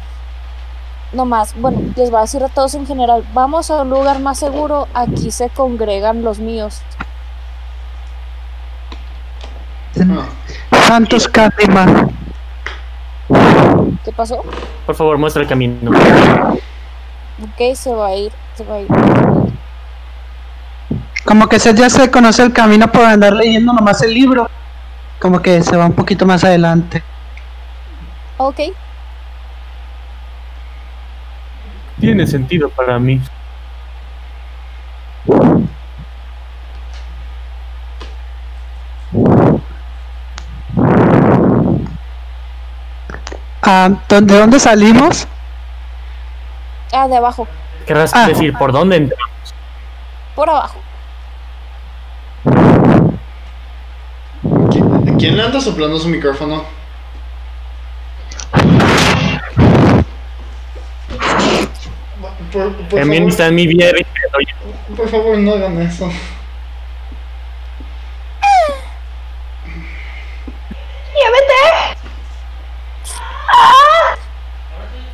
Speaker 3: Nomás, bueno, les va a decir a todos en general, vamos a un lugar más seguro, aquí se congregan los míos.
Speaker 5: Santos Cátima.
Speaker 3: ¿Qué pasó?
Speaker 2: Por favor, muestra el camino.
Speaker 3: Ok, se va a ir, se va a ir.
Speaker 5: Como que Seth ya se conoce el camino por andar leyendo nomás el libro. Como que se va un poquito más adelante.
Speaker 3: Ok,
Speaker 2: Tiene sentido para mí.
Speaker 5: Ah, ¿dó- ¿De dónde salimos?
Speaker 3: ah, de abajo,
Speaker 2: Querrás
Speaker 5: Ah.
Speaker 2: decir por dónde entra.
Speaker 3: por abajo.
Speaker 4: ¿Qui- ¿Quién le anda soplando su micrófono? Por, por
Speaker 2: También
Speaker 4: favor,
Speaker 2: está en mi vida. y te doy-
Speaker 4: por favor, no hagan eso.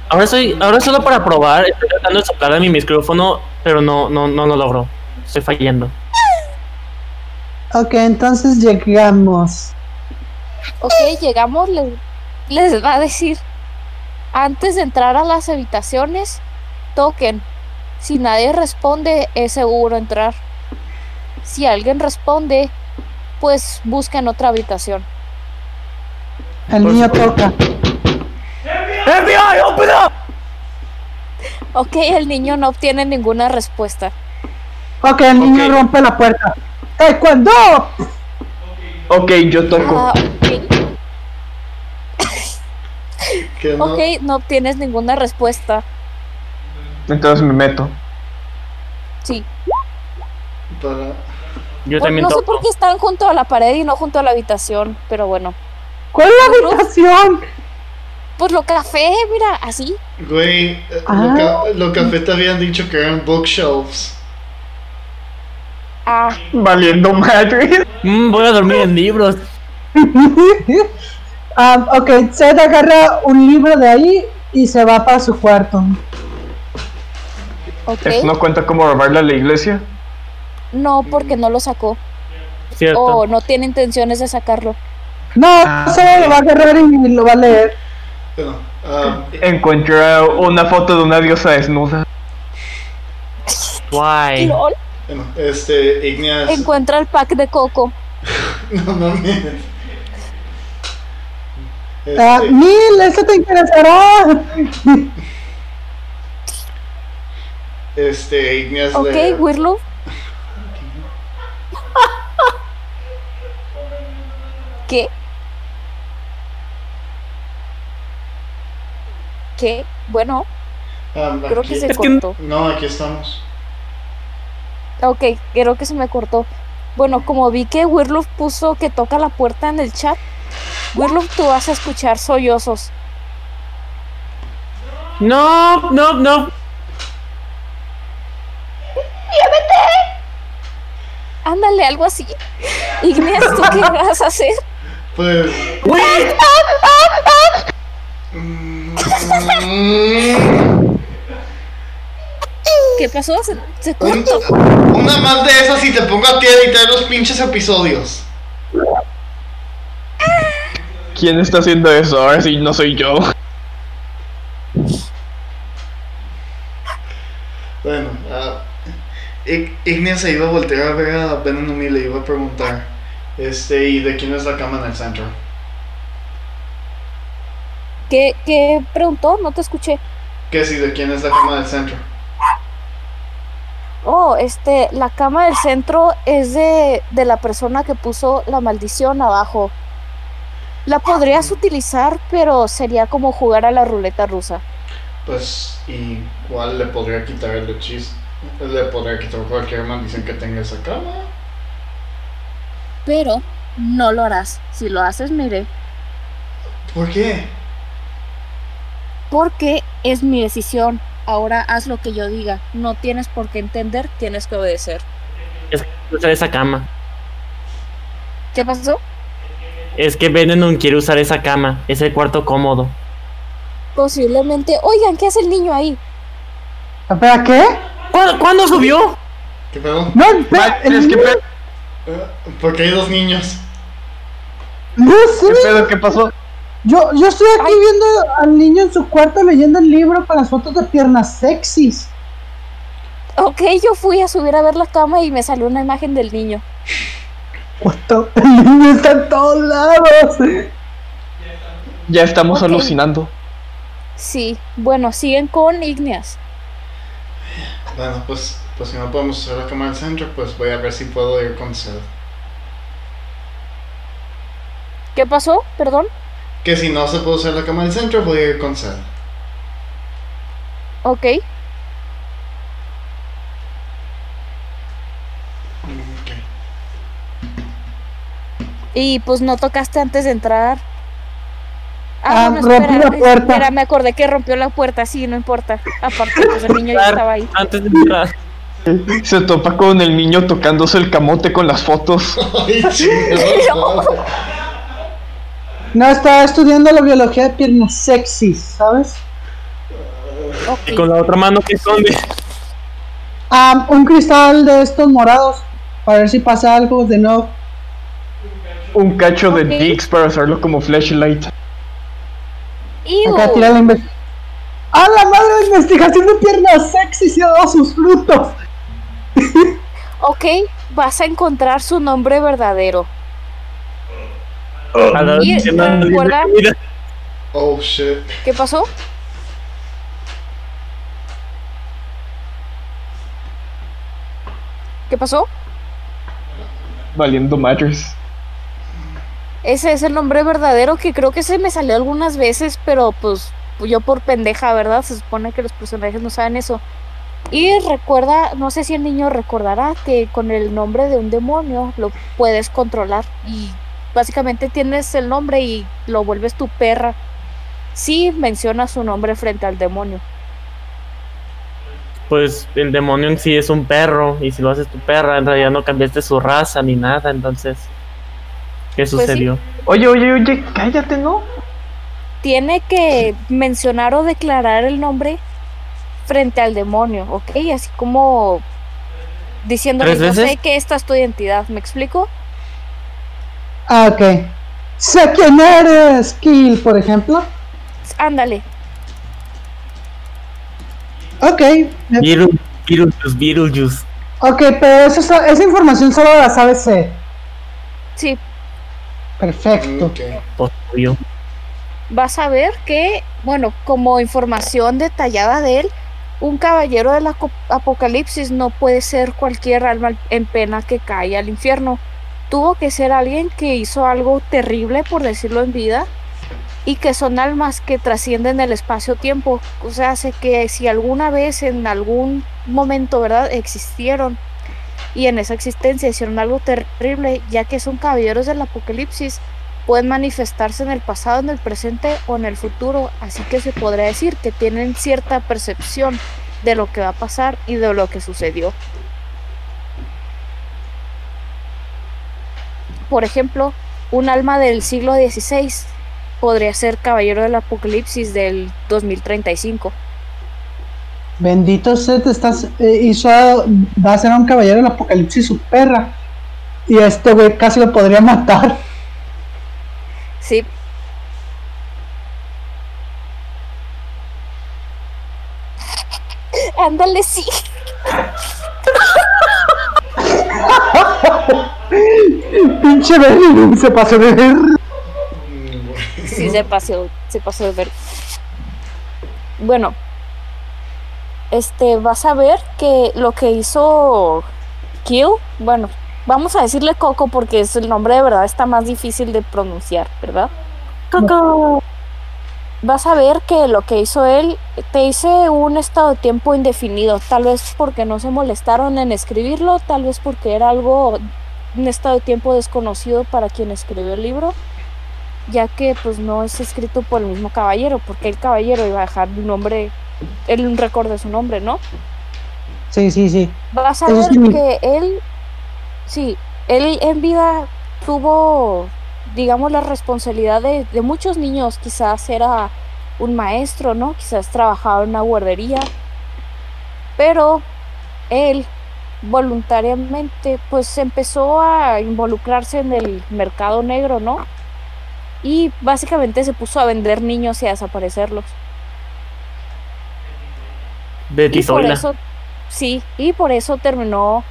Speaker 2: Ahora soy, ahora solo para probar, estoy tratando de soplar a mi micrófono, pero no, no, no lo logro. Estoy fallando.
Speaker 5: Ok, entonces llegamos.
Speaker 3: Ok, llegamos, les, les va a decir, antes de entrar a las habitaciones, toquen. Si nadie responde, es seguro entrar. Si alguien responde, pues busquen otra habitación.
Speaker 5: El niño toca.
Speaker 2: FBI, open up!
Speaker 3: Ok, el niño no obtiene ninguna respuesta.
Speaker 5: Ok, el niño
Speaker 6: Ok.
Speaker 5: rompe la puerta. Eh, ¡Taekwondo!
Speaker 6: Ok, yo toco.
Speaker 3: Ah, ok,
Speaker 4: Que no,
Speaker 3: ok, no obtienes ninguna respuesta.
Speaker 6: Entonces me meto.
Speaker 3: Sí.
Speaker 4: para-
Speaker 2: Yo
Speaker 3: Bueno,
Speaker 2: también
Speaker 3: no sé
Speaker 2: toco.
Speaker 3: por qué están junto a la pared y no junto a la habitación, pero bueno.
Speaker 5: ¿Cuál es la habitación?
Speaker 3: Pues lo café, mira, así.
Speaker 4: Güey, eh,
Speaker 5: Ah.
Speaker 4: lo, ca- lo café te habían dicho que eran bookshelves.
Speaker 3: Ah,
Speaker 6: Valiendo madre.
Speaker 2: Mm, voy a dormir en libros.
Speaker 5: Ah, ok, Seth agarra un libro de ahí y se va para su cuarto.
Speaker 3: ok.
Speaker 6: ¿Eso no cuenta como robarle a la iglesia?
Speaker 3: No, porque no lo sacó.
Speaker 2: Cierto.
Speaker 3: O no tiene intenciones de sacarlo.
Speaker 5: No, se lo va a agarrar y lo va a leer.
Speaker 4: Bueno, ah,
Speaker 6: Encontré una foto de una diosa desnuda.
Speaker 2: Guay.
Speaker 3: LOL,
Speaker 4: bueno, este, Igneas.
Speaker 3: encuentra el pack de coco.
Speaker 4: [laughs] No mames. Este,
Speaker 5: Ah, Mil, eso te interesará.
Speaker 4: este, Igneas
Speaker 3: Ok,
Speaker 4: le-
Speaker 3: Wirlo. ¿Qué? ¿Qué? Bueno,
Speaker 4: Ah,
Speaker 3: creo que
Speaker 4: aquí-
Speaker 3: se
Speaker 2: Es que no-
Speaker 3: cortó.
Speaker 4: No, aquí estamos.
Speaker 3: Ok, creo que se me cortó. Bueno, como vi que Wirloof puso que toca la puerta en el chat, Wirloof, tú vas a escuchar sollozos.
Speaker 2: No, no, no.
Speaker 3: Ándale, algo así. [laughs] Igneas, ¿tú qué vas a hacer?
Speaker 4: Pues. Mm,
Speaker 3: ¿Qué pasó? Se, se
Speaker 4: Un-
Speaker 3: cortó.
Speaker 4: una más de esas y te pongo a ti a editar los pinches episodios.
Speaker 6: ¿Quién está haciendo eso? Ahora sí, no soy yo.
Speaker 4: Bueno, ah, Ig- Ignia se iba a voltear a ver a Venom y le iba a preguntar: Este, ¿y de quién es la cama en el centro?
Speaker 3: ¿Qué, ¿Qué preguntó? No te escuché.
Speaker 4: ¿Qué si de quién es la cama del centro?
Speaker 3: Oh, este, la cama del centro es de, de la persona que puso la maldición abajo. La podrías utilizar, pero sería como jugar a la ruleta rusa.
Speaker 4: Pues igual le podría quitar el hechizo. Le podría quitar cualquier maldición que tenga esa cama.
Speaker 3: Pero no lo harás. Si lo haces, mire.
Speaker 4: ¿Por qué?
Speaker 3: Porque es mi decisión. Ahora haz lo que yo diga. No tienes por qué entender, tienes que obedecer.
Speaker 2: usar esa cama.
Speaker 3: ¿Qué pasó?
Speaker 2: Es que Venom quiere usar esa cama, ese cuarto cómodo.
Speaker 3: Posiblemente. Oigan, ¿qué hace el niño ahí?
Speaker 5: ¿Espera qué?
Speaker 2: ¿Cuándo, cuándo subió?
Speaker 4: ¿Qué pedo?
Speaker 5: No, espera, el
Speaker 6: ¿qué,
Speaker 5: niño-
Speaker 6: pedo,
Speaker 4: Eh, Porque hay dos niños.
Speaker 5: no sé,
Speaker 6: ¿Qué pedo? ¿Qué pasó?
Speaker 5: yo, yo estoy aquí viendo al niño en su cuarto leyendo el libro con las fotos de piernas sexys.
Speaker 3: Ok, yo fui a subir a ver la cama y me salió una imagen del niño.
Speaker 5: What the- El niño está en todos lados.
Speaker 6: Ya estamos
Speaker 3: Ok.
Speaker 6: alucinando.
Speaker 3: Sí, bueno, siguen con Igneas.
Speaker 4: Bueno, pues, pues si no podemos usar la cama del centro, pues voy a ver si puedo ir con Seth.
Speaker 3: ¿Qué pasó? Perdón.
Speaker 4: Que si no se puede usar la cama del centro, voy a ir con Seth.
Speaker 3: Ok.
Speaker 4: Ok.
Speaker 3: Y pues no tocaste antes de entrar.
Speaker 5: Ah, rompí la puerta.
Speaker 3: espera, me acordé que rompió la puerta, sí, no importa. Aparte, pues el niño ya estaba ahí.
Speaker 2: Antes de entrar.
Speaker 6: Se topa con el niño tocándose el camote con las fotos.
Speaker 3: [laughs]
Speaker 4: Ay, chingada.
Speaker 5: No, estaba estudiando la biología de piernas sexys, ¿sabes?
Speaker 2: Y
Speaker 3: Ok.
Speaker 2: con la otra mano que esconde.
Speaker 5: Ah, un cristal de estos morados. Para ver si pasa algo de nuevo.
Speaker 6: Un cacho de
Speaker 3: Ok.
Speaker 6: dicks para usarlo como flashlight.
Speaker 5: Acá tira la investigación. ¡Ah, la madre! la Investigación de piernas sexys y ha dado sus frutos.
Speaker 3: Ok, vas a encontrar su nombre verdadero.
Speaker 2: A la-
Speaker 3: Y eh,
Speaker 2: que no-
Speaker 3: recuerda-
Speaker 2: Mira,
Speaker 4: Oh shit.
Speaker 3: ¿Qué pasó? ¿Qué pasó?
Speaker 6: Valiendo madres.
Speaker 3: Ese es el nombre verdadero que creo que se me salió algunas veces, pero pues yo por pendeja, ¿verdad? Se supone que los personajes no saben eso. Y recuerda, no sé si el niño recordará que con el nombre de un demonio lo puedes controlar y básicamente tienes el nombre y lo vuelves tu perra. Si mencionas su nombre frente al demonio.
Speaker 2: Pues el demonio en sí es un perro. Y si lo haces tu perra, en realidad no cambiaste su raza ni nada. Entonces, ¿qué
Speaker 3: Pues sí.
Speaker 2: sucedió?
Speaker 6: Oye, oye, oye, cállate, ¿no?
Speaker 3: Tiene que mencionar o declarar el nombre frente al demonio, ¿ok? Así como diciéndole,
Speaker 2: ¿Tres
Speaker 3: no sé
Speaker 2: veces?
Speaker 3: que esta es tu identidad, ¿me explico?
Speaker 5: Ah, ok. Sé quién eres, Kill, por ejemplo.
Speaker 3: Ándale,
Speaker 5: Ok. eh,
Speaker 2: Beetlejuice, Beetlejuice, Beetlejuice.
Speaker 5: Ok, pero eso so- esa información solo la sabe C.
Speaker 3: sí,
Speaker 5: Perfecto.
Speaker 4: Ok.
Speaker 2: Pues, obvio.
Speaker 3: vas a ver que, bueno, como información detallada de él, un caballero del aco- apocalipsis no puede ser cualquier alma en pena que cae al infierno. Tuvo que ser alguien que hizo algo terrible, por decirlo en vida, y que son almas que trascienden el espacio-tiempo. O sea, hace que si alguna vez en algún momento, ¿verdad?, existieron y en esa existencia hicieron algo terrible, ya que son caballeros del apocalipsis, pueden manifestarse en el pasado, en el presente o en el futuro, así que se podría decir que tienen cierta percepción de lo que va a pasar y de lo que sucedió. Por ejemplo, un alma del siglo XVI podría ser Caballero del Apocalipsis del 2035.
Speaker 5: Bendito Seth estás, eh, hizo a- va a ser a un caballero del apocalipsis su perra. Y a este güey casi lo podría matar. [laughs]
Speaker 3: Sí. Ándale, sí.
Speaker 5: Pinche Benny se pasó de ver.
Speaker 4: Mm, güey.
Speaker 3: Sí, se pasó, se pasó de ver. Bueno, este, vas a ver que lo que hizo Kill, bueno, vamos a decirle Coco porque es el nombre de verdad está más difícil de pronunciar, ¿verdad? Coco. Vas a ver que lo que hizo él te hice un estado de tiempo indefinido, tal vez porque no se molestaron en escribirlo, tal vez porque era algo, un estado de tiempo desconocido para quien escribió el libro ya que pues no es escrito por el mismo caballero, porque el caballero iba a dejar un nombre, el un récord de su nombre, ¿no?
Speaker 5: Sí, sí, sí.
Speaker 3: Vas a
Speaker 5: Eso
Speaker 3: ver
Speaker 5: sí me-
Speaker 3: que él, sí, él en vida tuvo, digamos, la responsabilidad de, de muchos niños, quizás era un maestro, ¿no? Quizás trabajaba en una guardería, pero él voluntariamente pues empezó a involucrarse en el mercado negro, ¿no? Y básicamente se puso a vender niños y a desaparecerlos.
Speaker 2: Betty
Speaker 3: Y por
Speaker 2: Zoila.
Speaker 3: eso, sí, y por eso terminó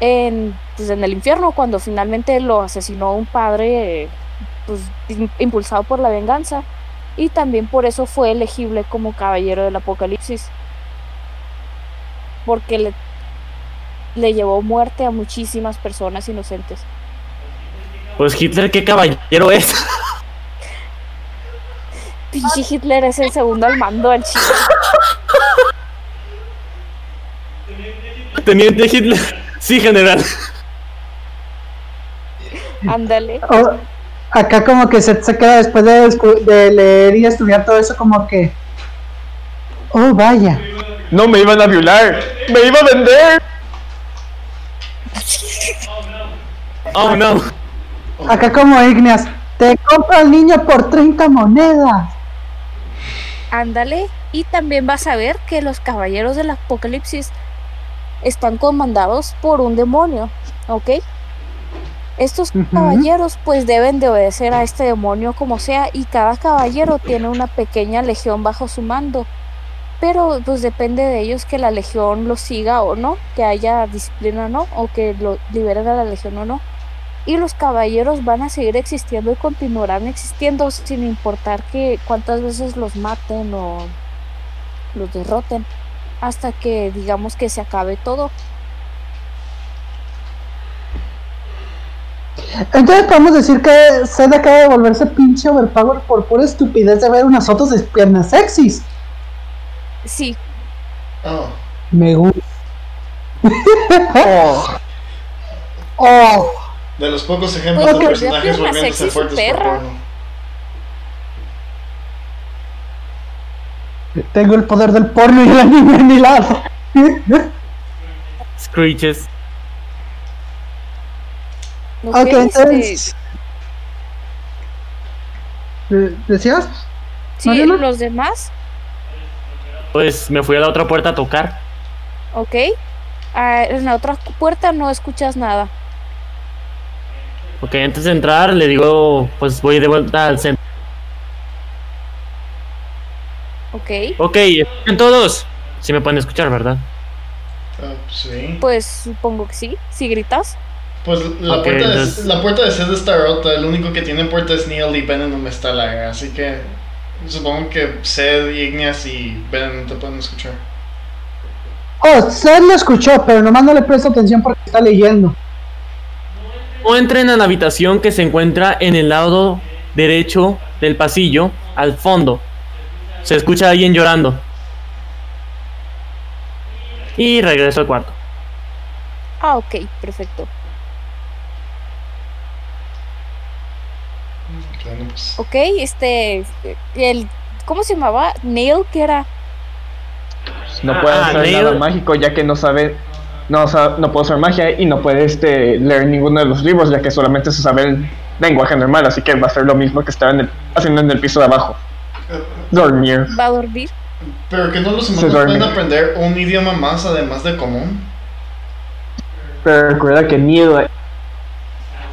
Speaker 3: en, pues, en el infierno cuando finalmente lo asesinó un padre eh, pues, im- impulsado por la venganza. Y también por eso fue elegible como caballero del apocalipsis. Porque le, le llevó muerte a muchísimas personas inocentes.
Speaker 2: Pues Hitler, ¿qué caballero es? [laughs]
Speaker 3: Pinche Hitler es el segundo al mando al [laughs] chile.
Speaker 2: Teniente Hitler. Sí, general.
Speaker 3: Ándale.
Speaker 5: O- acá como que Seth se queda después de, descu- de leer y estudiar todo eso como que... Oh, vaya.
Speaker 6: No me iban a violar, me iba a vender.
Speaker 2: Oh no.
Speaker 5: Acá como Igneas. Te compro al niño por 30 monedas.
Speaker 3: Ándale, y también vas a ver que los caballeros del apocalipsis están comandados por un demonio, ¿ok? Estos
Speaker 5: Ujú.
Speaker 3: caballeros pues deben de obedecer a este demonio como sea y cada caballero tiene una pequeña legión bajo su mando, pero pues depende de ellos que la legión los siga o no, que haya disciplina o no, o que lo liberen a la legión o no. Y los caballeros van a seguir existiendo y continuarán existiendo sin importar que cuántas veces los maten o los derroten hasta que digamos que se acabe todo.
Speaker 5: Entonces podemos decir que Seth acaba de volverse pinche overpower por pura estupidez de ver unas fotos de piernas sexys.
Speaker 3: Sí,
Speaker 4: Oh,
Speaker 5: Me gusta.
Speaker 6: Oh,
Speaker 5: Oh,
Speaker 4: de los pocos
Speaker 3: Pues,
Speaker 4: ejemplos de
Speaker 3: volvió
Speaker 4: personajes
Speaker 3: pierna
Speaker 4: volviéndose
Speaker 3: sexy su
Speaker 4: fuertes por
Speaker 3: perra.
Speaker 4: porno.
Speaker 5: tengo el poder del porno y el anime en mi lado.
Speaker 2: Screeches.
Speaker 3: no
Speaker 5: Ok,
Speaker 3: sé, este,
Speaker 5: entonces. ¿De- ¿Decías?
Speaker 3: sí,
Speaker 5: Mariana.
Speaker 3: los demás,
Speaker 2: Pues me fui a la otra puerta a tocar.
Speaker 3: ok. Ah, en la otra puerta no escuchas nada.
Speaker 2: Ok, antes de entrar le digo, pues voy de vuelta al centro.
Speaker 3: Ok,
Speaker 2: Ok, ¿están todos? Sí me pueden escuchar, ¿verdad?
Speaker 4: Ah, sí.
Speaker 3: pues supongo que sí, si gritas.
Speaker 4: Pues la,
Speaker 2: Ok,
Speaker 4: puerta
Speaker 2: entonces-
Speaker 4: de, la puerta de Seth está rota, el único que tiene puerta es Neil y Venom está larga, así que supongo que Seth, Igneas y Venom te pueden escuchar.
Speaker 5: Oh, Seth lo escuchó, pero nomás no le presta atención porque está leyendo.
Speaker 2: O entren a la habitación que se encuentra en el lado derecho del pasillo, al fondo. Se escucha a alguien llorando. Y regreso al cuarto.
Speaker 3: Ah, ok, perfecto.
Speaker 4: Bueno, pues,
Speaker 3: Ok, este, este, el, ¿cómo se llamaba? Neil, que era
Speaker 6: no puede
Speaker 2: Ah,
Speaker 6: hacer
Speaker 2: Neil.
Speaker 6: nada mágico ya que no sabe no, sa- no puedo usar magia y no puede este, leer ninguno de los libros, ya que solamente se sabe el lenguaje normal, así que va a ser lo mismo que estar en el- haciendo en el piso de abajo. Dormir.
Speaker 3: va a dormir.
Speaker 4: Pero que no los
Speaker 6: Se
Speaker 4: humanos
Speaker 6: duerme.
Speaker 4: pueden aprender un idioma más además de común.
Speaker 6: Pero recuerda que miedo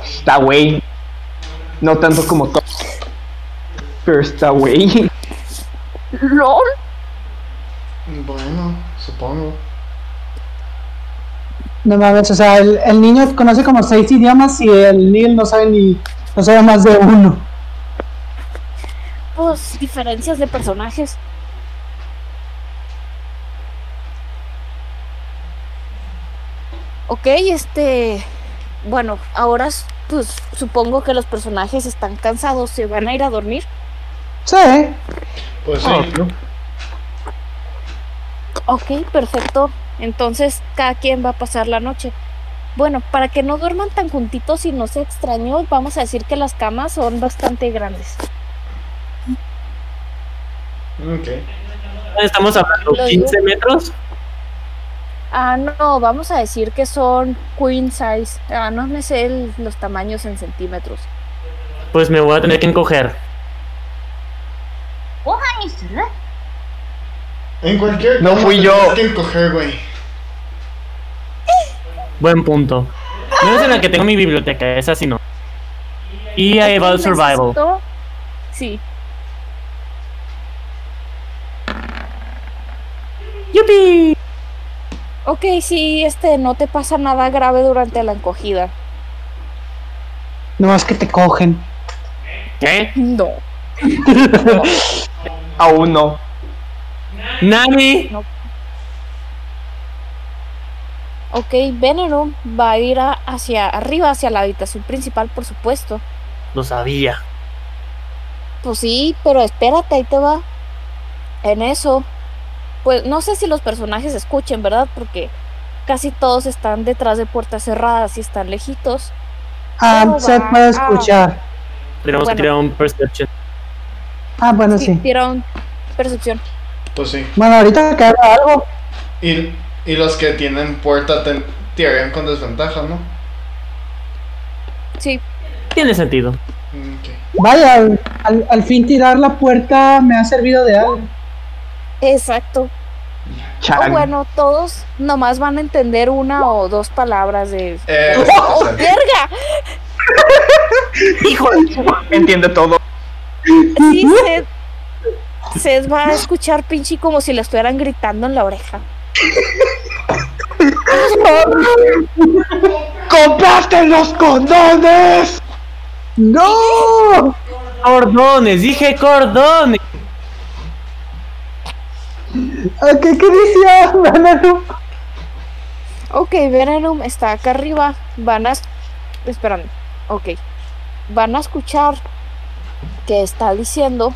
Speaker 6: está güey. No tanto como todo. Pero está güey.
Speaker 3: LOL.
Speaker 4: Bueno, supongo.
Speaker 5: No mames, o sea, el, el niño conoce como seis idiomas y el Neil no sabe ni, no sabe más de uno.
Speaker 3: Pues diferencias de personajes. Ok, este. Bueno, ahora s- pues supongo que los personajes están cansados, se van a ir a dormir.
Speaker 5: Sí,
Speaker 4: Pues sí.
Speaker 3: Ok, perfecto. Entonces cada quien va a pasar la noche. Bueno, para que no duerman tan juntitos y no se extrañó, vamos a decir que las camas son bastante grandes.
Speaker 4: Ok.
Speaker 2: Estamos hablando
Speaker 3: Lo
Speaker 2: 15 metros.
Speaker 3: Ah, no, vamos a decir que son queen size. Ah, no me sé el- los tamaños en centímetros.
Speaker 2: Pues me voy a tener que encoger.
Speaker 4: En cualquier
Speaker 6: No fui yo.
Speaker 4: tienes que encoger, güey.
Speaker 2: Buen punto. Menos en la que tengo mi biblioteca, esa sí no. Y a Eval Survival.
Speaker 3: Necesito- Sí.
Speaker 2: ¡Yupi!
Speaker 3: Ok, sí, este, no te pasa nada grave durante la encogida. [laughs]
Speaker 5: no es que te cogen.
Speaker 2: ¿Qué?
Speaker 3: No.
Speaker 6: Aún no.
Speaker 2: ¡Nani!
Speaker 3: Ok, Venero va a ir a- hacia arriba, hacia la habitación principal, por supuesto.
Speaker 2: Lo sabía.
Speaker 3: Pues sí, pero espérate, ahí te va. En eso, pues no sé si los personajes escuchen, ¿verdad? Porque casi todos están detrás de puertas cerradas y están lejitos.
Speaker 5: Ah,
Speaker 3: Oh,
Speaker 5: se
Speaker 3: va. Ah.
Speaker 5: puede escuchar.
Speaker 2: Tenemos
Speaker 3: Bueno.
Speaker 2: que tirar un perception.
Speaker 5: Ah, bueno,
Speaker 3: Sí,
Speaker 5: sí.
Speaker 3: tira un percepción.
Speaker 4: Pues sí.
Speaker 5: Bueno, ahorita queda algo.
Speaker 4: Y, y los que tienen puerta te tirarían con desventaja, ¿no?
Speaker 3: Sí,
Speaker 2: Tiene sentido.
Speaker 4: Ok.
Speaker 5: Vaya, al, al- al fin tirar la puerta me ha servido de algo.
Speaker 3: exacto. O
Speaker 6: Chan.
Speaker 3: bueno, todos nomás van a entender una o dos palabras de...
Speaker 4: Eh,
Speaker 6: [laughs]
Speaker 3: ¡Oh, verga!
Speaker 6: Entiende todo.
Speaker 3: Sí, Seth, Seth va a escuchar pinche como si le estuvieran gritando en la oreja.
Speaker 6: ¡Compraste los condones!
Speaker 5: ¡No!
Speaker 2: Cordones, dije cordones.
Speaker 5: ¿A ¿Qué, qué decía Manolo?
Speaker 3: Ok, Venom está acá arriba. Van a. es- Espérame. Ok. Van a escuchar que está diciendo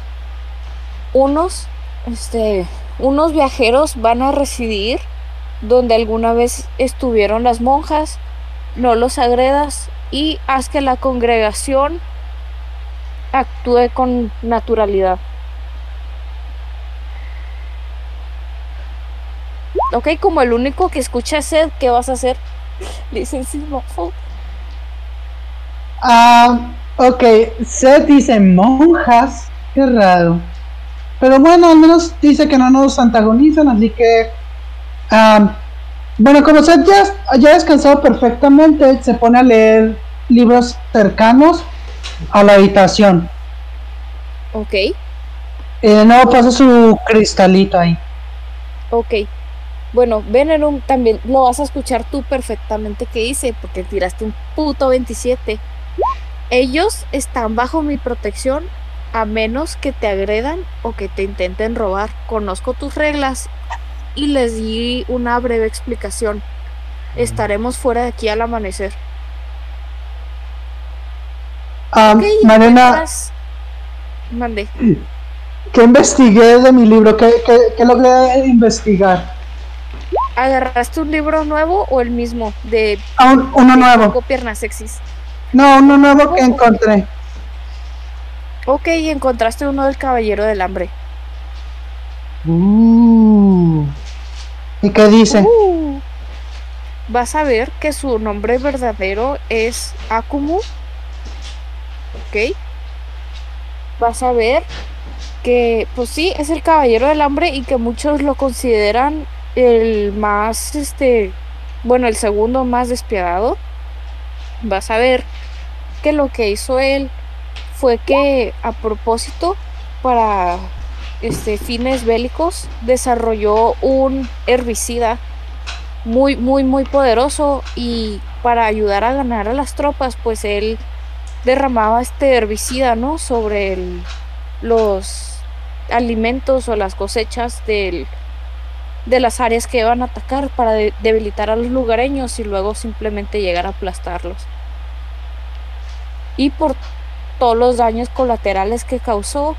Speaker 3: unos. Este. Unos viajeros van a residir donde alguna vez estuvieron las monjas. No los agredas y haz que la congregación actúe con naturalidad. Ok, como el único que escucha es Ed, ¿qué vas a hacer? [laughs] Le dicen, sí, mofo.
Speaker 5: [laughs] Ah, ok, Seth dice monjas. Qué raro. Pero bueno, al menos dice que no nos antagonizan, así que. ah, bueno, como Seth ya, ya ha descansado perfectamente, se pone a leer libros cercanos a la habitación.
Speaker 3: Ok.
Speaker 5: Y de nuevo pasa su cristalito ahí.
Speaker 3: Ok. Bueno, Venerum también lo vas a escuchar tú perfectamente que hice, porque tiraste un puto 27. Ellos están bajo mi protección a menos que te agredan o que te intenten robar. Conozco tus reglas y les di una breve explicación. Estaremos fuera de aquí al amanecer.
Speaker 5: Ah,
Speaker 3: Ok, y
Speaker 5: Marena,
Speaker 3: mientras- Mande.
Speaker 5: ¿qué investigué de mi libro? ¿Qué, qué- qué logré investigar?
Speaker 3: ¿Agarraste un libro nuevo o el mismo de
Speaker 5: Ah, un- uno nuevo.
Speaker 3: Coco Piernas Sexys?
Speaker 5: No, uno nuevo que encontré.
Speaker 3: Ok, encontraste uno del Caballero del Hambre.
Speaker 5: ¿Y qué dice?
Speaker 3: Uh. vas a ver que su nombre verdadero es Akumu. Ok. Vas a ver que, pues sí, es el caballero del hambre y que muchos lo consideran el más, este, bueno, el segundo más despiadado. Vas a ver que lo que hizo él fue que a propósito para este, fines bélicos desarrolló un herbicida muy, muy, muy poderoso y para ayudar a ganar a las tropas, pues él derramaba este herbicida, ¿no? Sobre el, los alimentos o las cosechas del, de las áreas que iban a atacar para de- debilitar a los lugareños y luego simplemente llegar a aplastarlos. Y por todos los daños colaterales que causó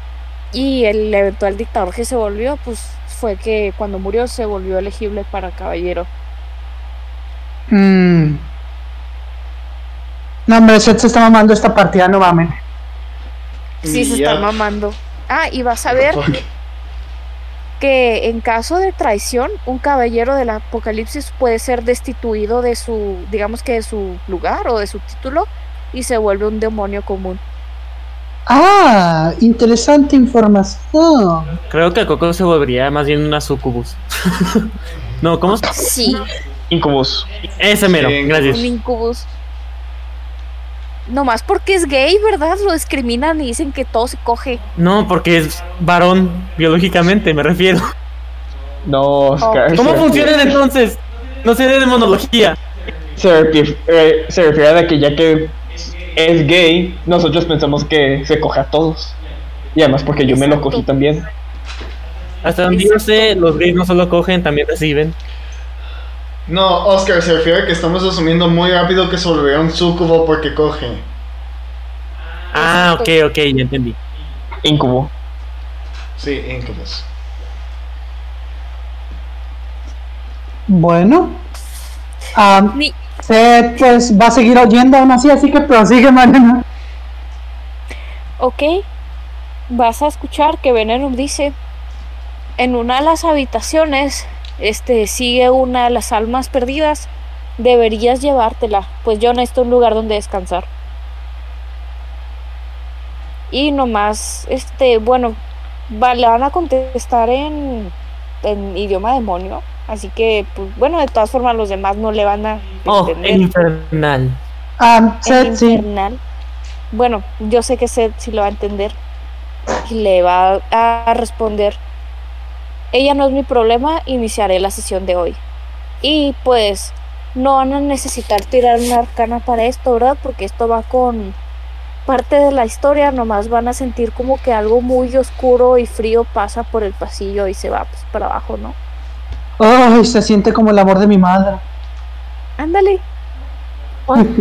Speaker 3: y el eventual dictador que se volvió, pues fue que cuando murió se volvió elegible para caballero.
Speaker 5: Mm. No, hombre, Seth se está mamando esta partida, no mames.
Speaker 3: Sí, se
Speaker 4: Ya.
Speaker 3: están mamando. Ah, y vas a ver
Speaker 4: Ok.
Speaker 3: que en caso de traición, un caballero del apocalipsis puede ser destituido de su, digamos que de su lugar o de su título y se vuelve un demonio común.
Speaker 5: Ah, interesante información.
Speaker 2: Creo que Coco se volvería más bien una sucubus. [laughs] no, ¿cómo? se-
Speaker 3: Sí,
Speaker 6: Incubus.
Speaker 2: Ese mero,
Speaker 4: Sí,
Speaker 2: gracias.
Speaker 3: un incubus. Nomás porque es gay, ¿verdad? Lo discriminan y dicen que todo se coge.
Speaker 2: No, porque es varón biológicamente, me refiero.
Speaker 6: No, Oscar.
Speaker 2: ¿Cómo
Speaker 6: se-
Speaker 2: funcionan entonces? No sé de monología.
Speaker 6: Se, refi- eh, se refiere a que ya que es gay, nosotros pensamos que se coge a todos. Y además porque yo me lo
Speaker 3: Exacto.
Speaker 6: cogí también.
Speaker 2: Hasta donde yo sé, los gays no solo cogen, también reciben.
Speaker 4: No, Oscar, se refiere a que estamos asumiendo muy rápido que se volverá un sucubo porque coge.
Speaker 2: Ah, ok, ok, ya entendí.
Speaker 6: Incubo.
Speaker 4: Sí, incubus.
Speaker 5: Bueno. Ah,
Speaker 3: Ni-
Speaker 5: Seth, pues va a seguir oyendo aún así, así que prosigue, Mariana.
Speaker 3: Ok, vas a escuchar que Venerum dice, en una de las habitaciones, este, sigue una de las almas perdidas, deberías llevártela, pues yo necesito un lugar donde descansar. Y nomás, este, bueno, va- le van a contestar en, en idioma demonio, así que, pues, bueno, de todas formas los demás no le van a...
Speaker 2: Oh,
Speaker 3: entender.
Speaker 2: el infernal.
Speaker 5: Ah,
Speaker 3: El
Speaker 5: Seth, sí.
Speaker 3: infernal. Bueno, yo sé que Seth sí lo va a entender y le va a responder. Ella no es mi problema, iniciaré la sesión de hoy. Y pues no van a necesitar tirar una arcana para esto, ¿verdad? Porque esto va con parte de la historia, nomás van a sentir como que algo muy oscuro y frío pasa por el pasillo y se va pues, para abajo, ¿no?
Speaker 5: Ay, se siente como el amor de mi madre.
Speaker 3: Ándale.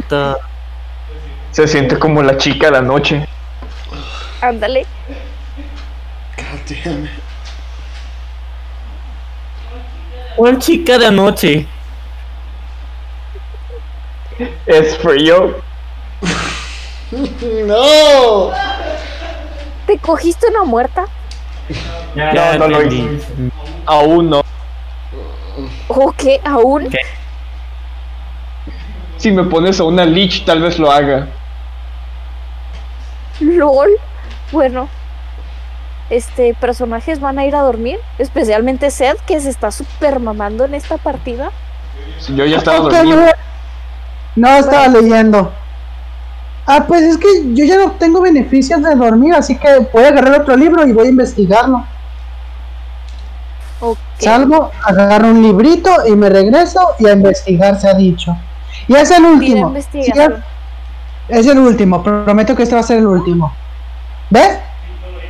Speaker 2: Ta-
Speaker 6: Se siente como la chica de la noche.
Speaker 3: Ándale.
Speaker 4: God damn it.
Speaker 2: ¿Cuál chica de anoche?
Speaker 6: Es frío.
Speaker 4: ¡No!
Speaker 3: ¿Te cogiste una muerta?
Speaker 2: Ya
Speaker 6: no lo
Speaker 2: entendí.
Speaker 6: Aún no.
Speaker 3: ¿O qué? ¿Aún?
Speaker 6: Si me pones a una leech, tal vez lo haga.
Speaker 3: LOL. Bueno, este personajes van a ir a dormir, especialmente Seth, que se está super mamando en esta partida.
Speaker 6: Si yo ya
Speaker 5: [laughs]
Speaker 6: estaba
Speaker 5: Ok,
Speaker 6: dormido.
Speaker 5: yo- No, estaba leyendo. Ah, pues es que yo ya no tengo beneficios de dormir, así que voy a agarrar otro libro y voy a investigarlo.
Speaker 3: Ok.
Speaker 5: Salgo, agarro un librito y me regreso y a investigar, se ha dicho. Y es el
Speaker 3: Tira
Speaker 5: último.
Speaker 3: investigación.
Speaker 5: Sí, es el último, prometo que este va a ser el último. ¿Ves?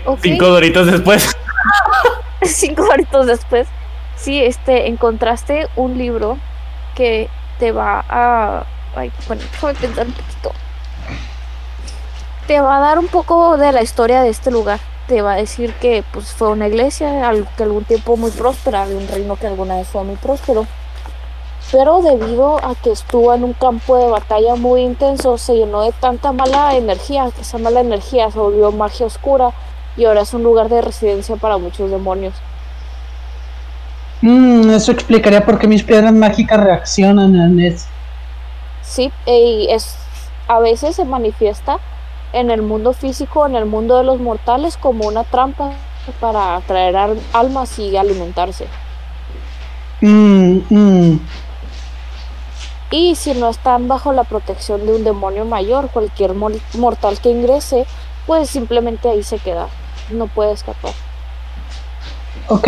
Speaker 3: Ok,
Speaker 2: Cinco doritos después.
Speaker 3: [laughs] cinco horitos después. Sí, este, encontraste un libro que te va a. Ay, bueno, déjame pensar un poquito. Te va a dar un poco de la historia de este lugar. Te va a decir que pues, fue una iglesia al- que algún tiempo muy próspera, de un reino que alguna vez fue muy próspero. Pero debido a que estuvo en un campo de batalla muy intenso, se llenó de tanta mala energía, que esa mala energía se volvió magia oscura y ahora es un lugar de residencia para muchos demonios.
Speaker 5: Mm, eso explicaría por qué mis piedras mágicas reaccionan a Ness.
Speaker 3: Sí, y es, a veces se manifiesta en el mundo físico, en el mundo de los mortales, como una trampa para atraer al- almas y alimentarse.
Speaker 5: Mm, mm.
Speaker 3: Y si no están bajo la protección de un demonio mayor, cualquier mol- mortal que ingrese, pues simplemente ahí se queda. No puede escapar.
Speaker 5: Ok.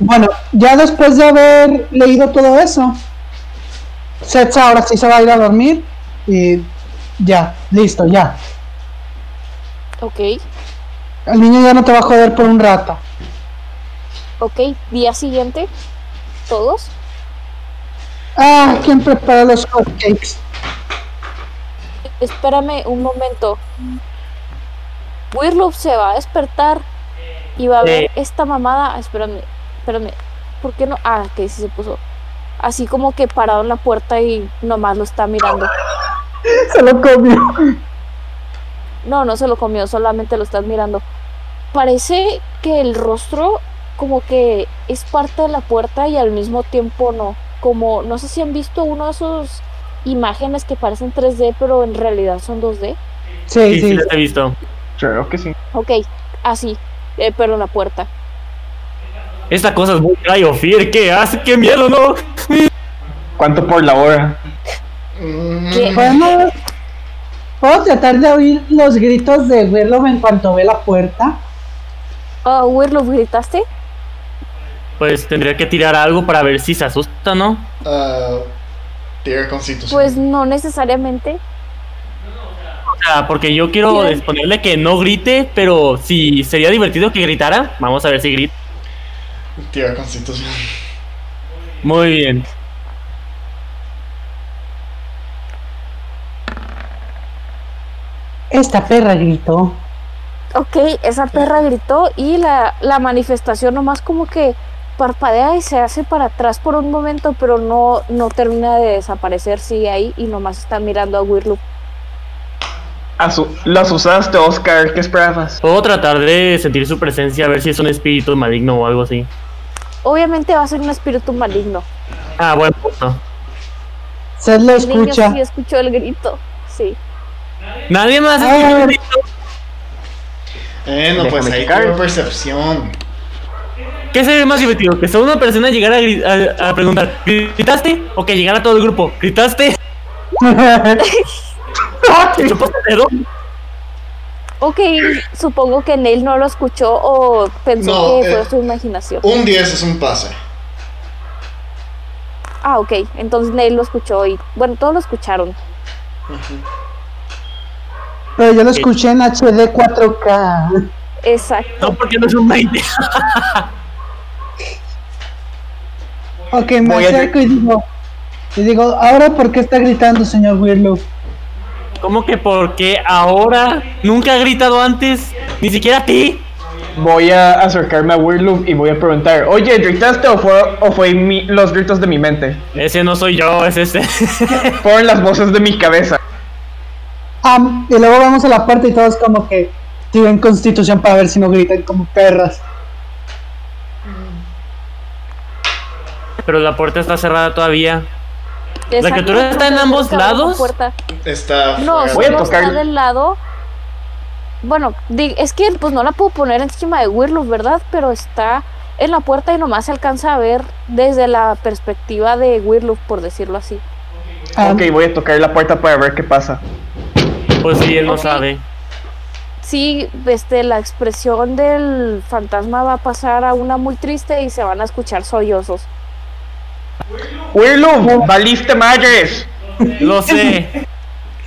Speaker 5: Bueno, ya después de haber leído todo eso, Seth ahora sí se va a ir a dormir y ya, listo, ya.
Speaker 3: Ok,
Speaker 5: El niño ya no te va a joder por un rato.
Speaker 3: ok. Día siguiente, todos.
Speaker 5: Ah, ¿quién prepara los hotcakes?
Speaker 3: Espérame un momento. Wirloop se va a despertar y va a ver
Speaker 2: Eh.
Speaker 3: esta mamada. Ah, Espérame, espérame. ¿Por qué no? Ah, que sí se puso. Así como que parado en la puerta y nomás lo está mirando.
Speaker 5: [laughs] Se lo comió.
Speaker 3: No, no se lo comió, solamente lo estás mirando. Parece que el rostro como que es parte de la puerta y al mismo tiempo no. Como no sé si han visto uno de esos imágenes que parecen 3D pero en realidad son 2D.
Speaker 2: [laughs]
Speaker 5: Sí,
Speaker 2: Sí, sí,
Speaker 5: sí.
Speaker 2: las he visto.
Speaker 6: Creo que sí.
Speaker 3: Ok, así, eh, pero en la puerta.
Speaker 2: Esta cosa es muy cry of fear. ¿Qué hace? ¡Qué miedo, no!
Speaker 6: ¿Cuánto por la hora?
Speaker 4: Mm,
Speaker 3: ¿Qué?
Speaker 5: Podemos, puedo tratar de oír los gritos de verlo en cuanto ve la puerta.
Speaker 3: Ah, Wirlof, ¿gritaste?
Speaker 2: Pues tendría que tirar algo para ver si se asusta, ¿no?
Speaker 4: Ah, tira constitución.
Speaker 3: Pues no necesariamente.
Speaker 2: O sea, porque yo quiero
Speaker 3: Sí.
Speaker 2: ponerle que no grite, pero si sería divertido que gritara, vamos a ver si grita.
Speaker 4: Tira constitución.
Speaker 2: Muy bien.
Speaker 5: Esta perra gritó.
Speaker 3: Ok, esa perra gritó y la, la manifestación nomás como que parpadea y se hace para atrás por un momento, pero no, no termina de desaparecer, sigue ahí y nomás está mirando a Wirloop.
Speaker 6: Asu- las usaste, Oscar. ¿Qué esperabas?
Speaker 2: Puedo tratar de sentir su presencia, a ver si es un espíritu maligno o algo así.
Speaker 3: Obviamente va a ser un espíritu maligno.
Speaker 2: Ah, buen punto.
Speaker 5: Se lo
Speaker 3: El niño
Speaker 5: escucha.
Speaker 3: sí escuchó el grito. Sí.
Speaker 2: Nadie más.
Speaker 5: Ay, ay, ay.
Speaker 4: Eh, no, pues
Speaker 6: Déjame
Speaker 4: ahí
Speaker 6: checar.
Speaker 4: tira percepción.
Speaker 2: ¿Qué sería más divertido? Que solo una persona llegara a, gri- a- a preguntar, ¿gritaste? O que llegara todo el grupo,
Speaker 5: [laughs]
Speaker 2: ¿gritaste? ¿Te chupaste el dedo?
Speaker 3: Ok, supongo que Neil no lo escuchó o pensó
Speaker 4: No,
Speaker 3: que
Speaker 4: eh.
Speaker 3: fue su imaginación.
Speaker 4: Un 10 es un pase.
Speaker 3: Ah, ok, entonces Neil lo escuchó y bueno, todos lo escucharon.
Speaker 5: Pero yo lo escuché en HD 4K.
Speaker 3: Exacto.
Speaker 2: No, porque no es un 20.
Speaker 5: Ok, me
Speaker 6: Voy a-
Speaker 5: acerco y digo. Y digo, ¿ahora por qué está gritando, señor Weirloop?
Speaker 2: ¿Cómo que porque ahora nunca ha gritado antes? Ni siquiera a ti.
Speaker 6: Voy a acercarme a Wirloop y voy a preguntar: Oye, ¿gritaste o fue, o fue mi- los gritos de mi mente?
Speaker 2: Ese no soy yo, es este. ese.
Speaker 6: Fueron las voces de mi cabeza.
Speaker 5: Am, Ah, y luego vamos a la puerta y todos como que tienen constitución para ver si no gritan como perras.
Speaker 2: [laughs] Pero la puerta está cerrada todavía.
Speaker 3: Exacto,
Speaker 2: criatura está en
Speaker 3: entonces,
Speaker 2: ambos
Speaker 3: cabrón,
Speaker 2: lados?
Speaker 3: puerta.
Speaker 4: Está.
Speaker 3: No,
Speaker 4: fuera.
Speaker 6: Ah, Voy a
Speaker 3: solo está
Speaker 6: tocar-
Speaker 3: del lado. Bueno, di- es que pues no la puedo poner encima de Wirlof, ¿verdad? Pero está en la puerta y nomás se alcanza a ver desde la perspectiva de Wirlof, por decirlo así.
Speaker 8: Ah.
Speaker 5: Am,
Speaker 6: Ok, voy a tocar la puerta para ver qué pasa.
Speaker 2: Pues sí, él no
Speaker 3: Ok.
Speaker 2: sabe.
Speaker 3: Sí, este, la expresión del fantasma va a pasar a una muy triste y se van a escuchar sollozos.
Speaker 6: Wirloop, valiste madres.
Speaker 2: Lo sé.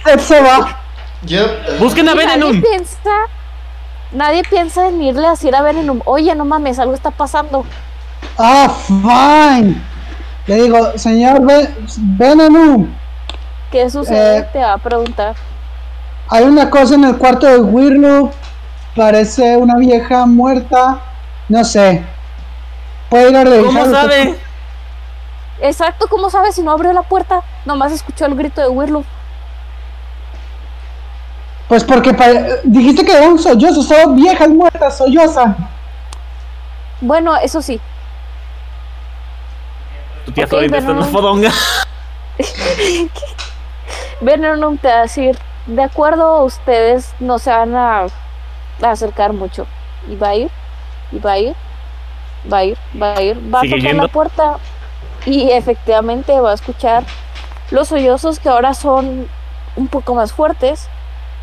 Speaker 5: Seth se va.
Speaker 4: Ya, eh,
Speaker 2: Busquen a
Speaker 3: Y nadie
Speaker 2: Venenum.
Speaker 3: piensa, nadie piensa en irle a decir a Venenum, oye, no mames, algo está pasando.
Speaker 5: Ah, fine. Le digo, señor Ve- Venenum,
Speaker 3: ¿Qué sucede?
Speaker 5: Eh.
Speaker 3: Te va a preguntar.
Speaker 5: hay una cosa en el cuarto de Weirloop. Parece una vieja muerta. No sé. Puede ir a revisar.
Speaker 2: ¿Cómo
Speaker 5: usted?
Speaker 2: sabe?
Speaker 3: Exacto, ¿cómo sabes si no abrió la puerta? Nomás escuchó el grito de Wirloop.
Speaker 5: Pues porque pare- dijiste que era un sollozo, solo viejas muertas, solloza.
Speaker 3: Bueno, eso sí.
Speaker 2: Tu tía
Speaker 3: Ok,
Speaker 2: Zoe está
Speaker 3: bueno.
Speaker 2: una fodonga.
Speaker 3: Venenum te va a decir, de acuerdo, ustedes no se van a, a acercar mucho. Y va a ir, y va a ir, va a ir, va a ir, va a
Speaker 2: Sigue
Speaker 3: tocar
Speaker 2: yendo.
Speaker 3: la puerta y efectivamente va a escuchar los sollozos que ahora son un poco más fuertes.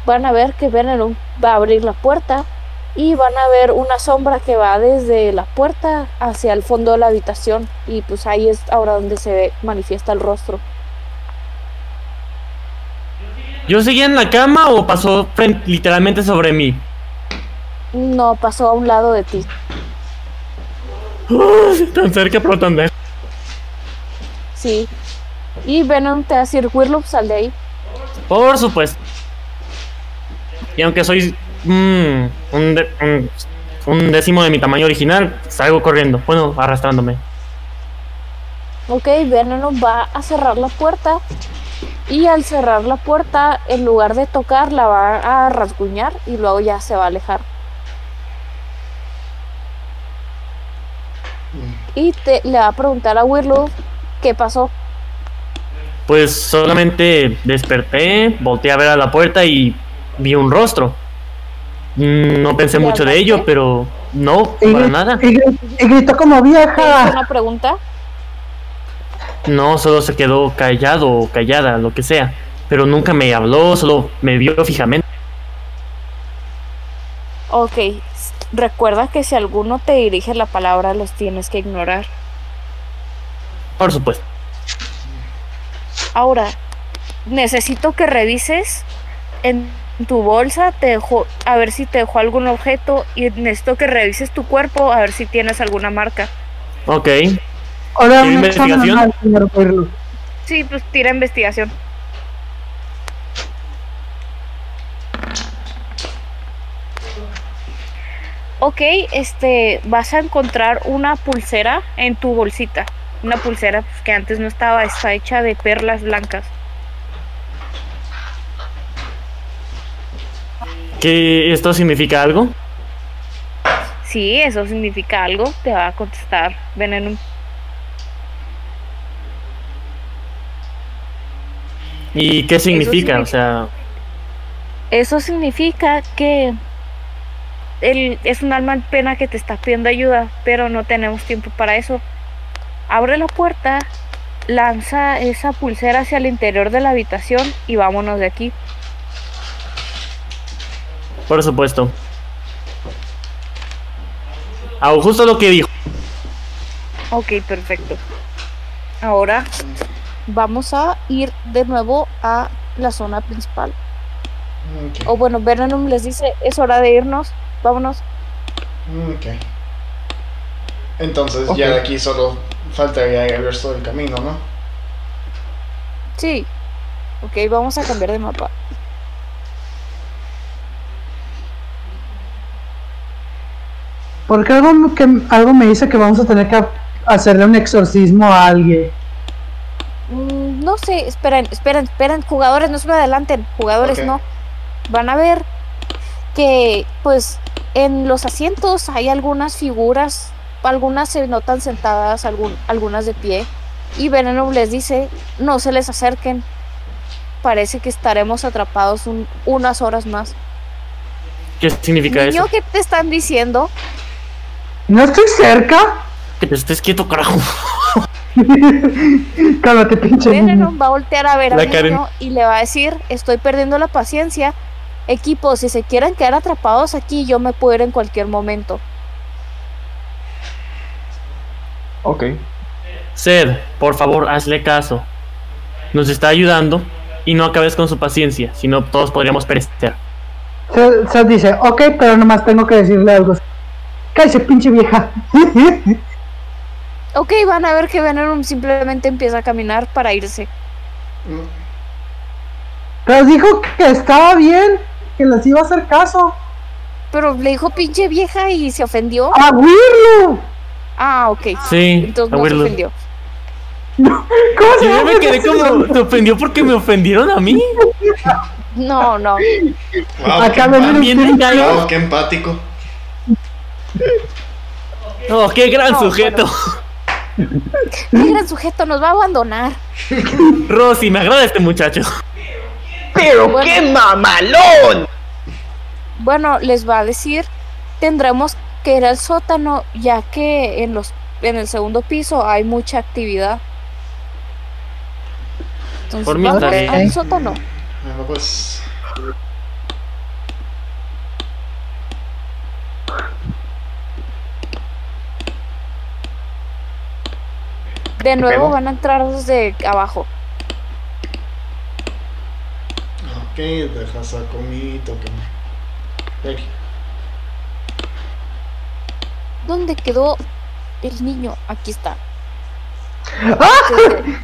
Speaker 3: Van a ver que Venenum va a abrir la puerta y van a ver una sombra que va desde la puerta hacia el fondo de la habitación y pues ahí es ahora donde se ve- manifiesta el rostro.
Speaker 2: ¿Yo seguía en la cama o pasó fren- literalmente sobre mí?
Speaker 3: No pasó a un lado de ti.
Speaker 2: Tan cerca pero tan lejos.
Speaker 3: Sí. Y Venom te va a decir, Whirlup, sal de ahí.
Speaker 2: Por supuesto. Y aunque soy mm, un, de- un- un décimo de mi tamaño original, salgo corriendo. Bueno, arrastrándome.
Speaker 3: Ok, Venom va a cerrar la puerta. Y al cerrar la puerta, en lugar de tocar, la va a rasguñar y luego ya se va a alejar. Y te, le va a preguntar a Whirlup qué pasó.
Speaker 2: Pues solamente desperté, volteé a ver a la puerta y vi un rostro. Mm, No pensé
Speaker 3: ¿Le
Speaker 2: mucho de
Speaker 3: hablaste?
Speaker 2: ello, pero no,
Speaker 5: Y,
Speaker 2: para
Speaker 5: gri-
Speaker 2: nada.
Speaker 5: y gri- y gritó como
Speaker 3: ¿Te hizo
Speaker 5: vieja.
Speaker 3: una pregunta?
Speaker 2: No, solo se quedó callado o callada, lo que sea. Pero nunca me habló, solo me vio fijamente.
Speaker 3: Ok, s- recuerda que si alguno te dirige la palabra, los tienes que ignorar.
Speaker 2: Por supuesto.
Speaker 3: Ahora, necesito que revises en tu bolsa, te dejó, a ver si te dejó algún objeto y necesito que revises tu cuerpo a ver si tienes alguna marca.
Speaker 2: Ok.
Speaker 5: Ahora
Speaker 2: ¿Tiene
Speaker 5: un examen
Speaker 2: investigación?
Speaker 5: anual, señor Whirlpool.
Speaker 3: Sí, pues tira investigación. Ok, este, vas a encontrar una pulsera en tu bolsita. Una pulsera pues, que antes no estaba, está hecha de perlas blancas.
Speaker 2: ¿Que esto significa algo?
Speaker 3: Sí, eso significa algo, te va a contestar Venenum.
Speaker 2: ¿Y qué significa? O sea,
Speaker 3: Eso significa que él es un alma en pena que te está pidiendo ayuda, pero no tenemos tiempo para eso. Abre la puerta, lanza esa pulsera hacia el interior de la habitación y vámonos de aquí.
Speaker 2: por supuesto. Ah, justo lo que dijo.
Speaker 3: Ok, perfecto. Ahora vamos a ir de nuevo a la zona principal.
Speaker 4: Ok.
Speaker 3: O bueno, Venom les dice, es hora de irnos, vámonos.
Speaker 4: Ok. Entonces ya de aquí solo faltaría el resto del camino, ¿no?
Speaker 3: Sí. Ok, vamos a cambiar de mapa.
Speaker 5: Porque algo, que, algo me dice que vamos a tener que hacerle un exorcismo a alguien.
Speaker 3: Mm, No sé, esperen, esperen, esperen, jugadores, no se me adelanten, jugadores
Speaker 4: Ok.
Speaker 3: no. Van a ver que pues en los asientos hay algunas figuras, algunas se notan sentadas, algún- algunas de pie, y Venom les dice, no se les acerquen, parece que estaremos atrapados un- unas horas más.
Speaker 2: ¿Qué significa
Speaker 3: Niño,
Speaker 2: eso?
Speaker 3: ¿qué te están diciendo?
Speaker 5: No estoy cerca.
Speaker 2: Que te estés quieto, carajo.
Speaker 5: Cálmate, pinche. niño.
Speaker 3: Venom va a voltear a ver a
Speaker 2: La
Speaker 3: Nino
Speaker 2: Karen.
Speaker 3: y le va a decir, estoy perdiendo la paciencia. Equipo, si se quieren quedar atrapados aquí, yo me puedo ir en cualquier momento.
Speaker 6: Ok.
Speaker 2: Sed, por favor, hazle caso. Nos está ayudando y no acabes con su paciencia, si no todos podríamos perecer.
Speaker 5: Se, se dice, ok, pero nomás tengo que decirle algo. Cállese, pinche vieja. [laughs]
Speaker 3: Ok, van a ver que Venom simplemente empieza a caminar para irse.
Speaker 4: Mm,
Speaker 5: pero dijo que estaba bien, que les iba a hacer caso.
Speaker 3: Pero le dijo pinche vieja y se ofendió.
Speaker 5: ¡A Wirlo!
Speaker 3: Ah, ok.
Speaker 2: Sí,
Speaker 3: Entonces
Speaker 2: a
Speaker 3: no se
Speaker 2: Wirlo.
Speaker 3: ofendió.
Speaker 5: ¿Cómo se
Speaker 2: Sí, yo
Speaker 5: llama?
Speaker 2: me quedé como.
Speaker 3: [laughs]
Speaker 2: ¿Te ofendió porque me ofendieron a mí?
Speaker 3: No, no.
Speaker 4: Wow,
Speaker 3: Ah,
Speaker 4: qué,
Speaker 5: Acá me
Speaker 4: empa-
Speaker 5: viene un
Speaker 2: También me
Speaker 5: pinche-
Speaker 2: cayó.
Speaker 4: wow, qué empático.
Speaker 2: Oh, qué gran
Speaker 3: No,
Speaker 2: sujeto.
Speaker 3: El gran sujeto nos va a abandonar.
Speaker 2: Rosy, me agrada este muchacho.
Speaker 8: ¡Pero
Speaker 3: Bueno.
Speaker 8: qué mamalón!
Speaker 3: Bueno, les va a decir, tendremos que ir al sótano, ya que en los en el segundo piso hay mucha actividad. Entonces,
Speaker 2: Por mí
Speaker 3: vamos
Speaker 2: está bien.
Speaker 3: al sótano.
Speaker 4: Bueno, pues.
Speaker 3: De nuevo
Speaker 6: pedo?
Speaker 3: van a entrar desde abajo.
Speaker 4: Ok, deja saco mi token. Aquí.
Speaker 3: ¿Dónde quedó el niño? Aquí está. Este,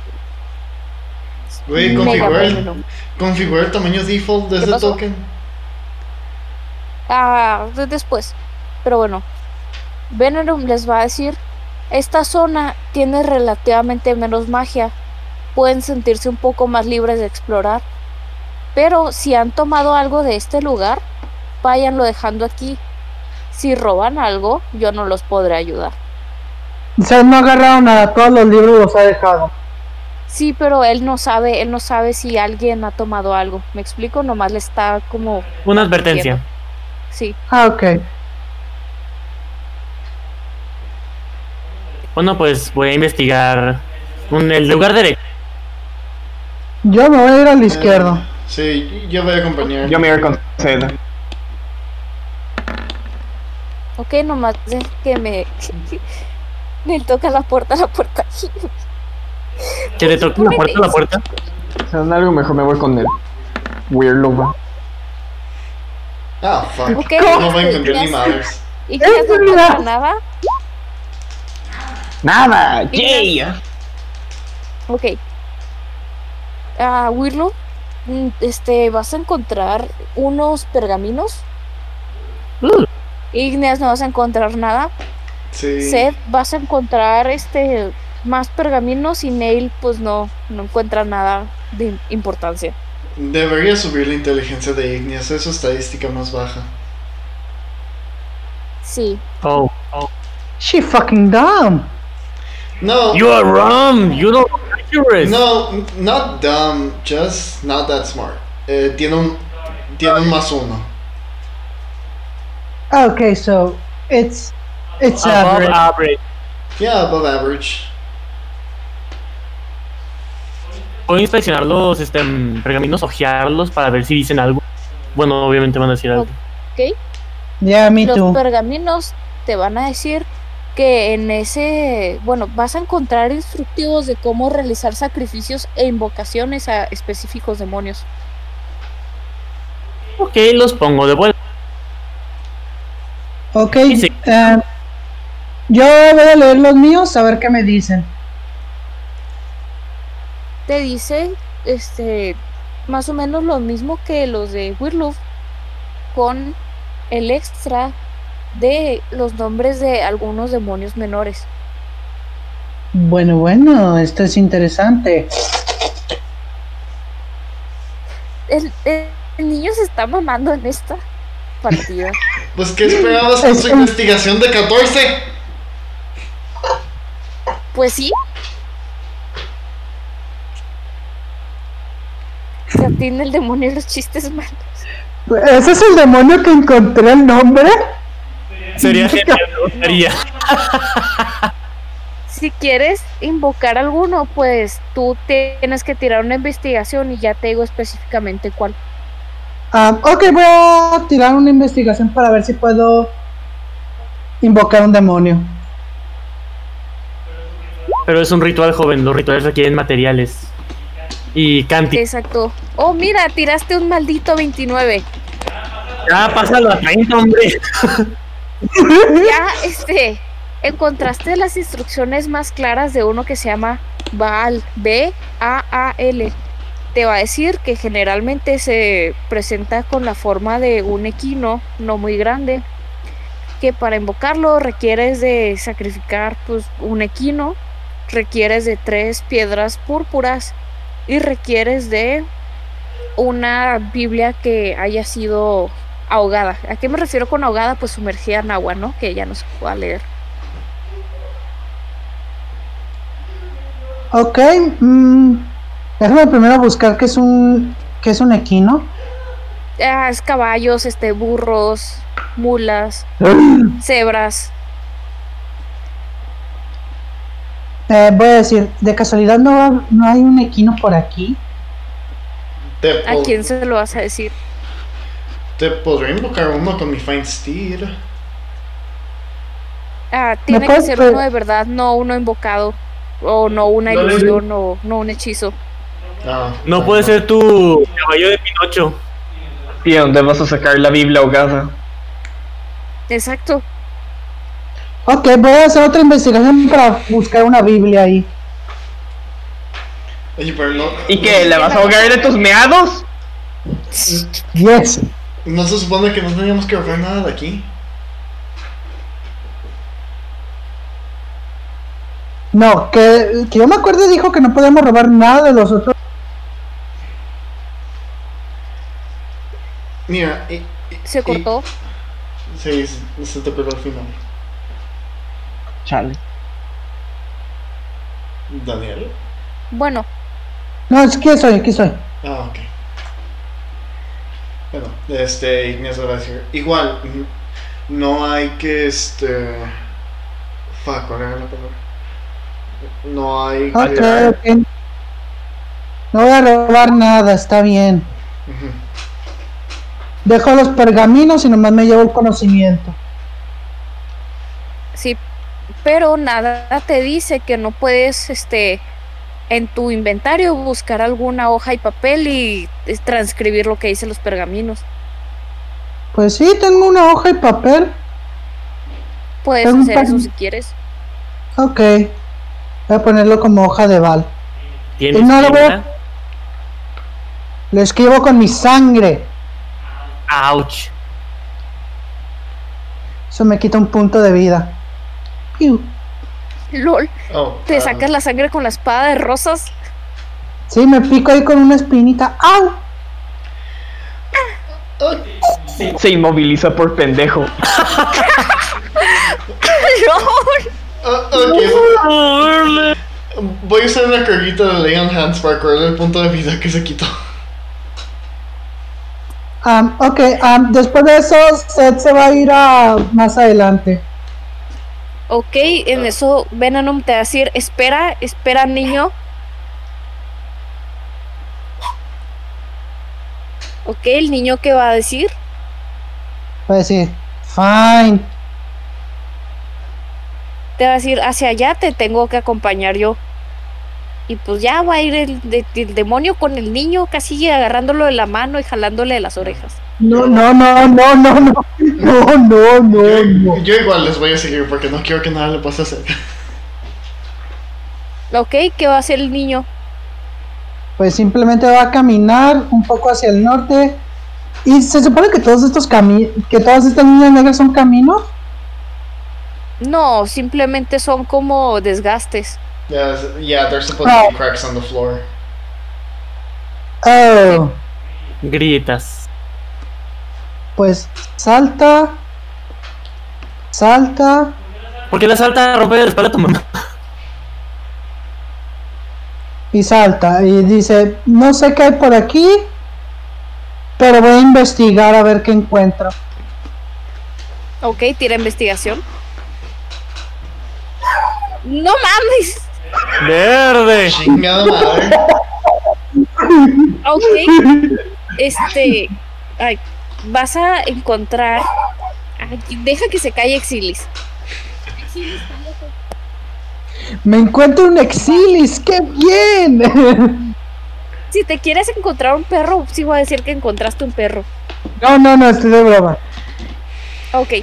Speaker 4: Güey,
Speaker 3: Mega
Speaker 4: configurar el,
Speaker 3: Mega Man.
Speaker 4: configurar el tamaño default de
Speaker 3: ¿Qué
Speaker 4: ese
Speaker 3: pasó?
Speaker 4: token.
Speaker 3: Ah, de- después. Pero bueno, Venerum les va a decir, esta zona tiene relativamente menos magia, pueden sentirse un poco más libres de explorar, pero si han tomado algo de este lugar, váyanlo dejando aquí. Si roban algo, yo no los podré ayudar.
Speaker 5: Quizás no agarraron a todos los libros y los ha dejado.
Speaker 3: Sí, pero él no sabe, él no sabe si alguien ha tomado algo. ¿Me explico? Nomás le está como,
Speaker 2: Una advertencia.
Speaker 3: sí.
Speaker 5: Ah, ok.
Speaker 2: Bueno, pues voy a investigar un- el lugar derecho.
Speaker 5: Yo me voy a ir
Speaker 2: Eh.
Speaker 5: al izquierdo.
Speaker 4: Sí, yo voy a acompañar.
Speaker 6: Yo me voy a ir con Zelda.
Speaker 3: Ok, nomás es que me... [laughs] me toca la puerta, la puerta.
Speaker 2: Que te
Speaker 5: Pues,
Speaker 2: toque la puerta, la puerta.
Speaker 6: ¿Saben algo? Mejor me voy con él. Weird Loba.
Speaker 4: Ah, fuck.
Speaker 3: Ok,
Speaker 4: No voy a
Speaker 3: este,
Speaker 4: encontrar
Speaker 3: ya
Speaker 4: ni
Speaker 3: sé.
Speaker 4: madres.
Speaker 3: ¿Y qué haces? ¿No
Speaker 5: mira.
Speaker 3: pasa nada?
Speaker 8: Nada,
Speaker 3: Yay.
Speaker 8: yay.
Speaker 3: Ok. Ah, Willow, mm, este, vas a encontrar unos pergaminos.
Speaker 2: Uh.
Speaker 3: Igneas, no vas a encontrar nada.
Speaker 4: Sí.
Speaker 3: Seth, vas a encontrar este más pergaminos y Neil, pues no, no encuentra nada de importancia.
Speaker 4: Debería subir la inteligencia de Igneas, es su estadística más baja.
Speaker 3: Sí.
Speaker 2: Oh,
Speaker 5: She fucking down.
Speaker 4: No,
Speaker 2: you are wrong. You don't accurate.
Speaker 4: no, not dumb, just not that smart. Eh, tiene un, tiene un más uno.
Speaker 5: Okay, so it's it's
Speaker 2: Above
Speaker 5: average.
Speaker 2: average.
Speaker 4: Yeah, above average.
Speaker 2: Puedo inspeccionar los este, mm, pergaminos, ojearlos para ver si dicen algo. Bueno, obviamente van a decir algo.
Speaker 5: yeah, me
Speaker 3: Los
Speaker 5: too.
Speaker 3: pergaminos te van a decir que en ese, bueno, vas a encontrar instructivos de cómo realizar sacrificios e invocaciones a específicos demonios.
Speaker 2: Ok, los pongo de vuelta.
Speaker 5: Okay.
Speaker 2: Sí, sí.
Speaker 5: eh, yo voy a leer los míos a ver qué me dicen.
Speaker 3: Te dice, este, más o menos lo mismo que los de Wirloof, con el extra de los nombres de algunos demonios menores.
Speaker 5: Bueno, bueno, esto es interesante.
Speaker 3: El, el- el niño se está mamando en esta partida.
Speaker 4: Pues, ¿qué esperabas con su investigación de 14?
Speaker 3: Pues sí. Se atiende el demonio y los chistes malos.
Speaker 5: Ese es el demonio que encontré el nombre.
Speaker 2: [laughs] Sería genial, me gustaría.
Speaker 3: Si quieres invocar alguno, pues tú tienes que tirar una investigación y ya te digo específicamente cuál.
Speaker 5: Ah, ok, voy a tirar una investigación para ver si puedo invocar un demonio.
Speaker 2: Pero es un ritual joven, los rituales requieren materiales. Y cantidad.
Speaker 3: Exacto. Oh, mira, tiraste un maldito 29.
Speaker 2: Ah, pásalo a 30, hombre.
Speaker 3: Ya, este, encontraste las instrucciones más claras de uno que se llama Baal, B-A-A-L. Te va a decir que generalmente se presenta con la forma de un equino no muy grande, que para invocarlo requieres de sacrificar pues, un equino, requieres de tres piedras púrpuras y requieres de una Biblia que haya sido ahogada. ¿A qué me refiero con ahogada? Pues sumergida en agua, ¿no? Que ya no se pueda leer.
Speaker 5: Ok, mm, déjame primero buscar qué es un qué es un equino.
Speaker 3: Ah, es caballos, este, burros, mulas, cebras.
Speaker 5: Eh, voy a decir, de casualidad no, va- no hay un equino por aquí.
Speaker 4: Te,
Speaker 3: ¿A
Speaker 6: Oh.
Speaker 4: pod-
Speaker 3: quién se lo vas a decir?
Speaker 4: te podré invocar uno con mi Fine Steel.
Speaker 3: Ah, tiene que
Speaker 5: puedes
Speaker 3: ser
Speaker 5: pre-
Speaker 3: uno de verdad, no uno invocado. O no una
Speaker 6: No le-
Speaker 3: ilusión, o no un hechizo.
Speaker 4: Ah,
Speaker 2: No puede ser tu caballo de Pinocho.
Speaker 6: ¿Y a dónde vas a sacar la Biblia ahogada?
Speaker 3: Exacto.
Speaker 5: Ok, voy a hacer otra investigación para buscar una Biblia ahí.
Speaker 4: Oye, pero no.
Speaker 6: ¿Y qué? ¿La vas a ahogar de tus meados?
Speaker 5: Yes.
Speaker 4: ¿No se supone que no teníamos que ahorrar nada de aquí?
Speaker 5: No, que, que yo me acuerdo dijo que no podemos robar nada de los otros.
Speaker 4: Mira, y,
Speaker 3: Se cortó.
Speaker 4: sí, se, se te peló al final.
Speaker 6: Chale.
Speaker 4: ¿Daniel?
Speaker 3: Bueno,
Speaker 5: No, es que soy, aquí soy.
Speaker 4: Ah, ok. Bueno, este, Ignacio va a decir, Igual, n- no hay que, este. Fuck, ¿cuál era la palabra? No hay que.
Speaker 5: Ok, ok. No voy a robar nada, está bien.
Speaker 4: Ujú.
Speaker 5: Dejo los pergaminos y nomás me llevo el conocimiento.
Speaker 3: sí. Pero nada te dice que no puedes, este, en tu inventario buscar alguna hoja y papel y eh, transcribir lo que dicen los pergaminos.
Speaker 5: Pues sí, tengo una hoja y papel.
Speaker 3: Puedes
Speaker 5: Tengo un
Speaker 3: hacer eso
Speaker 5: pergamino.
Speaker 3: si quieres. [laughs]
Speaker 5: Ok. Voy a ponerlo como hoja de bal.
Speaker 2: ¿Tienes
Speaker 5: Pues No lo
Speaker 2: piedra?
Speaker 5: Lo escribo con mi sangre.
Speaker 2: Ouch.
Speaker 5: Eso me quita un punto de vida. Iu.
Speaker 3: LOL,
Speaker 4: Oh,
Speaker 3: te
Speaker 4: ah,
Speaker 3: sacas la sangre con la espada de rosas.
Speaker 5: Sí, me pico ahí con una espinita. ¡Au!
Speaker 6: Se inmoviliza por pendejo.
Speaker 3: LOL,
Speaker 4: ah, ok, Voy a usar la carguita de Leon Hands para correr el punto de vida que se quitó.
Speaker 5: Am, Ah, ok, am, después de eso, Seth se va a ir a más adelante.
Speaker 3: Ok, en eso Venom te va a decir, espera, espera niño. Ok, el niño que va a decir,
Speaker 5: Va a decir, fine.
Speaker 3: te va a decir, hacia allá te tengo que acompañar yo. Y pues ya va a ir el, de- el demonio con el niño casi agarrándolo de la mano y jalándole de las orejas.
Speaker 5: No, no, no, no, no, no. [laughs] No, no, no, no.
Speaker 4: Yo igual les voy a seguir porque no quiero que nada le pase a hacer.
Speaker 3: Ok, ¿qué va a hacer el niño?
Speaker 5: Pues simplemente va a caminar un poco hacia el norte. Y se supone que todos estos caminos, que todas estas líneas negras son caminos.
Speaker 3: No, simplemente son como desgastes.
Speaker 4: Yeah, yeah, there's supposed to
Speaker 3: Ah.
Speaker 4: be cracks on the floor.
Speaker 5: Oh,
Speaker 2: Grietas.
Speaker 5: pues salta, salta,
Speaker 2: ¿Por qué la salta a romper la espalda a tu mamá?
Speaker 5: y salta y dice, no sé qué hay por aquí, pero voy a investigar a ver qué encuentro.
Speaker 3: Ok, tira investigación. No mames.
Speaker 2: [laughs] Verde.
Speaker 4: Chingada madre.
Speaker 3: [laughs] Ok. Este. ay, vas a encontrar. ay, deja que se calle Exilis.
Speaker 5: Me encuentro un exilis, qué bien. [laughs]
Speaker 3: Si te quieres encontrar un perro, sí voy a decir que encontraste un perro.
Speaker 5: no, no, no, estoy de broma.
Speaker 3: Ok.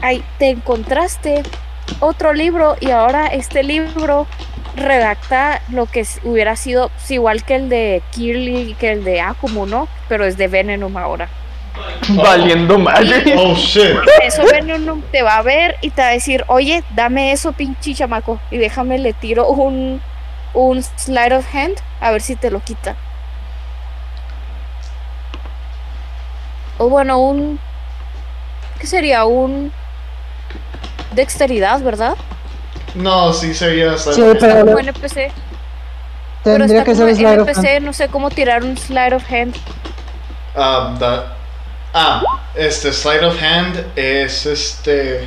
Speaker 3: Ay, te encontraste otro libro y ahora este libro redacta lo que s- hubiera sido pues, igual que el de Kirly, que el de Akumu, ¿no? Pero es de Venom ahora.
Speaker 6: Valiendo madre.
Speaker 4: Oh shit.
Speaker 3: Eso Venom te va a ver y te va a decir, oye, dame eso, pinche chamaco, y déjame le tiro un, un slide of hand a ver si te lo quita. O bueno, un... ¿Qué sería? Un... Dexteridad, ¿verdad?
Speaker 4: No, sí sería
Speaker 5: Sí,
Speaker 4: Slide.
Speaker 5: pero
Speaker 3: Como NPC. Pero
Speaker 5: tendría
Speaker 3: está
Speaker 5: que
Speaker 3: como
Speaker 5: ser Slide of Hand.
Speaker 3: NPC, no sé cómo tirar un slide of hand.
Speaker 4: Ah, da- ah, este Slide of Hand es este.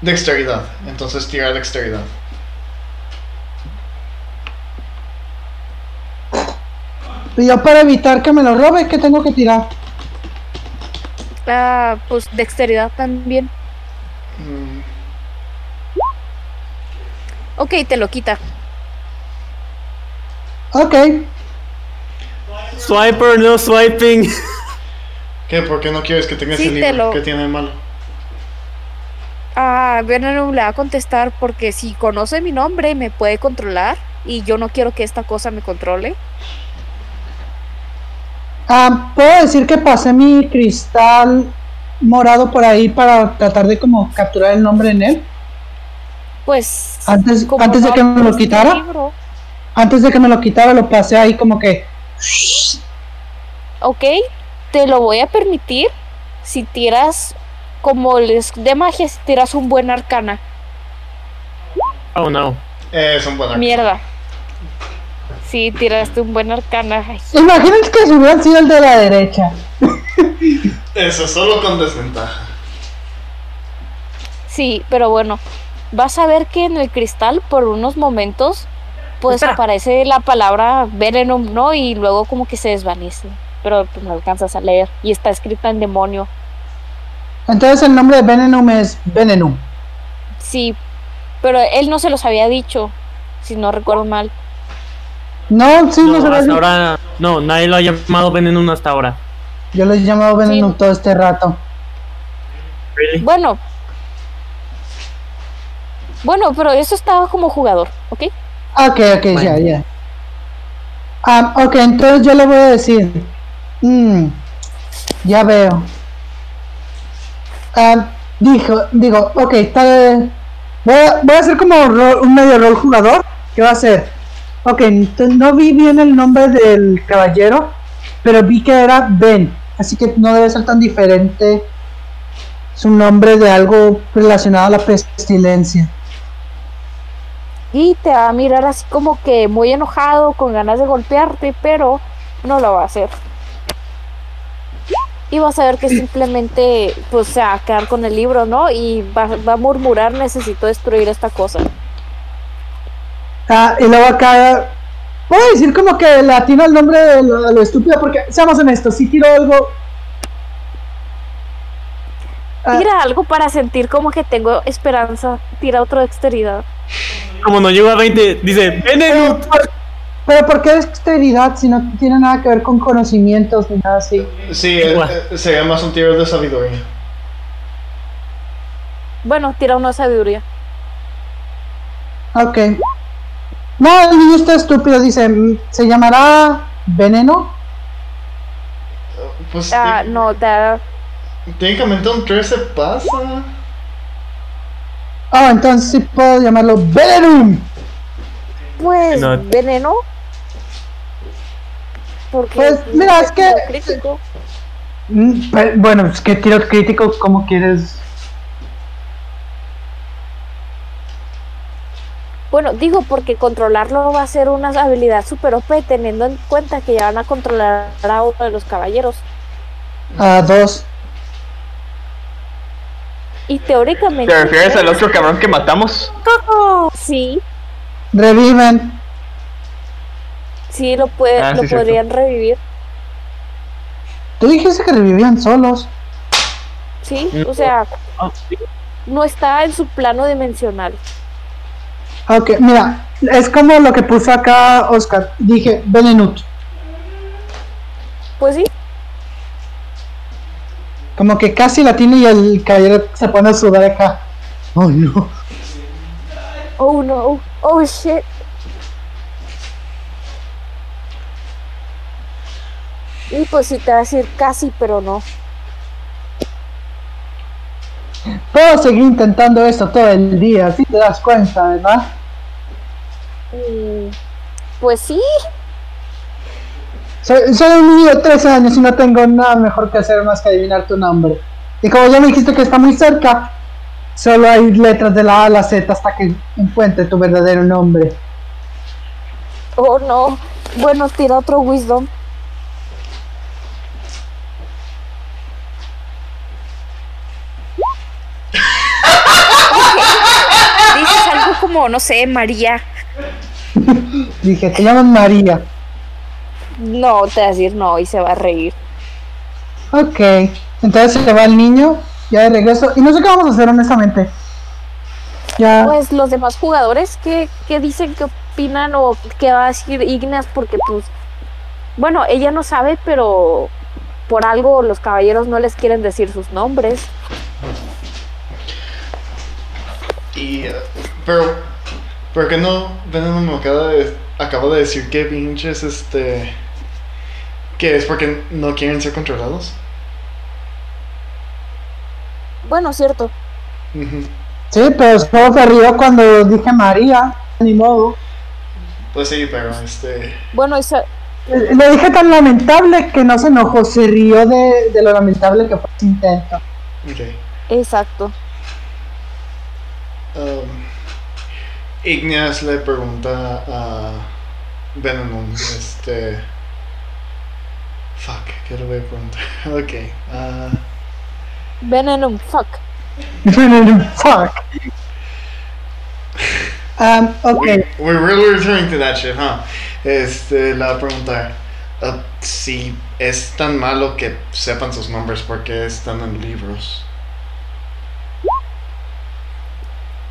Speaker 4: Dexteridad. Entonces tira dexteridad.
Speaker 5: Y yo para evitar que me lo robe, ¿qué tengo que tirar?
Speaker 3: Ah, pues dexteridad también.
Speaker 4: Mm,
Speaker 3: Ok, te lo quita.
Speaker 5: Ok.
Speaker 2: Swiper, no swiping.
Speaker 4: ¿Qué? ¿Por qué no quieres que tenga
Speaker 3: Sí,
Speaker 4: ese
Speaker 3: te
Speaker 4: libro?
Speaker 3: lo-
Speaker 4: ¿Qué tiene de malo?
Speaker 3: Ah, Vernon le va a contestar porque si conoce mi nombre me puede controlar y yo no quiero que esta cosa me controle.
Speaker 5: Ah, Puedo decir que pasé mi cristal morado por ahí para tratar de como capturar el nombre en él.
Speaker 3: Pues
Speaker 5: Antes,
Speaker 3: como
Speaker 5: antes de
Speaker 3: no
Speaker 5: que me lo
Speaker 3: abres el
Speaker 5: quitara,
Speaker 3: libro,
Speaker 5: antes de que me lo quitara, lo pasé ahí como que
Speaker 3: Ok, te lo voy a permitir si tiras como les de magia, si tiras un buen arcana.
Speaker 2: Oh no.
Speaker 4: Eh, es un buen arco.
Speaker 3: Mierda. Sí, tiraste un buen arcana. Ay,
Speaker 5: Imagínense que si hubiera sido el de la derecha.
Speaker 4: Eso, solo con desventaja.
Speaker 3: Sí, pero bueno, vas a ver que en el cristal por unos momentos pues
Speaker 2: Espera.
Speaker 3: aparece la palabra Venom, ¿no? Y luego como que se desvanece, pero pues no alcanzas a leer y está escrita en demonio.
Speaker 5: Entonces el nombre de Venenum es Venenum.
Speaker 3: Sí, pero él no se los había dicho, si no recuerdo mal.
Speaker 5: No, sí, no,
Speaker 2: No,
Speaker 5: se lo
Speaker 2: hasta
Speaker 5: digo.
Speaker 2: ahora. No, nadie lo ha llamado Venenum hasta ahora.
Speaker 5: Yo lo he llamado Venenum
Speaker 3: Sí.
Speaker 5: todo este rato.
Speaker 2: Really?
Speaker 3: Bueno. Bueno, pero eso estaba como jugador, ¿ok?
Speaker 5: Ok, ok, ya, ya. Ah, ok, entonces yo le voy a decir. Mm, ya veo. Ah, dijo, digo, ok, está de- Voy a, voy a hacer como ro- un medio rol jugador. ¿Qué va a hacer? Ok, entonces no vi bien el nombre del caballero, pero vi que era Ben. Así que no debe ser tan diferente su nombre de algo relacionado a la pestilencia.
Speaker 3: Y te va a mirar así como que muy enojado, con ganas de golpearte, pero no lo va a hacer. Y vas a ver que simplemente, pues, se va a quedar con el libro, ¿no? Y va, va a murmurar, necesito destruir esta cosa.
Speaker 5: Ah, y luego acá voy a decir como que latino el nombre de lo, de lo estúpido, porque seamos honestos, si tiro algo. Ah,
Speaker 3: Tira algo para sentir como que tengo esperanza. Tira otro de exterioridad.
Speaker 2: Como no llegó a 20, dice "Eh, Venenum.
Speaker 5: pero ¿por qué dexteridad si no tiene nada que ver con conocimientos ni nada así?
Speaker 4: Sí, eh, eh, sería más un tiro de sabiduría.
Speaker 3: Bueno, tira uno de sabiduría.
Speaker 5: Ok. No, el niño está estúpido, dice, mm, se llamará Veneno.
Speaker 4: Pues
Speaker 3: Ah,
Speaker 4: te-
Speaker 3: no, da.
Speaker 4: técnicamente un 13 pasa.
Speaker 5: Ah, entonces sí puedo llamarlo Venenum.
Speaker 3: Pues,
Speaker 2: No.
Speaker 3: veneno. Porque
Speaker 5: Pues, mira, es que-
Speaker 3: crítico.
Speaker 5: Mm, pe- Bueno, es que tiro crítico, ¿cómo quieres?
Speaker 3: Bueno, digo porque controlarlo va a ser una habilidad super OP, teniendo en cuenta que ya van a controlar a uno de los caballeros.
Speaker 5: A Ah, dos.
Speaker 3: Y teóricamente.
Speaker 6: ¿Te refieres al otro cabrón que matamos?
Speaker 3: Sí,
Speaker 5: Reviven.
Speaker 3: sí, lo, puede,
Speaker 6: Ah,
Speaker 3: lo
Speaker 6: sí, cierto.
Speaker 3: podrían revivir.
Speaker 5: Tú dijiste que revivían solos.
Speaker 3: Sí,
Speaker 2: No.
Speaker 3: o sea,
Speaker 6: Ah,
Speaker 3: no está en su plano dimensional.
Speaker 5: Ok, mira, es como lo que puso acá Oscar. Dije, Benenut.
Speaker 3: Pues sí,
Speaker 5: Como que casi la tiene y el caballero se pone a sudar acá. Oh no.
Speaker 3: oh no, oh shit. Y pues sí, te va a decir casi, pero no.
Speaker 5: Puedo seguir intentando esto todo el día, si te das cuenta, ¿verdad?
Speaker 3: Mm, Pues sí,
Speaker 5: Soy, soy un niño de 13 años y no tengo nada mejor que hacer más que adivinar tu nombre. Y como ya me dijiste que está muy cerca, Solo hay letras de la A a la Z hasta que encuentre tu verdadero nombre.
Speaker 3: Oh no. Bueno, tira otro wisdom. Ok. [laughs] Dices algo como, no sé, María.
Speaker 5: Dije, te llaman María.
Speaker 3: No, te va a decir no y se va a reír.
Speaker 5: Ok, entonces se le va el niño, ya de regreso. Y no sé qué vamos a hacer, honestamente. Ya.
Speaker 3: Pues los demás jugadores, ¿qué, qué dicen, qué opinan o qué va a decir Ignas? Porque pues, bueno, ella no sabe, pero por algo los caballeros no les quieren decir sus nombres.
Speaker 4: Y, eh, pero, ¿por qué no? Venom me acaba de, acaba de decir que pinches, este, que es porque no quieren ser controlados.
Speaker 3: Bueno, cierto.
Speaker 4: Ujú.
Speaker 5: Sí, pero solo se rió cuando dije María, ni modo.
Speaker 4: Pues sí, pero este,
Speaker 3: Bueno, y se-
Speaker 5: Eh, Lo dije tan lamentable que no se enojó, se rió de, de lo lamentable que fue su intento. [laughs]
Speaker 4: ok.
Speaker 3: exacto.
Speaker 4: Um, Igneas le pregunta a Venom, este... Fuck, ¿qué le voy a preguntar? [laughs] Ok, ah,
Speaker 3: Venom, fuck.
Speaker 5: Fuck. Um, ok,
Speaker 4: We're really returning to that shit, huh? Este, la voy a preguntar ah, si es tan malo que sepan sus nombres porque están en libros.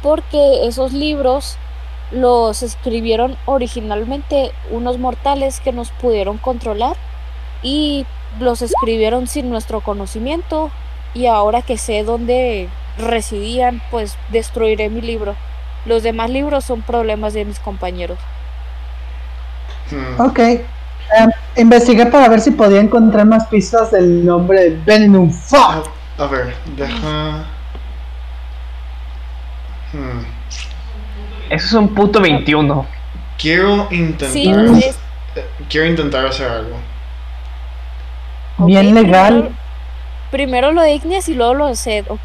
Speaker 3: porque esos libros los escribieron originalmente unos mortales que nos pudieron controlar y los escribieron sin nuestro conocimiento y ahora que sé dónde residían, pues destruiré mi libro. Los demás libros son problemas de mis compañeros.
Speaker 4: Hmm,
Speaker 5: ok. Um, investigué para ver si podía encontrar más pistas del nombre de Venom. Fuck.
Speaker 4: A ver, deja... Hmm,
Speaker 6: Eso es un puto 21.
Speaker 4: Quiero intentar...
Speaker 3: Sí, es-
Speaker 4: Quiero intentar hacer algo.
Speaker 5: Bien
Speaker 3: ok,
Speaker 5: legal.
Speaker 3: Primero, primero lo de Igneas y luego lo de Sed, ¿ok?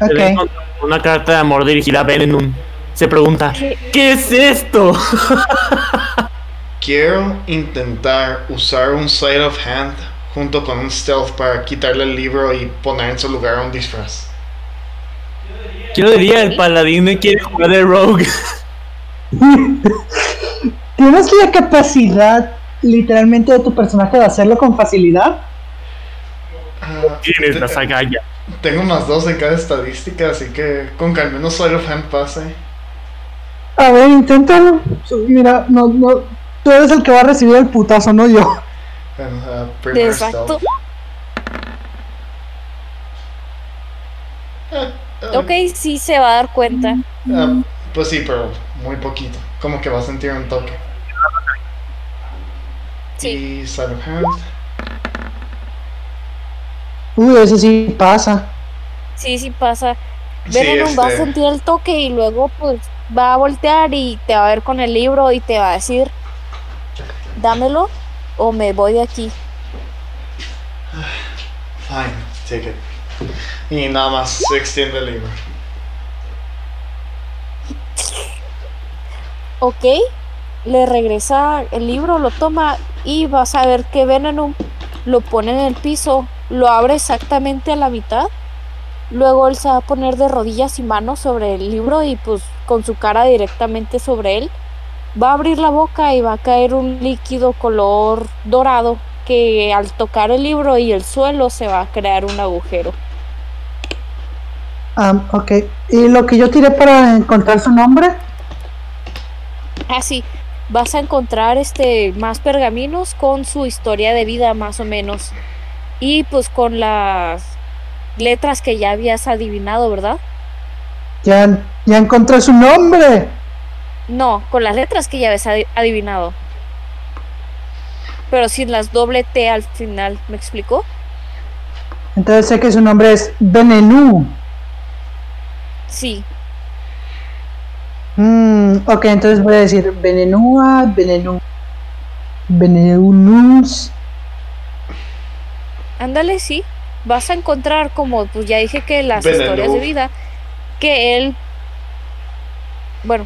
Speaker 2: Se ve
Speaker 5: Ok.
Speaker 2: con Una carta de amor dirigida a Venom. Se pregunta,
Speaker 3: ¿Qué?
Speaker 2: ¿qué es esto?
Speaker 4: Quiero intentar usar un sleight of hand junto con un stealth para quitarle el libro y poner en su lugar un disfraz.
Speaker 2: Yo diría, el paladín me quiere jugar de rogue. [laughs]
Speaker 5: ¿Tienes la capacidad literalmente de tu personaje de hacerlo con facilidad?
Speaker 4: Ah,
Speaker 2: Tienes la sagalla.
Speaker 4: tengo más dos en cada estadística, así que con que al menos sleight of hand pase.
Speaker 5: A ver, inténtalo. Mira, no, no. Tú eres el que va a recibir el putazo, no yo. [laughs]
Speaker 4: Bueno, ah, primer
Speaker 3: Exacto.
Speaker 4: stealth. Ah,
Speaker 3: Ok, sí se va a dar cuenta.
Speaker 4: ah, pues sí, pero muy poquito. Como que va a sentir un toque.
Speaker 3: Sí.
Speaker 4: Y sleight of hand.
Speaker 5: Uy, eso sí pasa.
Speaker 3: Sí, sí pasa.
Speaker 4: Sí,
Speaker 3: Venom va a
Speaker 4: este,
Speaker 3: sentir el toque y luego pues va a voltear y te va a ver con el libro y te va a decir, dámelo o me voy de aquí.
Speaker 4: Fine, take it. Y nada más se extiende el libro.
Speaker 3: Ok, le regresa el libro, lo toma y vas a ver que Venom lo pone en el piso, lo abre exactamente a la mitad. Luego él se va a poner de rodillas y manos sobre el libro y pues con su cara directamente sobre él. Va a abrir la boca y va a caer un líquido color dorado que al tocar el libro y el suelo se va a crear un agujero.
Speaker 5: Am, ok. ¿Y lo que yo tiré para encontrar su nombre?
Speaker 3: Así Ah, vas a encontrar este más pergaminos con su historia de vida más o menos y pues con las letras que ya habías adivinado, ¿verdad?
Speaker 5: Ya, ya encontré su nombre.
Speaker 3: No, con las letras que ya habías adi- adivinado. Pero sin las doble T al final, ¿me explicó?
Speaker 5: Entonces sé que su nombre es Benenu.
Speaker 3: Sí,
Speaker 5: Mm, ok, entonces voy a decir Benenua, Benenu. Benenus.
Speaker 3: ándale, sí. Vas a encontrar como pues ya dije que las
Speaker 4: Veneno.
Speaker 3: historias de vida que él. Bueno,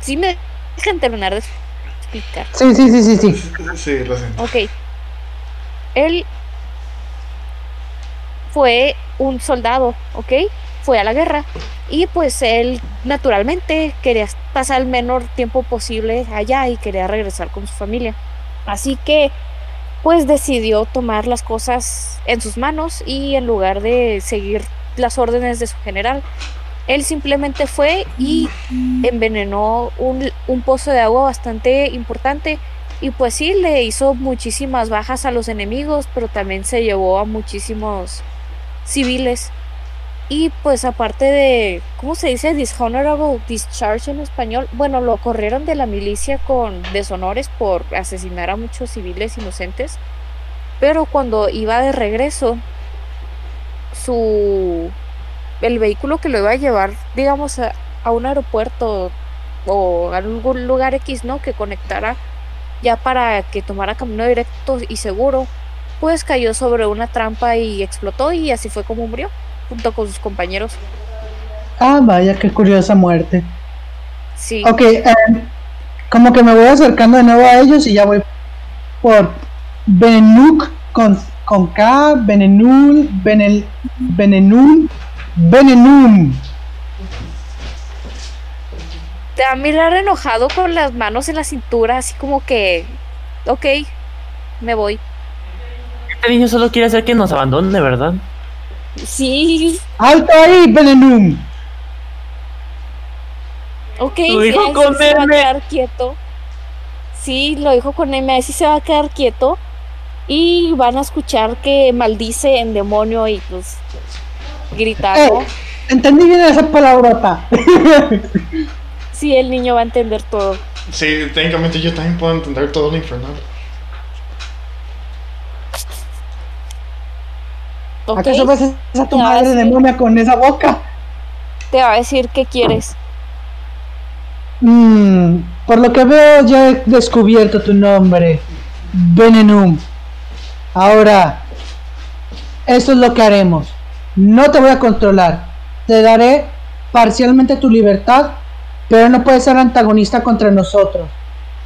Speaker 3: si me dejan terminar de explicar.
Speaker 5: Sí, sí, sí, sí, sí.
Speaker 4: Sí, lo siento.
Speaker 3: Ok. Él fue un soldado, ¿ok? Fue a la guerra. Y pues él, naturalmente, quería pasar el menor tiempo posible allá y quería regresar con su familia. Así que, pues decidió tomar las cosas en sus manos y en lugar de seguir las órdenes de su general, él simplemente fue y envenenó un, un pozo de agua bastante importante y pues sí, le hizo muchísimas bajas a los enemigos, pero también se llevó a muchísimos civiles. Y pues aparte de, ¿cómo se dice? Dishonorable discharge en español. Bueno, lo corrieron de la milicia con deshonores por asesinar a muchos civiles inocentes. Pero cuando iba de regreso, su... El vehículo que lo iba a llevar, digamos, a, a un aeropuerto o a algún lugar X, ¿no? Que conectara ya para que tomara camino directo y seguro, pues cayó sobre una trampa y explotó y así fue como murió, junto con sus compañeros.
Speaker 5: Ah, vaya, qué curiosa muerte.
Speaker 3: Sí,
Speaker 5: Ok, eh, como que me voy acercando de nuevo a ellos y ya voy por Benuk con, con K, Benenul, Benel, Benenun, Benenum.
Speaker 3: te va a mirar enojado con las manos en la cintura, así como que, ok, me voy.
Speaker 2: Este niño solo quiere hacer que nos abandone, ¿verdad?
Speaker 3: Sí,
Speaker 5: ¡Alto ahí, Benenum!
Speaker 3: ok,
Speaker 2: Lo dijo
Speaker 3: ahí
Speaker 2: con
Speaker 3: sí se va a
Speaker 2: M.
Speaker 3: quedar quieto. Sí, lo dijo con M, así se va a quedar quieto. Y van a escuchar que maldice en demonio y pues
Speaker 5: Eh,
Speaker 3: gritando.
Speaker 5: entendí bien esa palabrota.
Speaker 3: Sí, el niño va a entender todo.
Speaker 4: Sí, técnicamente yo también puedo entender todo lo infernal.
Speaker 3: ¿ok?
Speaker 5: ¿Acaso vas a, a tu
Speaker 3: Ya,
Speaker 5: madre
Speaker 3: sí.
Speaker 5: demonia con esa boca?
Speaker 3: Te va a decir qué quieres.
Speaker 5: Mm, por lo que veo ya he descubierto tu nombre, Venenum. Ahora, esto es lo que haremos. No te voy a controlar. Te daré parcialmente tu libertad, pero no puedes ser antagonista contra nosotros.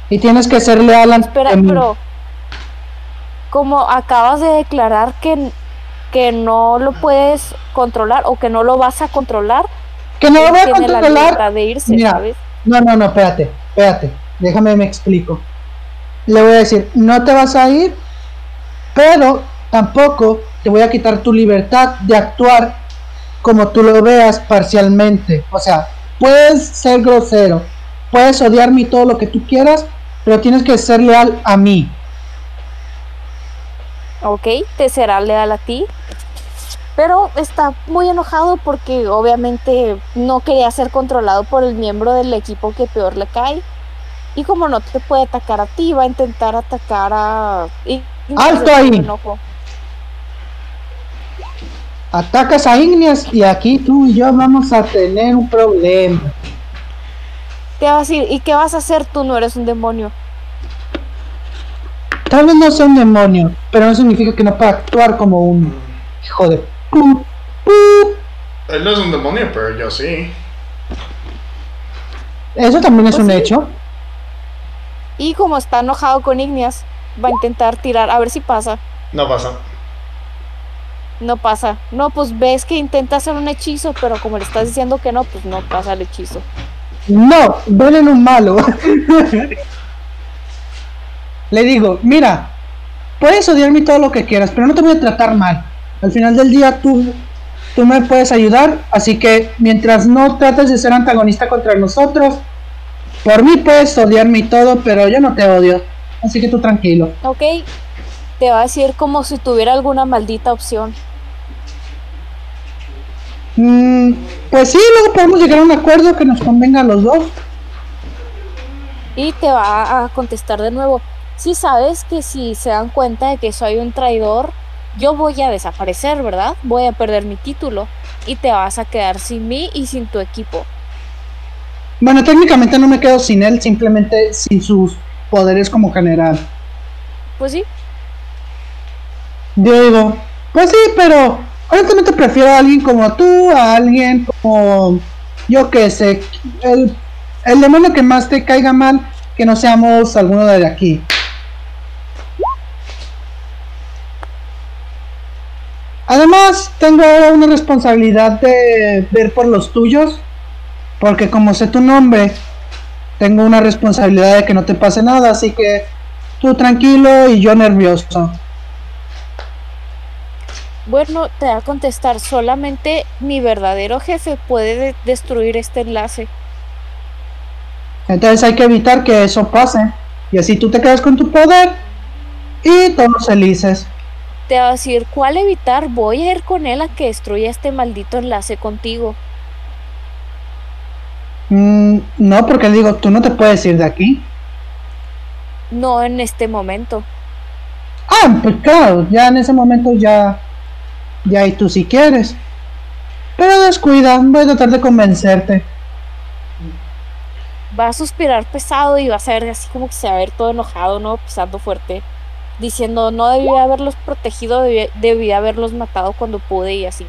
Speaker 5: Y tienes que ser leal ante
Speaker 3: Espera,
Speaker 5: mí.
Speaker 3: pero como acabas de declarar que, que no lo puedes controlar o que no lo vas a controlar,
Speaker 5: Que no lo
Speaker 3: él
Speaker 5: voy a
Speaker 3: tiene la libertad
Speaker 5: controlar.
Speaker 3: de irse,
Speaker 5: Mira.
Speaker 3: ¿sabes?
Speaker 5: No, no, no, espérate, espérate. Déjame me explico. Le voy a decir, no te vas a ir, pero tampoco te voy a quitar tu libertad de actuar como tú lo veas parcialmente. O sea, puedes ser grosero, puedes odiarme y todo lo que tú quieras, pero tienes que ser leal a mí.
Speaker 3: Ok, te será leal a ti. Pero está muy enojado porque obviamente no quería ser controlado por el miembro del equipo que peor le cae. Y como no te puede atacar a ti, va a intentar atacar a... y- y-
Speaker 5: ¡Alto Ah, ahí!
Speaker 3: enojo.
Speaker 5: Atacas a Igneas y aquí tú y yo vamos a tener un problema.
Speaker 3: Te va a decir, ¿y qué vas a hacer tú? No eres un demonio.
Speaker 5: Tal vez no sea un demonio, pero no significa que no pueda actuar como uno. Hijo de pu- pu-
Speaker 4: Él no es un demonio, pero yo sí.
Speaker 5: Eso también es
Speaker 3: Pues
Speaker 5: un
Speaker 3: sí.
Speaker 5: hecho.
Speaker 3: Y como está enojado con Igneas, va a intentar tirar, a ver si pasa.
Speaker 4: No pasa.
Speaker 3: No pasa. No, pues ves que intenta hacer un hechizo, pero como le estás diciendo que no, pues no pasa el hechizo.
Speaker 5: No, ven en un malo. Le digo, mira, puedes odiarme todo lo que quieras, pero no te voy a tratar mal. Al final del día tú, tú me puedes ayudar, así que mientras no trates de ser antagonista contra nosotros, por mí puedes odiarme y todo, pero yo no te odio. Así que tú tranquilo.
Speaker 3: Ok, te va a decir como si tuviera alguna maldita opción.
Speaker 5: Mm, pues sí, luego podemos llegar a un acuerdo que nos convenga a los dos.
Speaker 3: Y te va a contestar de nuevo. Si sabes que si se dan cuenta de que soy un traidor, yo voy a desaparecer, ¿verdad? Voy a perder mi título y te vas a quedar sin mí y sin tu equipo.
Speaker 5: Bueno, técnicamente no me quedo sin él, simplemente sin sus poderes como general.
Speaker 3: Pues sí,
Speaker 5: Yo digo, pues sí, pero Honestamente prefiero a alguien como tú, a alguien como yo que sé, el, el demonio que más te caiga mal, que no seamos alguno de aquí. Además, tengo ahora una responsabilidad de ver por los tuyos, porque como sé tu nombre, tengo una responsabilidad de que no te pase nada, así que tú tranquilo y yo nervioso.
Speaker 3: Bueno, te va a contestar, solamente mi verdadero jefe puede de- destruir este enlace.
Speaker 5: Entonces hay que evitar que eso pase. Y así tú te quedas con tu poder y todos felices.
Speaker 3: Te va a decir, ¿cuál evitar? Voy a ir con él a que destruya este maldito enlace contigo.
Speaker 5: Mm, no, porque le digo, tú no te puedes ir de aquí.
Speaker 3: No en este momento.
Speaker 5: Ah, pues claro, ya en ese momento ya. Ya y tú si quieres. Pero descuida, voy a tratar de convencerte.
Speaker 3: Va a suspirar pesado y va a ser así como que se va a ver todo enojado, ¿no? Pisando fuerte. Diciendo, no debía haberlos protegido, debía, debía haberlos matado cuando pude y así.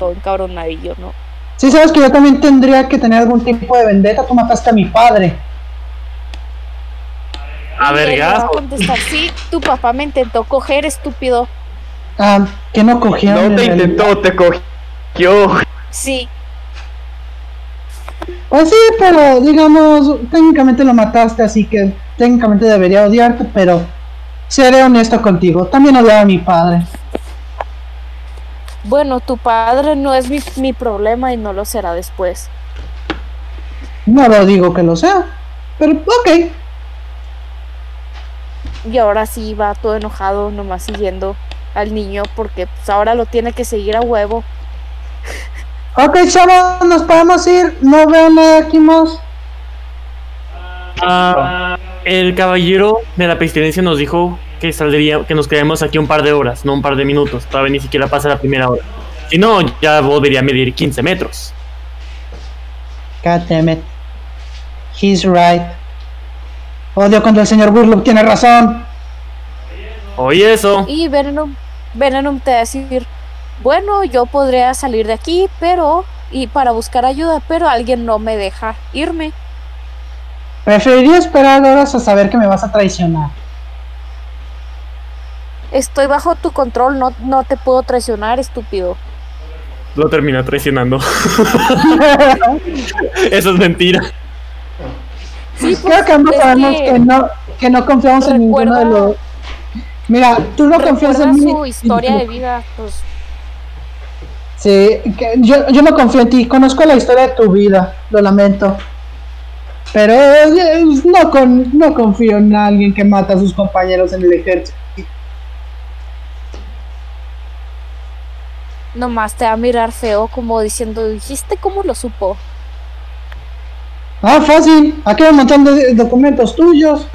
Speaker 3: Todo encabronadillo, ¿no?
Speaker 5: Sí, sabes que yo también tendría que tener algún tipo de vendetta. Tú mataste a mi padre.
Speaker 2: A
Speaker 3: Él le va a
Speaker 2: vergazo.
Speaker 3: contestar, sí, tu papá me intentó coger, estúpido.
Speaker 5: Ah, que no cogieron.
Speaker 6: No
Speaker 5: en
Speaker 6: te
Speaker 5: realidad.
Speaker 6: intentó, te cogió.
Speaker 3: Sí,
Speaker 5: Pues sí, pero digamos, técnicamente lo mataste, así que técnicamente debería odiarte, pero seré honesto contigo. También odiaba a mi padre.
Speaker 3: bueno, tu padre no es mi, mi problema y no lo será después.
Speaker 5: No lo digo que lo sea, pero ok.
Speaker 3: Y ahora sí va todo enojado, nomás siguiendo al niño, porque pues, ahora lo tiene que seguir a huevo.
Speaker 5: Ok, chavos, nos podemos ir. No veo nada aquí más.
Speaker 2: Ah, el caballero de la pestilencia nos dijo que saldría, que nos quedemos aquí un par de horas, no un par de minutos. Todavía ni siquiera pasa la primera hora. Si no, ya volvería a medir 15 metros.
Speaker 5: God damn it. He's right. Odio cuando el señor Burlock tiene razón.
Speaker 2: Oye eso.
Speaker 3: Y Venom, Venom te va a decir, bueno, yo podría salir de aquí, pero, y para buscar ayuda, pero alguien no me deja irme.
Speaker 5: Preferiría esperar horas a saber que me vas a traicionar. [laughs]
Speaker 3: Estoy bajo tu control, no, no te puedo traicionar, estúpido.
Speaker 2: Lo termina traicionando. [laughs] eso es mentira.
Speaker 3: Sí, pues,
Speaker 5: Creo que ambos
Speaker 3: es
Speaker 5: sabemos que...
Speaker 3: que-
Speaker 5: no, que no confiamos en ninguno de
Speaker 3: Recuerda-
Speaker 5: los. Mira, tú no confías
Speaker 3: Recuerda
Speaker 5: en mí.
Speaker 3: su historia de vida, pues
Speaker 5: Sí, que yo, yo no confío en ti. Conozco la historia de tu vida, lo lamento. Pero eh, no, con, no confío en alguien que mata a sus compañeros en el ejército.
Speaker 3: nomás te va a mirar feo como diciendo, dijiste cómo lo supo.
Speaker 5: Ah, fácil. Aquí hay un montón de documentos tuyos.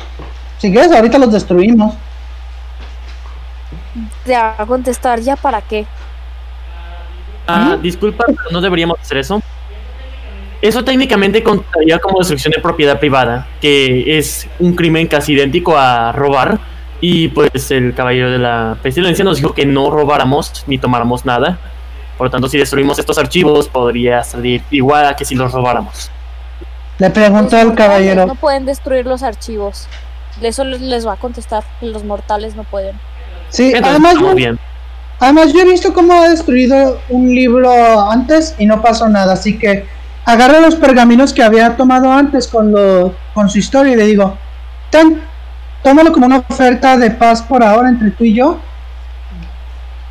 Speaker 5: Si quieres, ahorita los destruimos.
Speaker 3: Te va a contestar, ¿ya para qué?
Speaker 2: Ah, disculpa, pero no deberíamos hacer eso. Eso técnicamente contaría como destrucción de propiedad privada, que es un crimen casi idéntico a robar. Y pues el caballero de la pestilencia nos dijo que no robáramos ni tomáramos nada. Por lo tanto, si destruimos estos archivos, podría salir igual a que si los robáramos.
Speaker 5: Le pregunto
Speaker 3: Pues,
Speaker 5: al
Speaker 3: No
Speaker 5: caballero.
Speaker 3: pueden destruir los archivos. Eso les, les va a contestar, que los mortales no pueden.
Speaker 5: Sí,
Speaker 2: Entonces,
Speaker 5: además
Speaker 2: estamos
Speaker 5: yo,
Speaker 2: bien.
Speaker 5: además yo he visto cómo ha destruido un libro antes y no pasó nada. Así que agarro los pergaminos que había tomado antes con, lo, con su historia y le digo, Ten, tómalo como una oferta de paz por ahora entre tú y yo.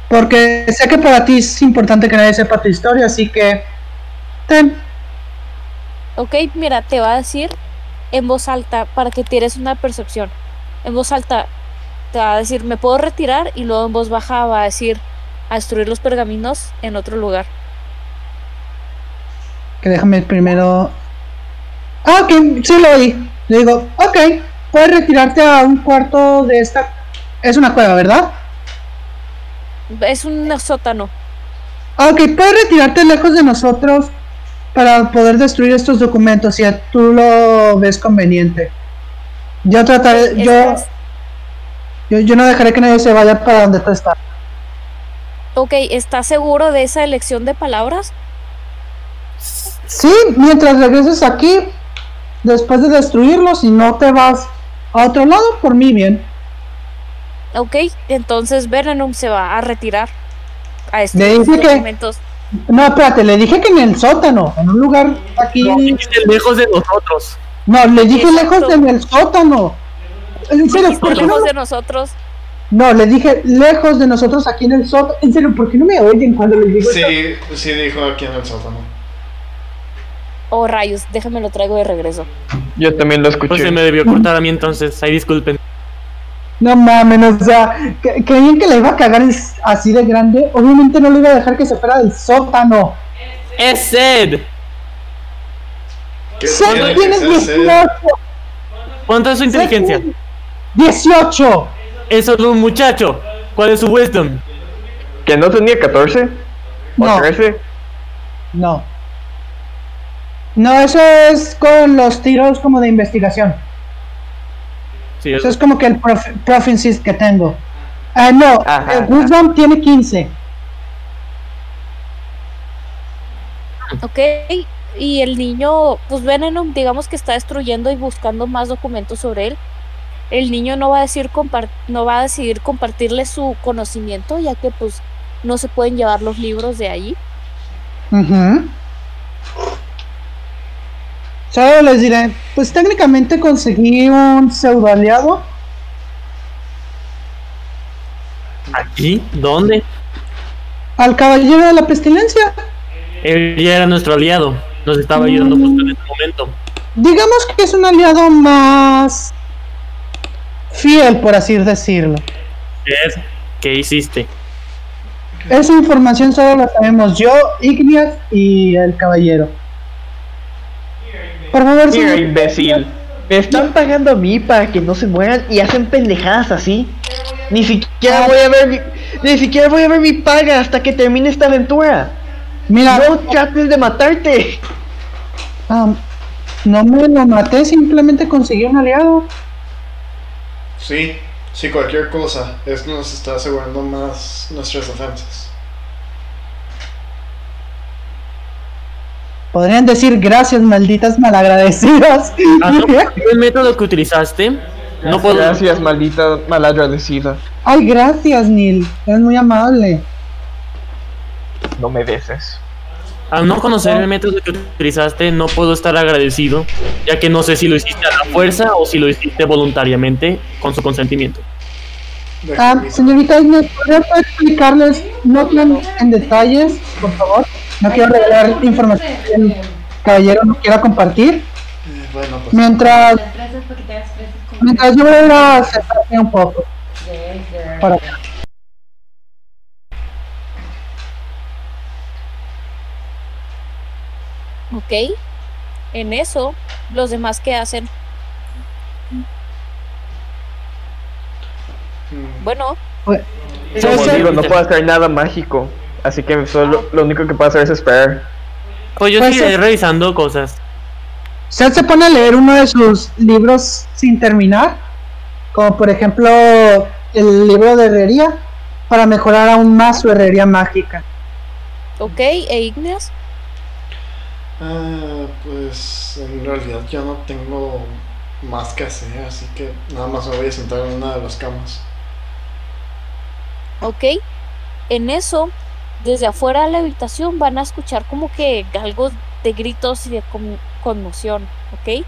Speaker 5: Porque sé que para ti es importante que nadie sepa tu historia, así que... Ten,
Speaker 3: Ok, mira, te va a decir en voz alta para que tienes una percepción. En voz alta te va a decir, ¿me puedo retirar? Y luego en voz baja va a decir, a destruir los pergaminos en otro lugar.
Speaker 5: Que déjame primero. Ah, ok, sí lo oí. Le digo, ok, puedes retirarte a un cuarto de esta. Es una cueva, ¿verdad?
Speaker 3: Es un sótano.
Speaker 5: Ah, Ok, puedes retirarte lejos de nosotros para poder destruir estos documentos si tú lo ves conveniente. Yo trataré. Yo,
Speaker 3: Estás-
Speaker 5: yo, yo no dejaré que nadie se vaya para donde tú estás.
Speaker 3: Ok, ¿estás seguro de esa elección de palabras?
Speaker 5: Sí, mientras regreses aquí, después de destruirlos y no te vas a otro lado, por mí bien.
Speaker 3: Ok, entonces Venom se va a retirar a este
Speaker 5: Le
Speaker 3: estos
Speaker 5: dije que-
Speaker 3: documentos.
Speaker 5: No, espérate, le dije que en el sótano, en un lugar aquí.
Speaker 2: No, estén lejos de nosotros.
Speaker 5: No, le dije
Speaker 3: Exacto.
Speaker 5: lejos de en el sótano. En serio,
Speaker 3: Dijiste
Speaker 5: ¿por qué no?
Speaker 3: lejos de nosotros.
Speaker 5: No, le dije lejos de nosotros aquí en el sótano. En serio, ¿por qué no me oyen cuando les digo esto?
Speaker 4: Sí, sí dijo aquí en el sótano.
Speaker 3: Oh, rayos, déjame lo traigo de regreso.
Speaker 6: Yo también lo escuché.
Speaker 2: Pues se me debió cortar a mí entonces. Ahí disculpen.
Speaker 5: No mames, o sea, cre- creían que la iba a cagar es- así de grande. Obviamente no le iba a dejar que se fuera del sótano.
Speaker 2: ¡Es Sed!
Speaker 4: ¿Qué
Speaker 5: Seth,
Speaker 4: tiene que
Speaker 5: tienes
Speaker 4: ser Seth?
Speaker 5: 18.
Speaker 2: ¿Cuánto es su inteligencia?
Speaker 5: 18.
Speaker 2: Es solo un muchacho. ¿Cuál es su wisdom?
Speaker 6: ¿Que no tenía 14? ¿O
Speaker 5: No,
Speaker 6: 13?
Speaker 5: no. No, eso es con los tiros como de investigación.
Speaker 2: Sí,
Speaker 5: Eso es como que el prof- proficiency que tengo. Ah, no,
Speaker 6: Ajá,
Speaker 5: el
Speaker 6: ajá.
Speaker 5: Wisdom tiene 15.
Speaker 3: Ok, y el niño, pues Venom, digamos que está destruyendo y buscando más documentos sobre él. El niño no va a decir compar- no va a decidir compartirle su conocimiento, ya que pues no se pueden llevar los libros de ahí.
Speaker 5: Ujú. Solo les diré, pues técnicamente conseguí un pseudo aliado.
Speaker 2: ¿Aquí? ¿Dónde?
Speaker 5: Al caballero de la pestilencia.
Speaker 2: Él ya era nuestro aliado. Nos estaba ayudando justo en este momento.
Speaker 5: Digamos que es un aliado más fiel, por así decirlo.
Speaker 2: Sed, ¿qué hiciste?
Speaker 5: Esa información solo la sabemos yo, Ignias y el caballero. Por favor,
Speaker 6: Mira,
Speaker 5: señor.
Speaker 6: imbécil.
Speaker 9: Me están pagando a mí para que no se mueran y hacen pendejadas así. Ni siquiera voy a ver mi, ni siquiera voy a ver mi paga hasta que termine esta aventura.
Speaker 5: Mira,
Speaker 9: No trates de matarte.
Speaker 5: am, no me lo maté, simplemente conseguí un aliado.
Speaker 4: Sí, sí, cualquier cosa. Esto nos está asegurando más nuestras defensas.
Speaker 5: Podrían decir gracias, malditas malagradecidas. [laughs]
Speaker 2: Ah, no, el método que utilizaste. No puedo.
Speaker 6: Gracias, maldita malagradecida.
Speaker 5: Ay, gracias, Neil. Es muy amable.
Speaker 6: No me deses.
Speaker 2: Al no conocer el método que utilizaste, no puedo estar agradecido, ya que no sé si lo hiciste a la fuerza o si lo hiciste voluntariamente con su consentimiento.
Speaker 4: De
Speaker 5: Ah,
Speaker 4: permiso.
Speaker 5: señorita Inés, ¿podría poder explicarles, no tan en detalles, por favor? No quiero revelar información que el caballero no quiera compartir.
Speaker 4: Eh, bueno, pues.
Speaker 5: Mientras,
Speaker 10: Gracias porque te das gracias como
Speaker 5: mientras yo voy a ir a acercarme un poco
Speaker 10: de- de-
Speaker 5: para acá.
Speaker 3: Ok, en eso, los demás que hacen,
Speaker 4: mm,
Speaker 3: bueno,
Speaker 6: Como
Speaker 5: Ese-
Speaker 6: digo, no puedo hacer nada mágico. Así que solo lo único que puedo hacer es esperar.
Speaker 2: Pues yo
Speaker 5: Pues,
Speaker 2: seguiré
Speaker 5: eh,
Speaker 2: revisando cosas.
Speaker 5: Seth se pone a leer uno de sus libros sin terminar, como por ejemplo el libro de herrería, para mejorar aún más su herrería mágica.
Speaker 3: ok, e Igneas,
Speaker 4: ah, pues en realidad yo no tengo más que hacer, así que nada más me voy a sentar en una de las camas.
Speaker 3: ok, en eso, desde afuera de la habitación van a escuchar como que algo de gritos y de con- conmoción, ok,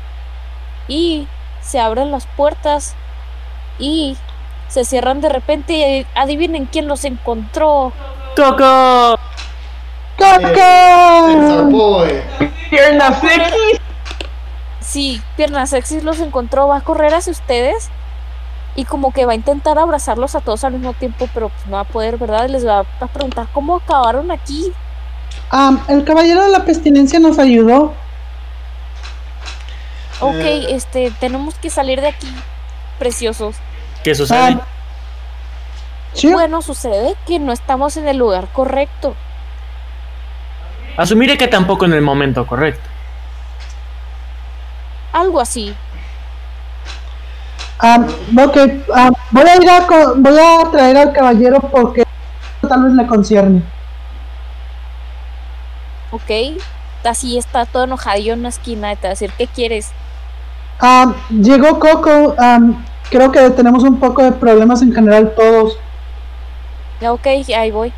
Speaker 3: y se abren las puertas y se cierran de repente y adivinen quién los encontró.
Speaker 2: ¡Coco!
Speaker 5: Ah.
Speaker 4: ¡El
Speaker 5: ¡Coco!
Speaker 4: Starboy!
Speaker 9: Piernas X.
Speaker 3: Sí, Piernas Sexy los encontró, va a correr hacia ustedes y como que va a intentar abrazarlos a todos al mismo tiempo, pero pues no va a poder, ¿verdad? Les va a preguntar cómo acabaron aquí.
Speaker 5: Ah, el caballero de la pestilencia nos ayudó.
Speaker 3: Ok,
Speaker 4: Eh.
Speaker 3: este, tenemos que salir de aquí, preciosos.
Speaker 2: ¿Qué sucede?
Speaker 5: Ah, sí,
Speaker 3: Bueno, sucede que no estamos en el lugar correcto.
Speaker 2: Asumiré que tampoco en el momento correcto.
Speaker 3: Algo así.
Speaker 5: ah, ok, ah, voy a ir a co- voy a traer al caballero porque tal vez le concierne.
Speaker 3: Ok, así está todo enojadillo en una esquina y te va a decir, ¿qué quieres?
Speaker 5: Ah, llegó Coco. am, creo que tenemos un poco de problemas en general todos.
Speaker 3: Ya, ok, ahí voy.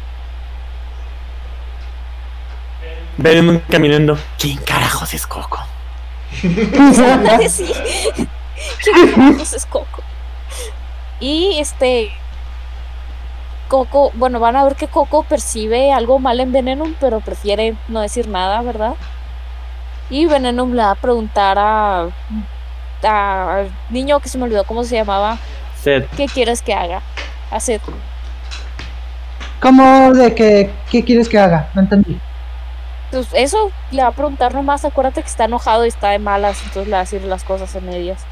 Speaker 2: Ven caminando. ¿Quién carajos es Coco?
Speaker 3: [laughs] sí. ¿Quién carajos es Coco? Y este. Coco, bueno, van a ver que Coco percibe algo mal en Venom, pero prefiere no decir nada, ¿verdad? Y Venom le va a preguntar a. a- al niño que se me olvidó cómo se llamaba,
Speaker 2: Sed.
Speaker 3: ¿qué quieres que haga? Hacer.
Speaker 5: ¿Cómo de que qué quieres que haga? No entendí.
Speaker 3: Pues eso le va a preguntar nomás, acuérdate que está enojado y está de malas, entonces le va a decir las cosas a medias.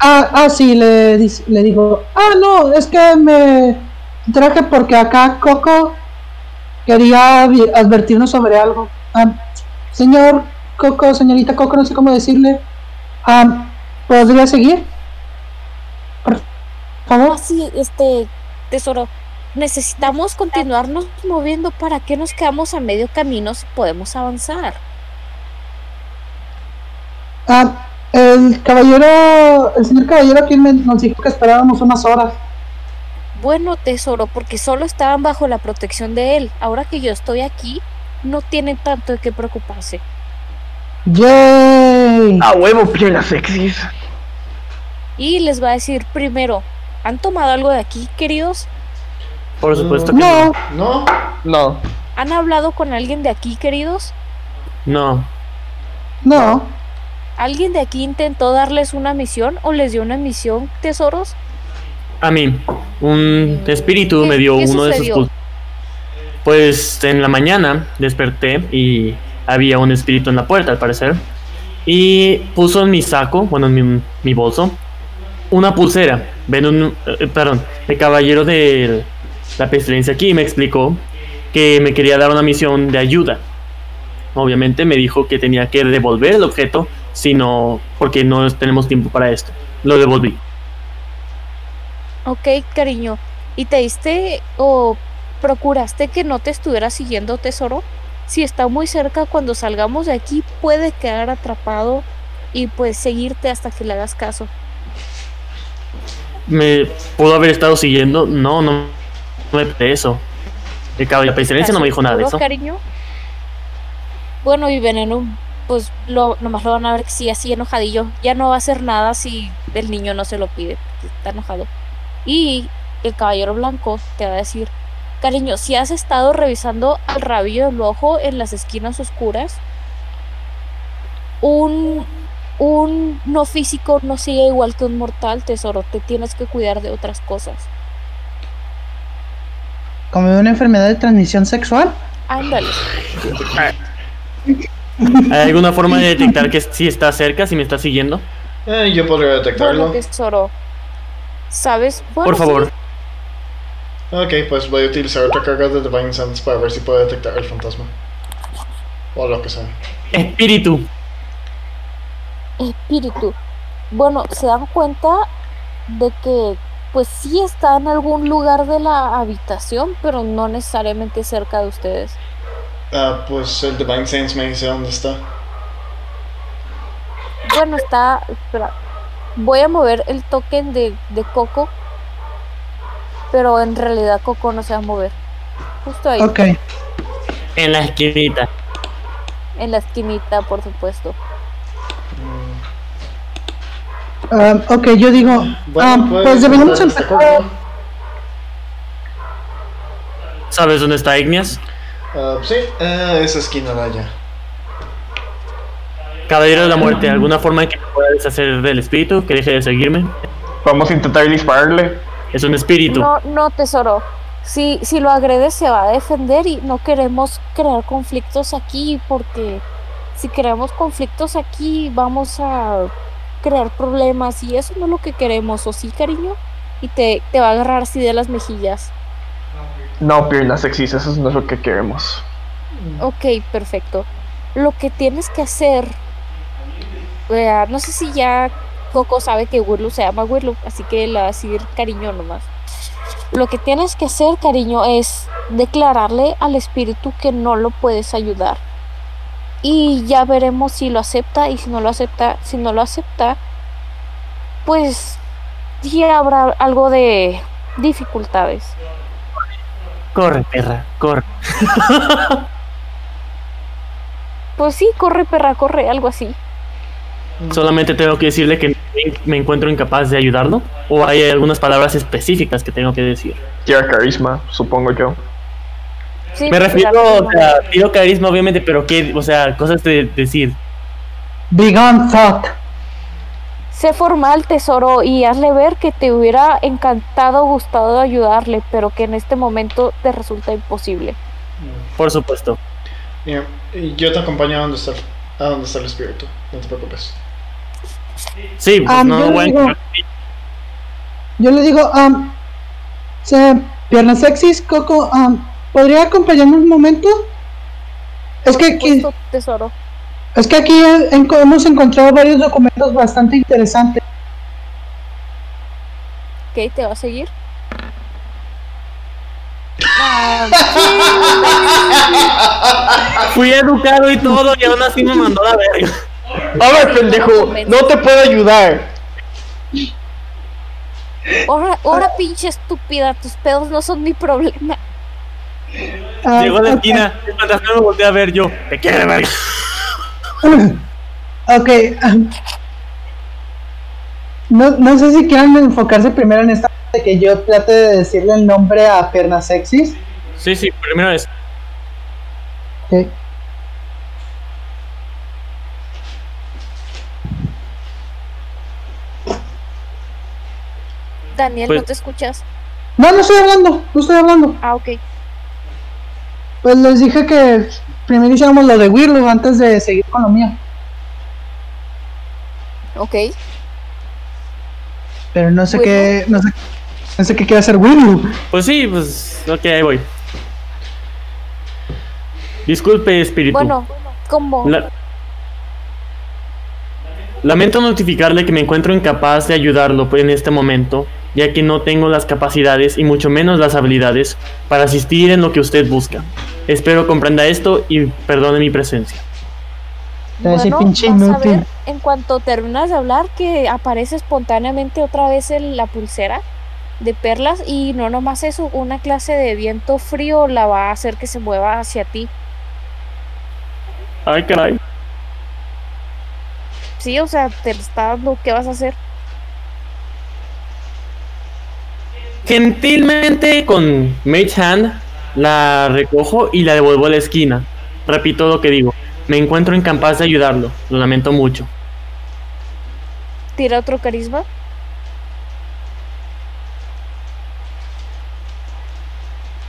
Speaker 5: Ah, ah sí, le, dis- le digo. Ah, no, es que me traje porque acá Coco quería avi- advertirnos sobre algo. Am, señor Coco, señorita Coco, no sé cómo decirle. Am, ¿Podría seguir? Por favor.
Speaker 3: Así, este, tesoro, necesitamos continuarnos moviendo para que nos quedamos a medio camino si podemos avanzar.
Speaker 5: Ah, el caballero, el señor caballero quien me- nos dijo que esperábamos unas horas.
Speaker 3: Bueno, tesoro, porque solo estaban bajo la protección de él. Ahora que yo estoy aquí, no tienen tanto de qué preocuparse.
Speaker 5: ¡Yay!
Speaker 9: A huevo, piernas sexys.
Speaker 3: Y les va a decir primero, ¿han tomado algo de aquí, queridos?
Speaker 2: Por supuesto que no.
Speaker 5: No,
Speaker 4: No,
Speaker 6: No.
Speaker 3: ¿Han hablado con alguien de aquí, queridos?
Speaker 2: No.
Speaker 5: no.
Speaker 3: ¿Alguien de aquí intentó darles una misión o les dio una misión, tesoros?
Speaker 2: A mí, un espíritu
Speaker 3: ¿Qué-
Speaker 2: me dio
Speaker 3: qué
Speaker 2: uno de sus
Speaker 3: sucedió?
Speaker 2: pul- Pues en la mañana desperté y había un espíritu en la puerta, al parecer. Y puso en mi saco, bueno, en mi, mi bolso, una pulsera. Ven un. eh, perdón, el caballero de la pestilencia aquí me explicó que me quería dar una misión de ayuda. Obviamente me dijo que tenía que devolver el objeto, sino porque no tenemos tiempo para esto. Lo devolví.
Speaker 3: Ok, cariño. ¿Y te diste o procuraste que no te estuviera siguiendo tesoro? Si está muy cerca, cuando salgamos de aquí puede quedar atrapado y pues seguirte hasta que le hagas caso.
Speaker 2: me pudo haber estado siguiendo. No, no me de eso. El caballo de la pestilencia no me dijo nada de
Speaker 3: ¿Seguro,
Speaker 2: eso.
Speaker 3: cariño? Bueno, y Veneno, pues lo, nomás lo van a ver que sigue así enojadillo. Ya no va a hacer nada si el niño no se lo pide. porque Está enojado. Y el caballero blanco te va a decir, cariño, si has estado revisando al rabillo del ojo en las esquinas oscuras, un, un no físico no sigue igual que un mortal, tesoro. Te tienes que cuidar de otras cosas.
Speaker 5: ¿Como una enfermedad de transmisión sexual?
Speaker 3: Ándale.
Speaker 2: ¿Hay alguna forma de detectar que si está cerca, si me está siguiendo?
Speaker 4: eh, yo podría
Speaker 3: Bueno,
Speaker 5: pues.
Speaker 4: detectarlo.
Speaker 3: tesoro. ¿Sabes? Bueno,
Speaker 2: Por favor.
Speaker 4: Ok, pues voy a utilizar otra carga de Divine Sense para ver si puedo detectar el fantasma. O lo que sea.
Speaker 2: Espíritu.
Speaker 3: espíritu. Bueno, se dan cuenta de que pues sí está en algún lugar de la habitación, pero no necesariamente cerca de ustedes.
Speaker 4: Ah, pues el Divine Sense me dice dónde está.
Speaker 3: Bueno, está... Espera. Voy a mover el token de, de Coco, pero en realidad Coco no se va a mover. Justo ahí,
Speaker 5: Ok.
Speaker 2: En la esquinita.
Speaker 3: en la esquinita, por supuesto.
Speaker 5: Ah, ok, yo digo.
Speaker 4: Mm,
Speaker 5: ah, pues, deberíamos empezar.
Speaker 4: estar este acuerdo.
Speaker 2: ¿Sabes dónde está Igneas?
Speaker 4: Ah, sí, eh, esa esquina de allá.
Speaker 2: Caballero de la muerte, ¿alguna forma en que me pueda deshacer del espíritu? Que deje de seguirme.
Speaker 6: Vamos a intentar dispararle.
Speaker 2: Es un espíritu.
Speaker 3: No, no, tesoro. Si, si lo agredes se va a defender y no queremos crear conflictos aquí porque si creamos conflictos aquí vamos a crear problemas y eso no es lo que queremos, ¿o sí, cariño? Y te, te va a agarrar así de las mejillas.
Speaker 6: No, piernas sexys, eso no es lo que queremos.
Speaker 3: Ok, perfecto. Lo que tienes que hacer... vea, no sé si ya Coco sabe que Willow se llama Willow, así que le va a decir cariño nomás. Lo que tienes que hacer, cariño, es declararle al espíritu que no lo puedes ayudar. Y ya veremos si lo acepta y si no lo acepta, si no lo acepta, pues ya habrá algo de dificultades.
Speaker 2: Corre, perra, corre.
Speaker 3: Pues sí, corre perra, corre, algo así.
Speaker 2: Solamente tengo que decirle que me encuentro incapaz de ayudarlo. O hay algunas palabras específicas que tengo que decir.
Speaker 6: Tira carisma, supongo yo.
Speaker 3: Sí,
Speaker 2: me
Speaker 3: pues,
Speaker 2: refiero,
Speaker 3: la-
Speaker 2: o sea, pido carisma obviamente, pero qué, o sea, cosas de decir.
Speaker 5: Vegan fuck.
Speaker 3: Sé formal, tesoro, y hazle ver que te hubiera encantado, gustado ayudarle, pero que en este momento te resulta imposible.
Speaker 2: Por supuesto.
Speaker 4: Mira, y yo te acompaño a donde está, a donde está el espíritu, no te preocupes.
Speaker 2: Sí, pues,
Speaker 3: Ah,
Speaker 5: Am,
Speaker 2: no,
Speaker 5: yo, le
Speaker 2: bueno.
Speaker 5: digo, yo le digo, am, se- piernas sexys, Coco, am, ¿podría acompañarme un momento? Es
Speaker 3: Por
Speaker 5: que, aquí,
Speaker 3: supuesto, tesoro.
Speaker 5: es que aquí en- hemos encontrado varios documentos bastante interesantes.
Speaker 3: ¿Qué? ¿Te va a seguir?
Speaker 2: Fui educado y todo, y aún así me mandó a la
Speaker 3: [laughs]
Speaker 2: verga.
Speaker 9: A ver, pendejo, no te puedo ayudar.
Speaker 5: Ah.
Speaker 3: Ahora, ahora pinche estúpida, tus pedos no son mi problema.
Speaker 5: Ah,
Speaker 2: Llegó a la
Speaker 5: ok.
Speaker 2: esquina, el fantasma me volteé a ver yo. Te quiere verga.
Speaker 5: Ok. am, No, no sé si quieran enfocarse primero en esta de que yo trate de decirle el nombre a Piernas Sexys.
Speaker 2: Sí, sí, primero es.
Speaker 5: Ok.
Speaker 3: Daniel,
Speaker 2: Pues-
Speaker 3: ¿no te escuchas?
Speaker 5: No, no estoy hablando, no estoy hablando.
Speaker 3: Ah, ok.
Speaker 5: Pues les dije que primero hiciéramos lo de Wirlo antes de seguir con lo mío.
Speaker 3: Ok.
Speaker 5: Pero no sé qué. No sé, no sé qué quiere hacer Wirlo.
Speaker 2: Pues sí, pues. Ok, ahí voy. Disculpe, espíritu.
Speaker 3: Bueno, ¿cómo?
Speaker 2: La- Lamento notificarle que me encuentro incapaz de ayudarlo en este momento, ya que no tengo las capacidades y mucho menos las habilidades para asistir en lo que usted busca. Espero comprenda esto y perdone mi presencia.
Speaker 5: Te voy a decir,
Speaker 3: Bueno,
Speaker 5: pinche
Speaker 3: vas a
Speaker 5: inútil.
Speaker 3: ver en cuanto terminas de hablar que aparece espontáneamente otra vez el- la pulsera de perlas y no nomás eso, una clase de viento frío la va a hacer que se mueva hacia ti.
Speaker 2: Ay, caray.
Speaker 3: Sí, o sea, te está dando, ¿qué vas a hacer?
Speaker 2: Gentilmente con Mage Hand la recojo y la devuelvo a la esquina. Repito lo que digo. Me encuentro incapaz de ayudarlo. Lo lamento mucho.
Speaker 3: Tira otro carisma.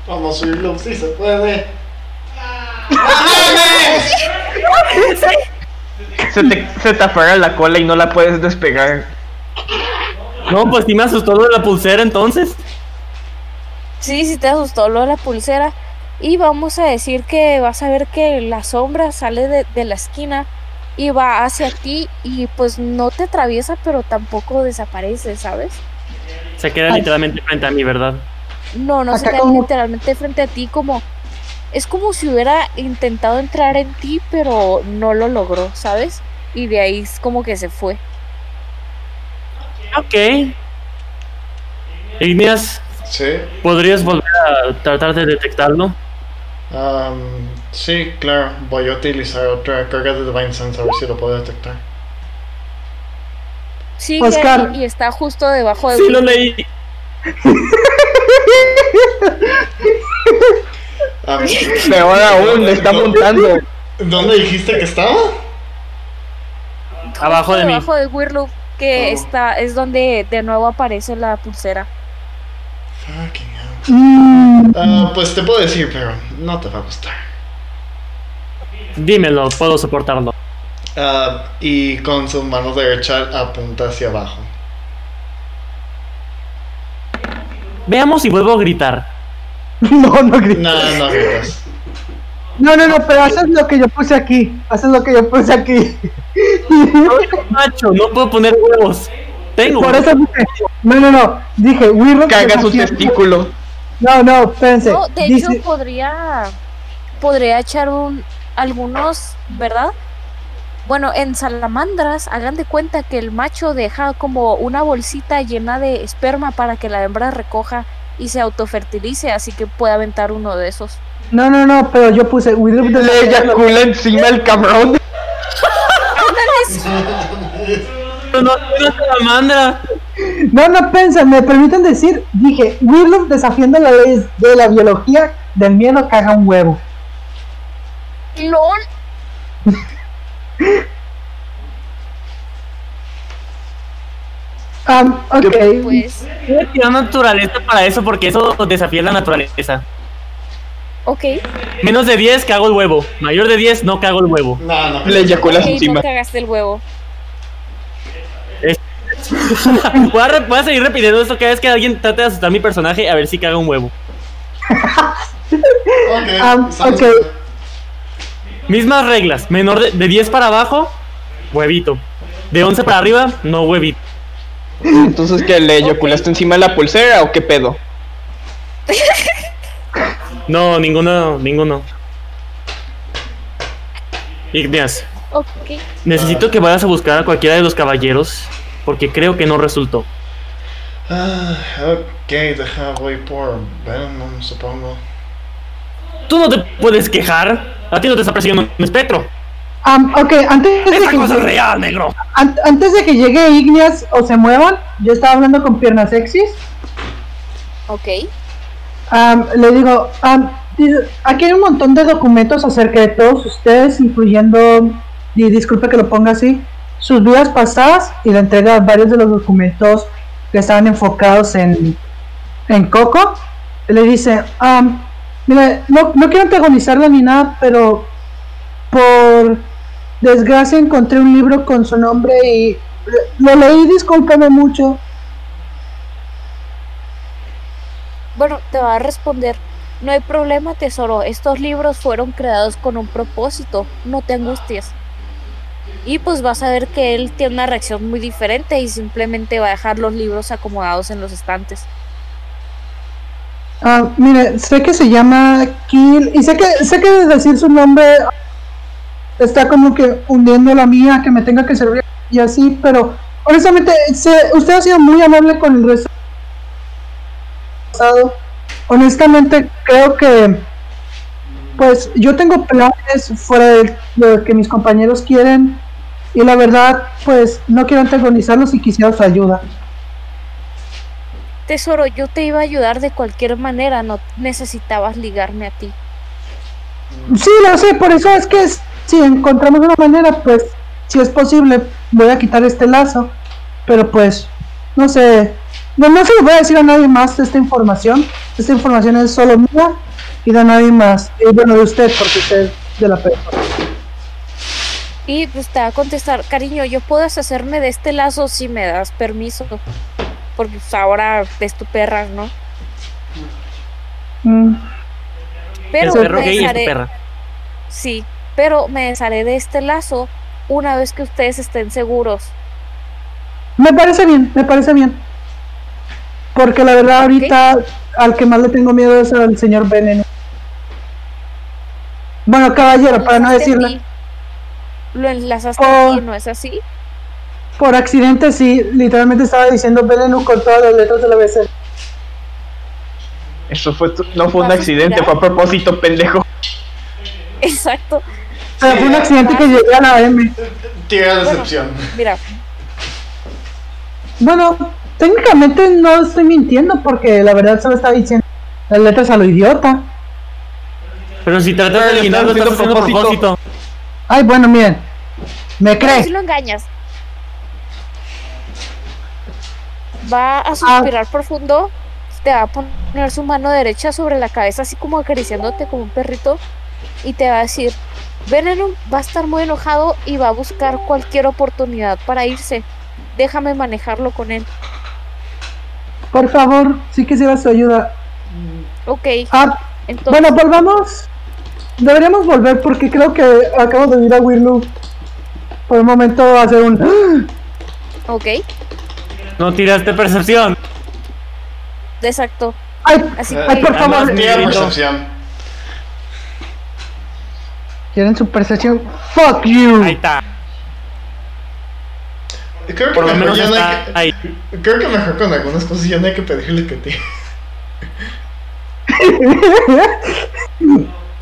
Speaker 4: Vamos a subirlo, si se puede.
Speaker 6: Se te, se te aferra la cola y no la puedes despegar.
Speaker 2: No, pues sí me asustó lo de la pulsera entonces.
Speaker 3: Sí, sí te asustó lo de la pulsera. Y vamos a decir que vas a ver que la sombra sale de, de la esquina y va hacia ti y pues no te atraviesa, pero tampoco desaparece, ¿sabes?
Speaker 2: Se queda
Speaker 5: Ay.
Speaker 2: literalmente frente a mí, ¿verdad?
Speaker 3: No, no se
Speaker 5: Acá
Speaker 3: queda
Speaker 5: como-
Speaker 3: literalmente frente a ti como... Es como si hubiera intentado entrar en ti, pero no lo logró, ¿sabes? Y de ahí es como que se fue.
Speaker 2: Ok. Igneas,
Speaker 4: Sí.
Speaker 2: ¿podrías volver a tratar de detectarlo?
Speaker 4: Am, sí, claro, voy a utilizar otra carga de Divine Sense a ver si lo puedo detectar.
Speaker 3: Sigue
Speaker 5: Oscar.
Speaker 3: ahí y está justo debajo de
Speaker 2: Sí, lo
Speaker 3: Will.
Speaker 2: leí.
Speaker 4: Am,
Speaker 9: Peor aún, le está montando.
Speaker 4: ¿Dónde dijiste que estaba?
Speaker 2: Abajo de mí.
Speaker 3: debajo de Wirloop, que
Speaker 4: Oh.
Speaker 3: está, es donde de nuevo aparece la pulsera.
Speaker 4: Fucking hell.
Speaker 5: Mm,
Speaker 4: Ah, pues te puedo decir, pero no te va a gustar.
Speaker 2: Dímelo, puedo soportarlo.
Speaker 4: Ah, y con su mano derecha apunta hacia abajo.
Speaker 2: Veamos si vuelvo a gritar.
Speaker 5: [laughs] no, no grites.
Speaker 4: No, no [laughs] gritas.
Speaker 5: No, no, no, pero haces lo que yo puse aquí. Haces lo que yo puse aquí.
Speaker 2: Macho, no puedo poner huevos. Tengo.
Speaker 5: Por eso dije, No, no, no. Dije, Wirro.
Speaker 6: Caga su testículo.
Speaker 5: No, no, espérense.
Speaker 3: No, de
Speaker 5: Dice-
Speaker 3: hecho podría podría echar un algunos, ¿verdad? Bueno, en salamandras hagan de cuenta que el macho deja como una bolsita llena de esperma para que la hembra recoja y se autofertilice, así que puede aventar uno de esos.
Speaker 5: No, no, no, pero yo puse Wirro.
Speaker 6: Le eyacula encima el cabrón.
Speaker 2: No, no, no, salamandra.
Speaker 5: No, no, pensen, me permiten decir, dije, Wirlof desafiando la ley de la biología del miedo caga un huevo.
Speaker 3: LOL,
Speaker 5: Ah, ok.
Speaker 3: pues.
Speaker 2: Voy a tirar naturaleza para eso porque eso desafía la naturaleza.
Speaker 3: Ok.
Speaker 2: Menos de 10 cago el huevo. Mayor de 10 no cago el huevo. [laughs]
Speaker 4: No, no.
Speaker 6: Le eyaculas
Speaker 3: ok,
Speaker 6: encima.
Speaker 3: no cagaste el huevo.
Speaker 2: Voy a, re- voy a seguir repitiendo esto cada vez que alguien trate de asustar a mi personaje a ver si caga un huevo.
Speaker 4: Ok,
Speaker 5: Ah,
Speaker 4: sale.
Speaker 5: ok.
Speaker 2: Mismas reglas. Menor de, de 10 para abajo, huevito. De 11 para arriba, no huevito.
Speaker 6: Entonces, ¿qué? ¿Le eyaculaste encima la pulsera o qué pedo?
Speaker 2: No, ninguno, ninguno. Igneas,
Speaker 3: Ok.
Speaker 2: necesito que vayas a buscar a cualquiera de los caballeros porque creo que no resultó.
Speaker 4: Ah, ok, deja, voy por Venom, supongo.
Speaker 2: Tú no te puedes quejar. A ti no te está persiguiendo un espectro.
Speaker 5: Am, ok, antes de,
Speaker 2: Esa
Speaker 5: que,
Speaker 2: cosa es real, negro.
Speaker 5: an- antes de que llegue Igneas o se muevan, yo estaba hablando con piernas sexys.
Speaker 3: Ok.
Speaker 5: Am, le digo, am, dice, aquí hay un montón de documentos acerca de todos ustedes, incluyendo, y disculpe que lo ponga así, sus vidas pasadas y la entrega de varios de los documentos que estaban enfocados en, en Coco. Le dice, am, mire, no, no quiero antagonizarla ni nada, pero por desgracia encontré un libro con su nombre y lo leí, discúlpame mucho.
Speaker 3: Bueno, te va a responder. No hay problema, tesoro. Estos libros fueron creados con un propósito. No te angusties. Y pues vas a ver que él tiene una reacción muy diferente y simplemente va a dejar los libros acomodados en los estantes.
Speaker 5: Ah, mire, sé que se llama Kill y sé que sé que decir su nombre está como que hundiendo la mía, que me tenga que servir y así, pero honestamente sé- usted ha sido muy amable con el resto del pasado. Honestamente creo que pues yo tengo planes fuera de lo que mis compañeros quieren y la verdad pues no quiero antagonizarlos y quisiera su ayuda.
Speaker 3: Tesoro, yo te iba a ayudar de cualquier manera. No necesitabas ligarme a ti.
Speaker 5: Sí, lo sé, por eso es que s- si encontramos una manera, pues, si es posible, voy a quitar este lazo. Pero pues, no sé, no, no se lo voy a decir a nadie más esta información. Esta información es solo mía y de nadie más. Y bueno, de usted, porque usted es de la persona.
Speaker 3: Y pues te va a contestar, cariño, yo puedo deshacerme de este lazo si me das permiso. Porque pues, ahora es tu perra, ¿no?
Speaker 5: Mm.
Speaker 3: Pero pues,
Speaker 2: el perro
Speaker 3: me
Speaker 2: gay es tu
Speaker 3: desharé-
Speaker 2: perra.
Speaker 3: Sí, pero me desharé de este lazo una vez que ustedes estén seguros.
Speaker 5: Me parece bien, me parece bien. Porque la verdad, ahorita al que más le tengo miedo es al señor Veneno. Bueno, caballero, para no
Speaker 3: Enlazaste a
Speaker 5: decirle.
Speaker 3: ti. Lo enlazaste
Speaker 5: Oh.
Speaker 3: a ti, ¿no es así? [laughs]
Speaker 5: Por accidente, sí, literalmente estaba diciendo Veneno con todas las letras de la BC.
Speaker 6: Eso fue tu- no fue un
Speaker 3: ¿Vas a
Speaker 6: accidente, fue
Speaker 3: tirar?
Speaker 6: a propósito, pendejo.
Speaker 3: Exacto.
Speaker 5: Pero fue un accidente que llegué a la M.
Speaker 4: Tira decepción.
Speaker 3: Mira,
Speaker 5: Bueno, técnicamente no estoy mintiendo porque la verdad solo estaba diciendo las letras a lo idiota.
Speaker 2: Pero si tratas
Speaker 6: Pero
Speaker 2: de
Speaker 6: le
Speaker 2: eliminar, lo
Speaker 6: estás
Speaker 2: estás haciendo
Speaker 6: haciendo
Speaker 2: a propósito.
Speaker 5: Ay, bueno, miren, me
Speaker 3: si
Speaker 5: cree.
Speaker 3: lo engañas. Va
Speaker 5: Ah.
Speaker 3: a suspirar profundo, te va a poner su mano derecha sobre la cabeza, así como acariciándote como un perrito, y te va a decir, Veneno va a estar muy enojado y va a buscar cualquier oportunidad para irse. Déjame manejarlo con él.
Speaker 5: Por favor, sí quisiera su ayuda.
Speaker 3: Ok,
Speaker 5: Ah,
Speaker 3: entonces...
Speaker 5: bueno, volvamos. Deberíamos volver porque creo que acabo de ir a Wirloo. Por un momento va a hacer un.
Speaker 3: Ok.
Speaker 2: No tiraste percepción.
Speaker 3: Exacto. Así
Speaker 5: [gasps]
Speaker 4: Ah,
Speaker 5: Ay,
Speaker 3: que
Speaker 5: por favor.
Speaker 2: Además,
Speaker 4: Tira
Speaker 2: Miedo.
Speaker 4: percepción.
Speaker 5: Quieren su percepción. Fuck you.
Speaker 2: Ahí está.
Speaker 4: Creo que,
Speaker 2: Por lo
Speaker 4: mejor
Speaker 2: menos
Speaker 4: ya no
Speaker 2: está
Speaker 4: hay
Speaker 2: ahí.
Speaker 4: que, creo que mejor con algunas cosas ya no hay que pedirle que te.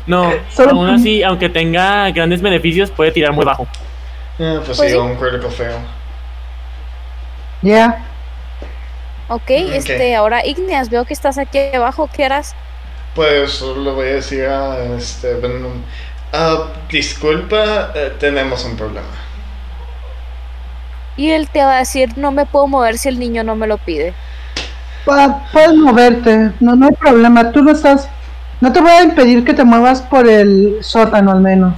Speaker 2: No,
Speaker 5: Solo-
Speaker 2: Eh, aún así, aunque tenga grandes beneficios, puede tirar muy bajo.
Speaker 4: Ah, pues,
Speaker 3: Pues
Speaker 4: sí,
Speaker 3: sí.
Speaker 4: un critical fail.
Speaker 5: Yeah.
Speaker 3: Ok, este, ahora Igneas, veo que estás aquí abajo, ¿qué harás?
Speaker 4: Pues le voy a decir a este Venom. "Ah, disculpa, eh, tenemos un problema.
Speaker 3: Y él te va a decir, no me puedo mover si el niño no me lo pide.
Speaker 5: Pa- Pues, puedes moverte. No, no hay problema. Tú no estás. No te voy a impedir que te muevas por el sótano al menos.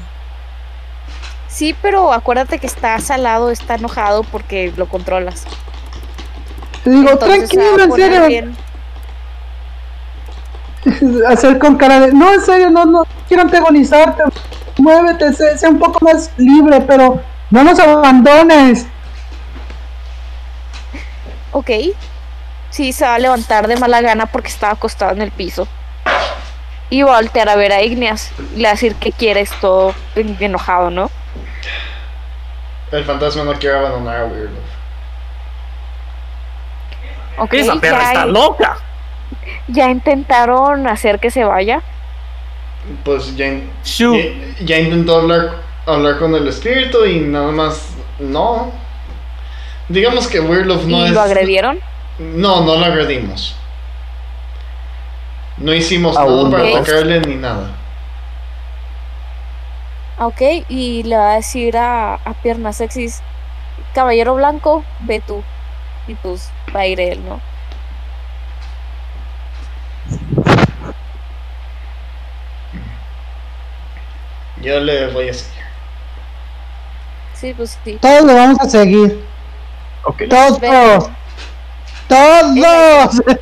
Speaker 3: Sí, pero acuérdate que está salado, está enojado porque lo controlas.
Speaker 5: Te digo,
Speaker 3: Entonces, ah, se va a
Speaker 5: tranquilo, en
Speaker 3: poner
Speaker 5: serio.
Speaker 3: bien-
Speaker 5: [laughs] hacer con cara de no en serio no no quiero antagonizarte muévete sé, sé un poco más libre pero no nos abandones
Speaker 3: Ok. Sí, se va a levantar de mala gana porque estaba acostado en el piso. Y va a voltear a ver a Igneas y le va a decir que quieres todo en- enojado, ¿no?
Speaker 4: El fantasma no quiere abandonar a Weirdo.
Speaker 3: Ok,
Speaker 2: Esa perra
Speaker 3: ya,
Speaker 2: está loca.
Speaker 3: ya intentaron hacer que se vaya.
Speaker 4: Pues ya, in-
Speaker 2: Shoo.
Speaker 4: ya, ya intentó hablar, hablar con el espíritu y nada más no. Digamos que Weirdo
Speaker 3: ¿Y
Speaker 4: no es.
Speaker 3: lo agredieron?
Speaker 4: No, no lo agredimos. No hicimos nada
Speaker 6: Aún
Speaker 4: para
Speaker 3: no.
Speaker 4: atacarle ni nada.
Speaker 3: Ok, y le va a decir a, a Piernas Sexys, Caballero Blanco, ve tú. Y pues va a ir él, ¿no?
Speaker 4: Yo le voy a decir.
Speaker 3: Sí, pues sí.
Speaker 5: todos lo vamos a seguir
Speaker 6: Ok.
Speaker 5: todos
Speaker 3: Veneno.
Speaker 5: todos [laughs]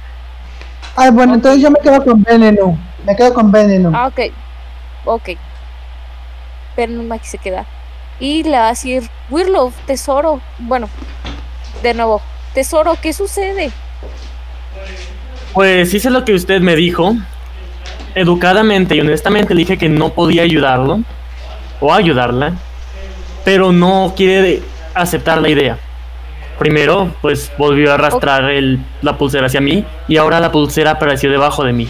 Speaker 5: ay bueno entonces yo me quedo con veneno me quedo con veneno
Speaker 3: Ah, ok. Ok. Pero no se queda. Y le va a decir, Wirlof, tesoro. Bueno, de nuevo, tesoro, ¿qué sucede?
Speaker 2: Pues hice lo que usted me dijo. Educadamente y honestamente le dije que no podía ayudarlo o ayudarla, pero no quiere aceptar la idea. Primero, pues volvió a arrastrar el- la pulsera hacia mí y ahora la pulsera apareció debajo de mí.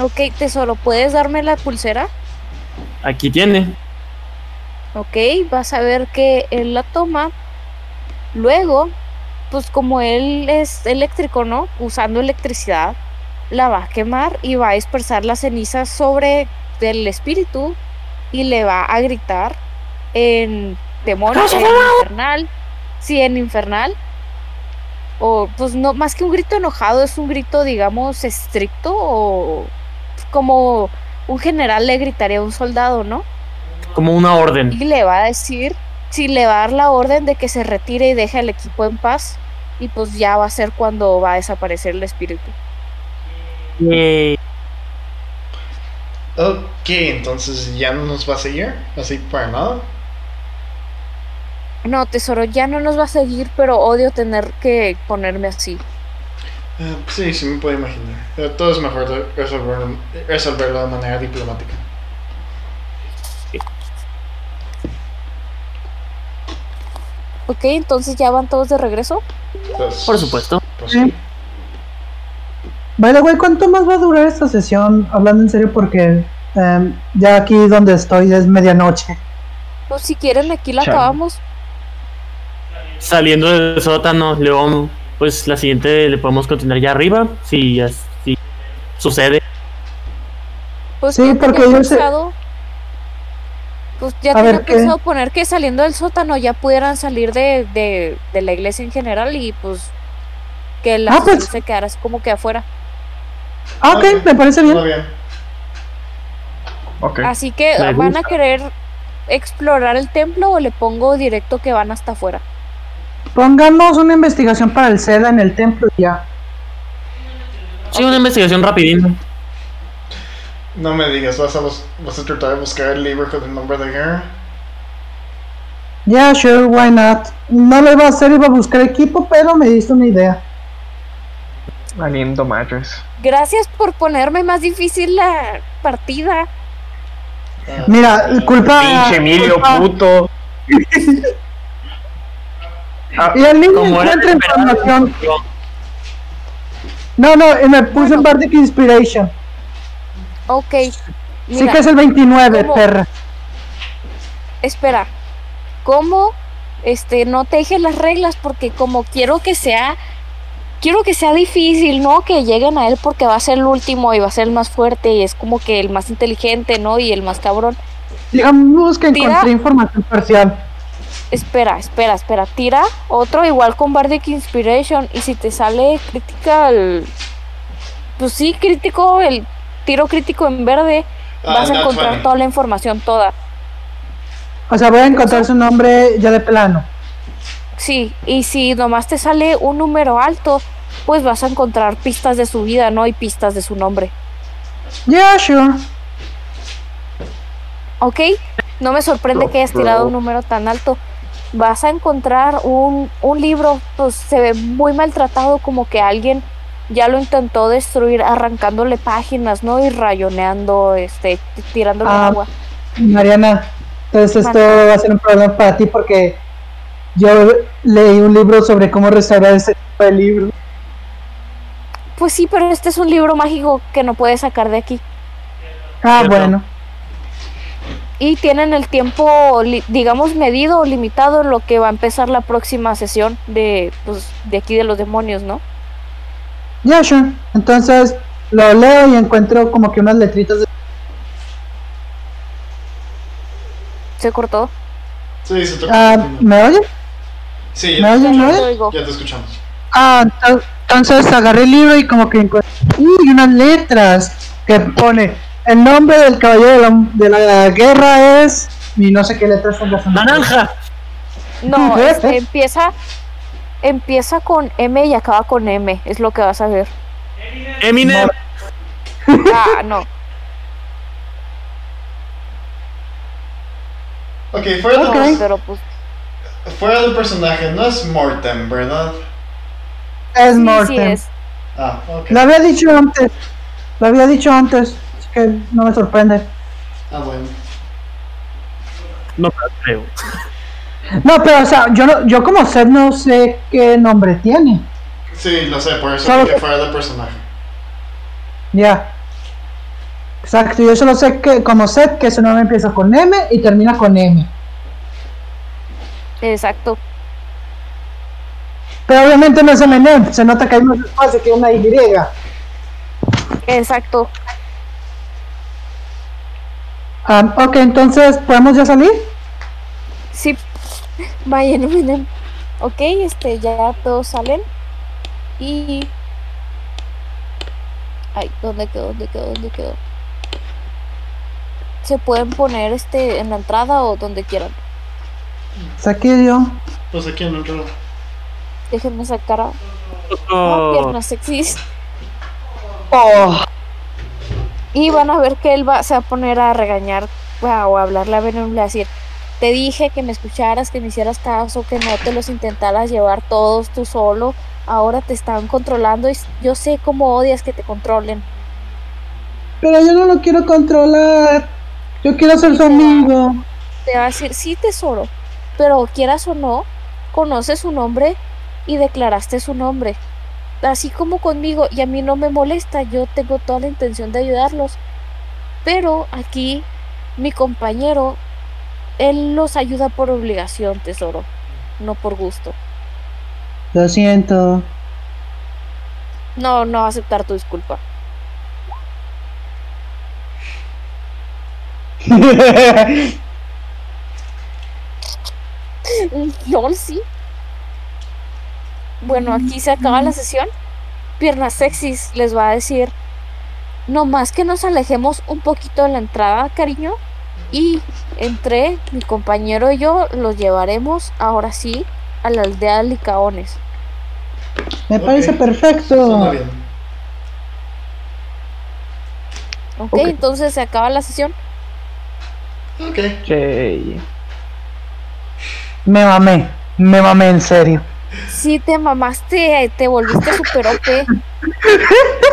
Speaker 3: Ok, tesoro, ¿puedes darme la pulsera?
Speaker 2: Aquí tiene.
Speaker 3: Ok, vas a ver que él la toma. Luego, pues como él es eléctrico, ¿no? Usando electricidad, la va a quemar y va a dispersar las cenizas sobre el espíritu y le va a gritar en demonio, en infernal. Sí, en infernal. O pues no, más que un grito enojado, es un grito, digamos, estricto o pues como un general le gritaría a un soldado, ¿no?
Speaker 2: Como una orden.
Speaker 3: y le va a decir si le va a dar la orden de que se retire y deje al equipo en paz y pues ya va a ser cuando va a desaparecer el espíritu.
Speaker 2: Yay.
Speaker 4: Ok, entonces ya no nos va a seguir, así para nada.
Speaker 3: No, tesoro, ya no nos va a seguir, pero odio tener que ponerme así.
Speaker 4: Eh, sí, sí me puedo imaginar. Pero todo es mejor de resolverlo, resolverlo de manera diplomática.
Speaker 3: Ok, entonces ya van todos de regreso.
Speaker 4: Pues,
Speaker 2: Por supuesto.
Speaker 4: pues sí.
Speaker 5: vale güey cuánto más va a durar esta sesión hablando en serio porque em, ya aquí donde estoy es medianoche
Speaker 3: Pues si quieren aquí la
Speaker 6: Chale.
Speaker 3: acabamos.
Speaker 2: Saliendo del sótano, León, pues la siguiente le podemos continuar ya arriba, si, ya- si sucede.
Speaker 3: Pues
Speaker 5: Sí,
Speaker 3: yo tenía
Speaker 5: porque yo sé-
Speaker 3: pensado- Pues ya
Speaker 5: A
Speaker 3: tenía
Speaker 5: ver, ¿qué?
Speaker 3: pensado poner que saliendo del sótano ya pudieran salir de, de, de la iglesia en general y pues que la
Speaker 5: Ah, pues-
Speaker 3: sesión se quedara así como que afuera.
Speaker 5: ah, ok me parece bien
Speaker 4: Todo bien.
Speaker 5: ¿Eh?
Speaker 6: Ok.
Speaker 3: Así que
Speaker 2: Me
Speaker 3: van a querer explorar el templo o le pongo directo que van hasta afuera.
Speaker 5: pongamos una investigación para el seda en el templo y ya
Speaker 2: Sí, una investigación rapidita.
Speaker 4: No me digas, ¿vas a, bus- vas a tratar de buscar el libro con el nombre de guerra?
Speaker 5: Yeah, sure, why not. No lo iba a hacer, iba a buscar equipo, pero me diste una idea.
Speaker 6: Valiendo madres.
Speaker 3: Gracias por ponerme más difícil la partida.
Speaker 4: Ah.
Speaker 5: Mira, culpa.
Speaker 6: Pinche Emilio,
Speaker 5: culpa-
Speaker 6: puto. Ah,
Speaker 5: Y el niño
Speaker 2: Como era
Speaker 5: encuentra
Speaker 2: de verdad,
Speaker 5: información.
Speaker 2: yo-
Speaker 5: No, no, y me puse en Bardic Inspiration.
Speaker 3: Ok.
Speaker 5: Sí
Speaker 3: Mira,
Speaker 5: que es el 29,
Speaker 3: ¿Cómo?
Speaker 5: perra.
Speaker 3: espera. ¿Cómo este no te deje las reglas? Porque como quiero que sea, quiero que sea difícil, ¿no? Que lleguen a él porque va a ser el último y va a ser el más fuerte y es como que el más inteligente, ¿no? Y el más cabrón.
Speaker 5: Digamos que
Speaker 3: Tira.
Speaker 5: encontré información parcial.
Speaker 3: Espera, espera, espera. Tira otro igual con Bardic Inspiration. Y si te sale critical. Pues sí, crítico, el tiro crítico en verde.
Speaker 4: Ah,
Speaker 3: vas a
Speaker 4: that's
Speaker 3: encontrar
Speaker 4: funny.
Speaker 3: toda la información, toda.
Speaker 5: O sea, voy a encontrar su nombre ya de plano.
Speaker 3: Sí, y si nomás te sale un número alto, pues vas a encontrar pistas de su vida, ¿no? Y pistas de su nombre.
Speaker 5: Yeah, sure.
Speaker 3: ¿Ok? No me sorprende que hayas tirado un número tan alto. Vas a encontrar un, un libro, pues se ve muy maltratado, como que alguien ya lo intentó destruir arrancándole páginas, ¿no? Y rayoneando, este, t- tirándole
Speaker 5: Ah.
Speaker 3: agua.
Speaker 5: Mariana, entonces esto
Speaker 3: Mande.
Speaker 5: va a ser un problema para ti porque yo leí un libro sobre cómo restaurar ese tipo de libro.
Speaker 3: Pues sí, pero este es un libro mágico que no puedes sacar de aquí.
Speaker 5: Ah,
Speaker 2: Cierto.
Speaker 5: bueno.
Speaker 3: Y tienen el tiempo, li- digamos, medido o limitado en lo que va a empezar la próxima sesión de, pues, de aquí de los demonios, ¿no?
Speaker 5: Yeah, sure. Entonces lo leo y encuentro como que unas letritas de...
Speaker 3: Se cortó.
Speaker 4: Sí, se tocó.
Speaker 5: Ah, ¿Me oyen?
Speaker 4: sí,
Speaker 5: ¿Me
Speaker 4: ya,
Speaker 5: oyen? ¿Me
Speaker 3: No
Speaker 5: oyen?
Speaker 3: lo oigo.
Speaker 4: ya te escuchamos.
Speaker 5: Ah, ento- entonces agarré el libro y como que encontré uy, unas letras que pone el nombre del caballero de la, de la guerra es y no sé qué letras son las
Speaker 2: ¡Naranja!
Speaker 3: No, este, empieza, empieza con M y acaba con M, es lo que vas a ver.
Speaker 2: Eminem.
Speaker 3: Ah, no.
Speaker 4: Ok, fuera,
Speaker 3: no,
Speaker 4: de-
Speaker 3: pero pues
Speaker 4: fuera del personaje, no es Mortem, ¿verdad?
Speaker 5: es
Speaker 3: sí,
Speaker 5: Mortem.
Speaker 3: sí es.
Speaker 4: Ah, ok.
Speaker 5: Lo había dicho antes. Lo había dicho antes. Así que no me sorprende.
Speaker 4: Ah, bueno.
Speaker 2: No creo.
Speaker 5: No, pero o sea, yo, no- yo como ser no sé qué nombre tiene.
Speaker 4: Sí, lo sé, por eso
Speaker 5: Solo
Speaker 4: dije
Speaker 5: que-
Speaker 4: fuera del personaje.
Speaker 5: Ya. Exacto, yo solo sé que como set que su nombre empieza con M y termina con M.
Speaker 3: Exacto.
Speaker 5: Pero obviamente no es M, se nota que hay más espacio que una Y.
Speaker 3: Exacto.
Speaker 5: Ah, ok, entonces, ¿podemos ya salir?
Speaker 3: Sí. [laughs] Vaya, no miren. Ok, este, ya todos salen. Y. Ay, ¿dónde quedó? ¿Dónde quedó? ¿Dónde quedó? Se pueden poner este en la entrada o donde quieran.
Speaker 5: Saqué yo.
Speaker 4: Pues aquí en otro lado.
Speaker 3: Déjenme sacar a. Ah,
Speaker 2: Oh,
Speaker 3: piernas sexys. Y van a ver que él va, se va a poner a regañar ah, o a hablarle a Venom y le va a decir, te dije que me escucharas, que me hicieras caso, que no te los intentaras llevar todos tú solo. Ahora te están controlando y s- yo sé cómo odias que te controlen.
Speaker 5: Pero yo no lo quiero controlar. Yo quiero ser su amigo.
Speaker 3: Te va a decir, sí tesoro, pero quieras o no, conoces su nombre y declaraste su nombre. Así como conmigo, y a mí no me molesta, yo tengo toda la intención de ayudarlos. Pero aquí mi compañero, él los ayuda por obligación, tesoro, no por gusto.
Speaker 5: Lo siento. [laughs]
Speaker 3: No, no va a aceptar tu disculpa. LOL, sí. Bueno, aquí se acaba la sesión. Piernas sexys les va a decir, nomás que nos alejemos un poquito de la entrada, cariño. Y entre mi compañero y yo los llevaremos ahora sí a la aldea de Licaones.
Speaker 5: Me
Speaker 4: Ok.
Speaker 5: parece
Speaker 4: Suena
Speaker 5: perfecto.
Speaker 4: bien.
Speaker 3: ok,
Speaker 6: Ok.
Speaker 3: entonces se acaba la sesión.
Speaker 4: Ok.
Speaker 6: Che.
Speaker 5: Me mamé, me mamé en serio.
Speaker 3: Sí, te mamaste, te volviste super OP.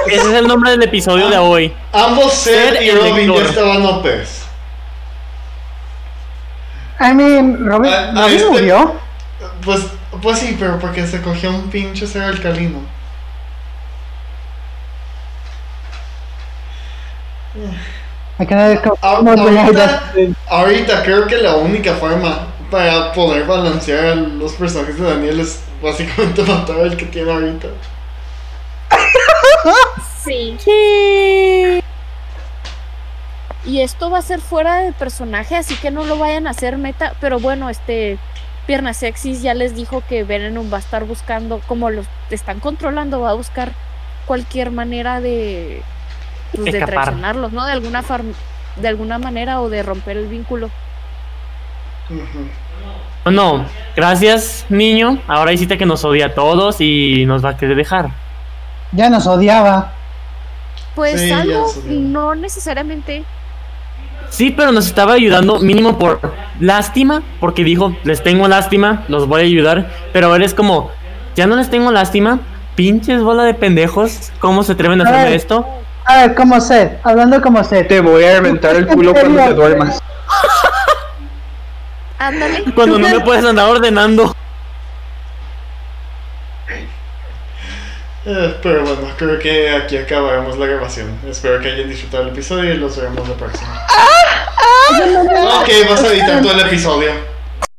Speaker 2: Ese es el nombre del episodio de hoy.
Speaker 4: Ambos Seth
Speaker 2: Ser
Speaker 4: y
Speaker 2: el
Speaker 4: Robin ya
Speaker 2: lector.
Speaker 4: estaban OPs.
Speaker 5: I mean, Robin,
Speaker 4: Ah, ah,
Speaker 5: Robin
Speaker 4: este-
Speaker 5: murió.
Speaker 4: Pues, pues sí, pero porque se cogió un pinche ser alcalino.
Speaker 5: I cannot recall-
Speaker 4: Ah,
Speaker 5: no, pues,
Speaker 4: ahorita, ahorita creo que la única forma para poder balancear a los personajes de Daniel es básicamente [laughs] matar al que tiene ahorita.
Speaker 3: Sí. Y esto va a ser fuera del personaje, así que no lo vayan a hacer meta. Pero bueno, este Piernas Sexys ya les dijo que Venom va a estar buscando, como los están controlando, va a buscar cualquier manera de, pues, de
Speaker 2: Escapar.
Speaker 3: traicionarlos, ¿no? De alguna, far- de alguna manera o de romper el vínculo.
Speaker 4: Ujú.
Speaker 2: No, no, gracias, niño. Ahora hiciste que nos odia a todos y nos va a querer dejar.
Speaker 5: ya nos odiaba.
Speaker 3: Pues
Speaker 4: Sí, ya
Speaker 3: algo,
Speaker 4: se dio.
Speaker 3: no necesariamente.
Speaker 2: Sí, pero nos estaba ayudando mínimo por lástima, porque dijo, les tengo lástima, los voy a ayudar, pero eres como, ya no les tengo lástima, pinches bola de pendejos, ¿cómo se atreven a hacerme
Speaker 5: Ay.
Speaker 2: esto?
Speaker 5: A ver, como Seth, hablando como Seth.
Speaker 6: Te voy a reventar el culo cuando te duermas.
Speaker 3: Ándale.
Speaker 2: Cuando
Speaker 5: ¿Tú
Speaker 2: no
Speaker 5: qué?
Speaker 2: me puedes andar ordenando.
Speaker 4: Eh, pero bueno, creo que aquí acabaremos la grabación. Espero que hayan disfrutado
Speaker 5: Ah,
Speaker 4: el episodio y los veremos la próxima. Ok, vas a editar todo el episodio.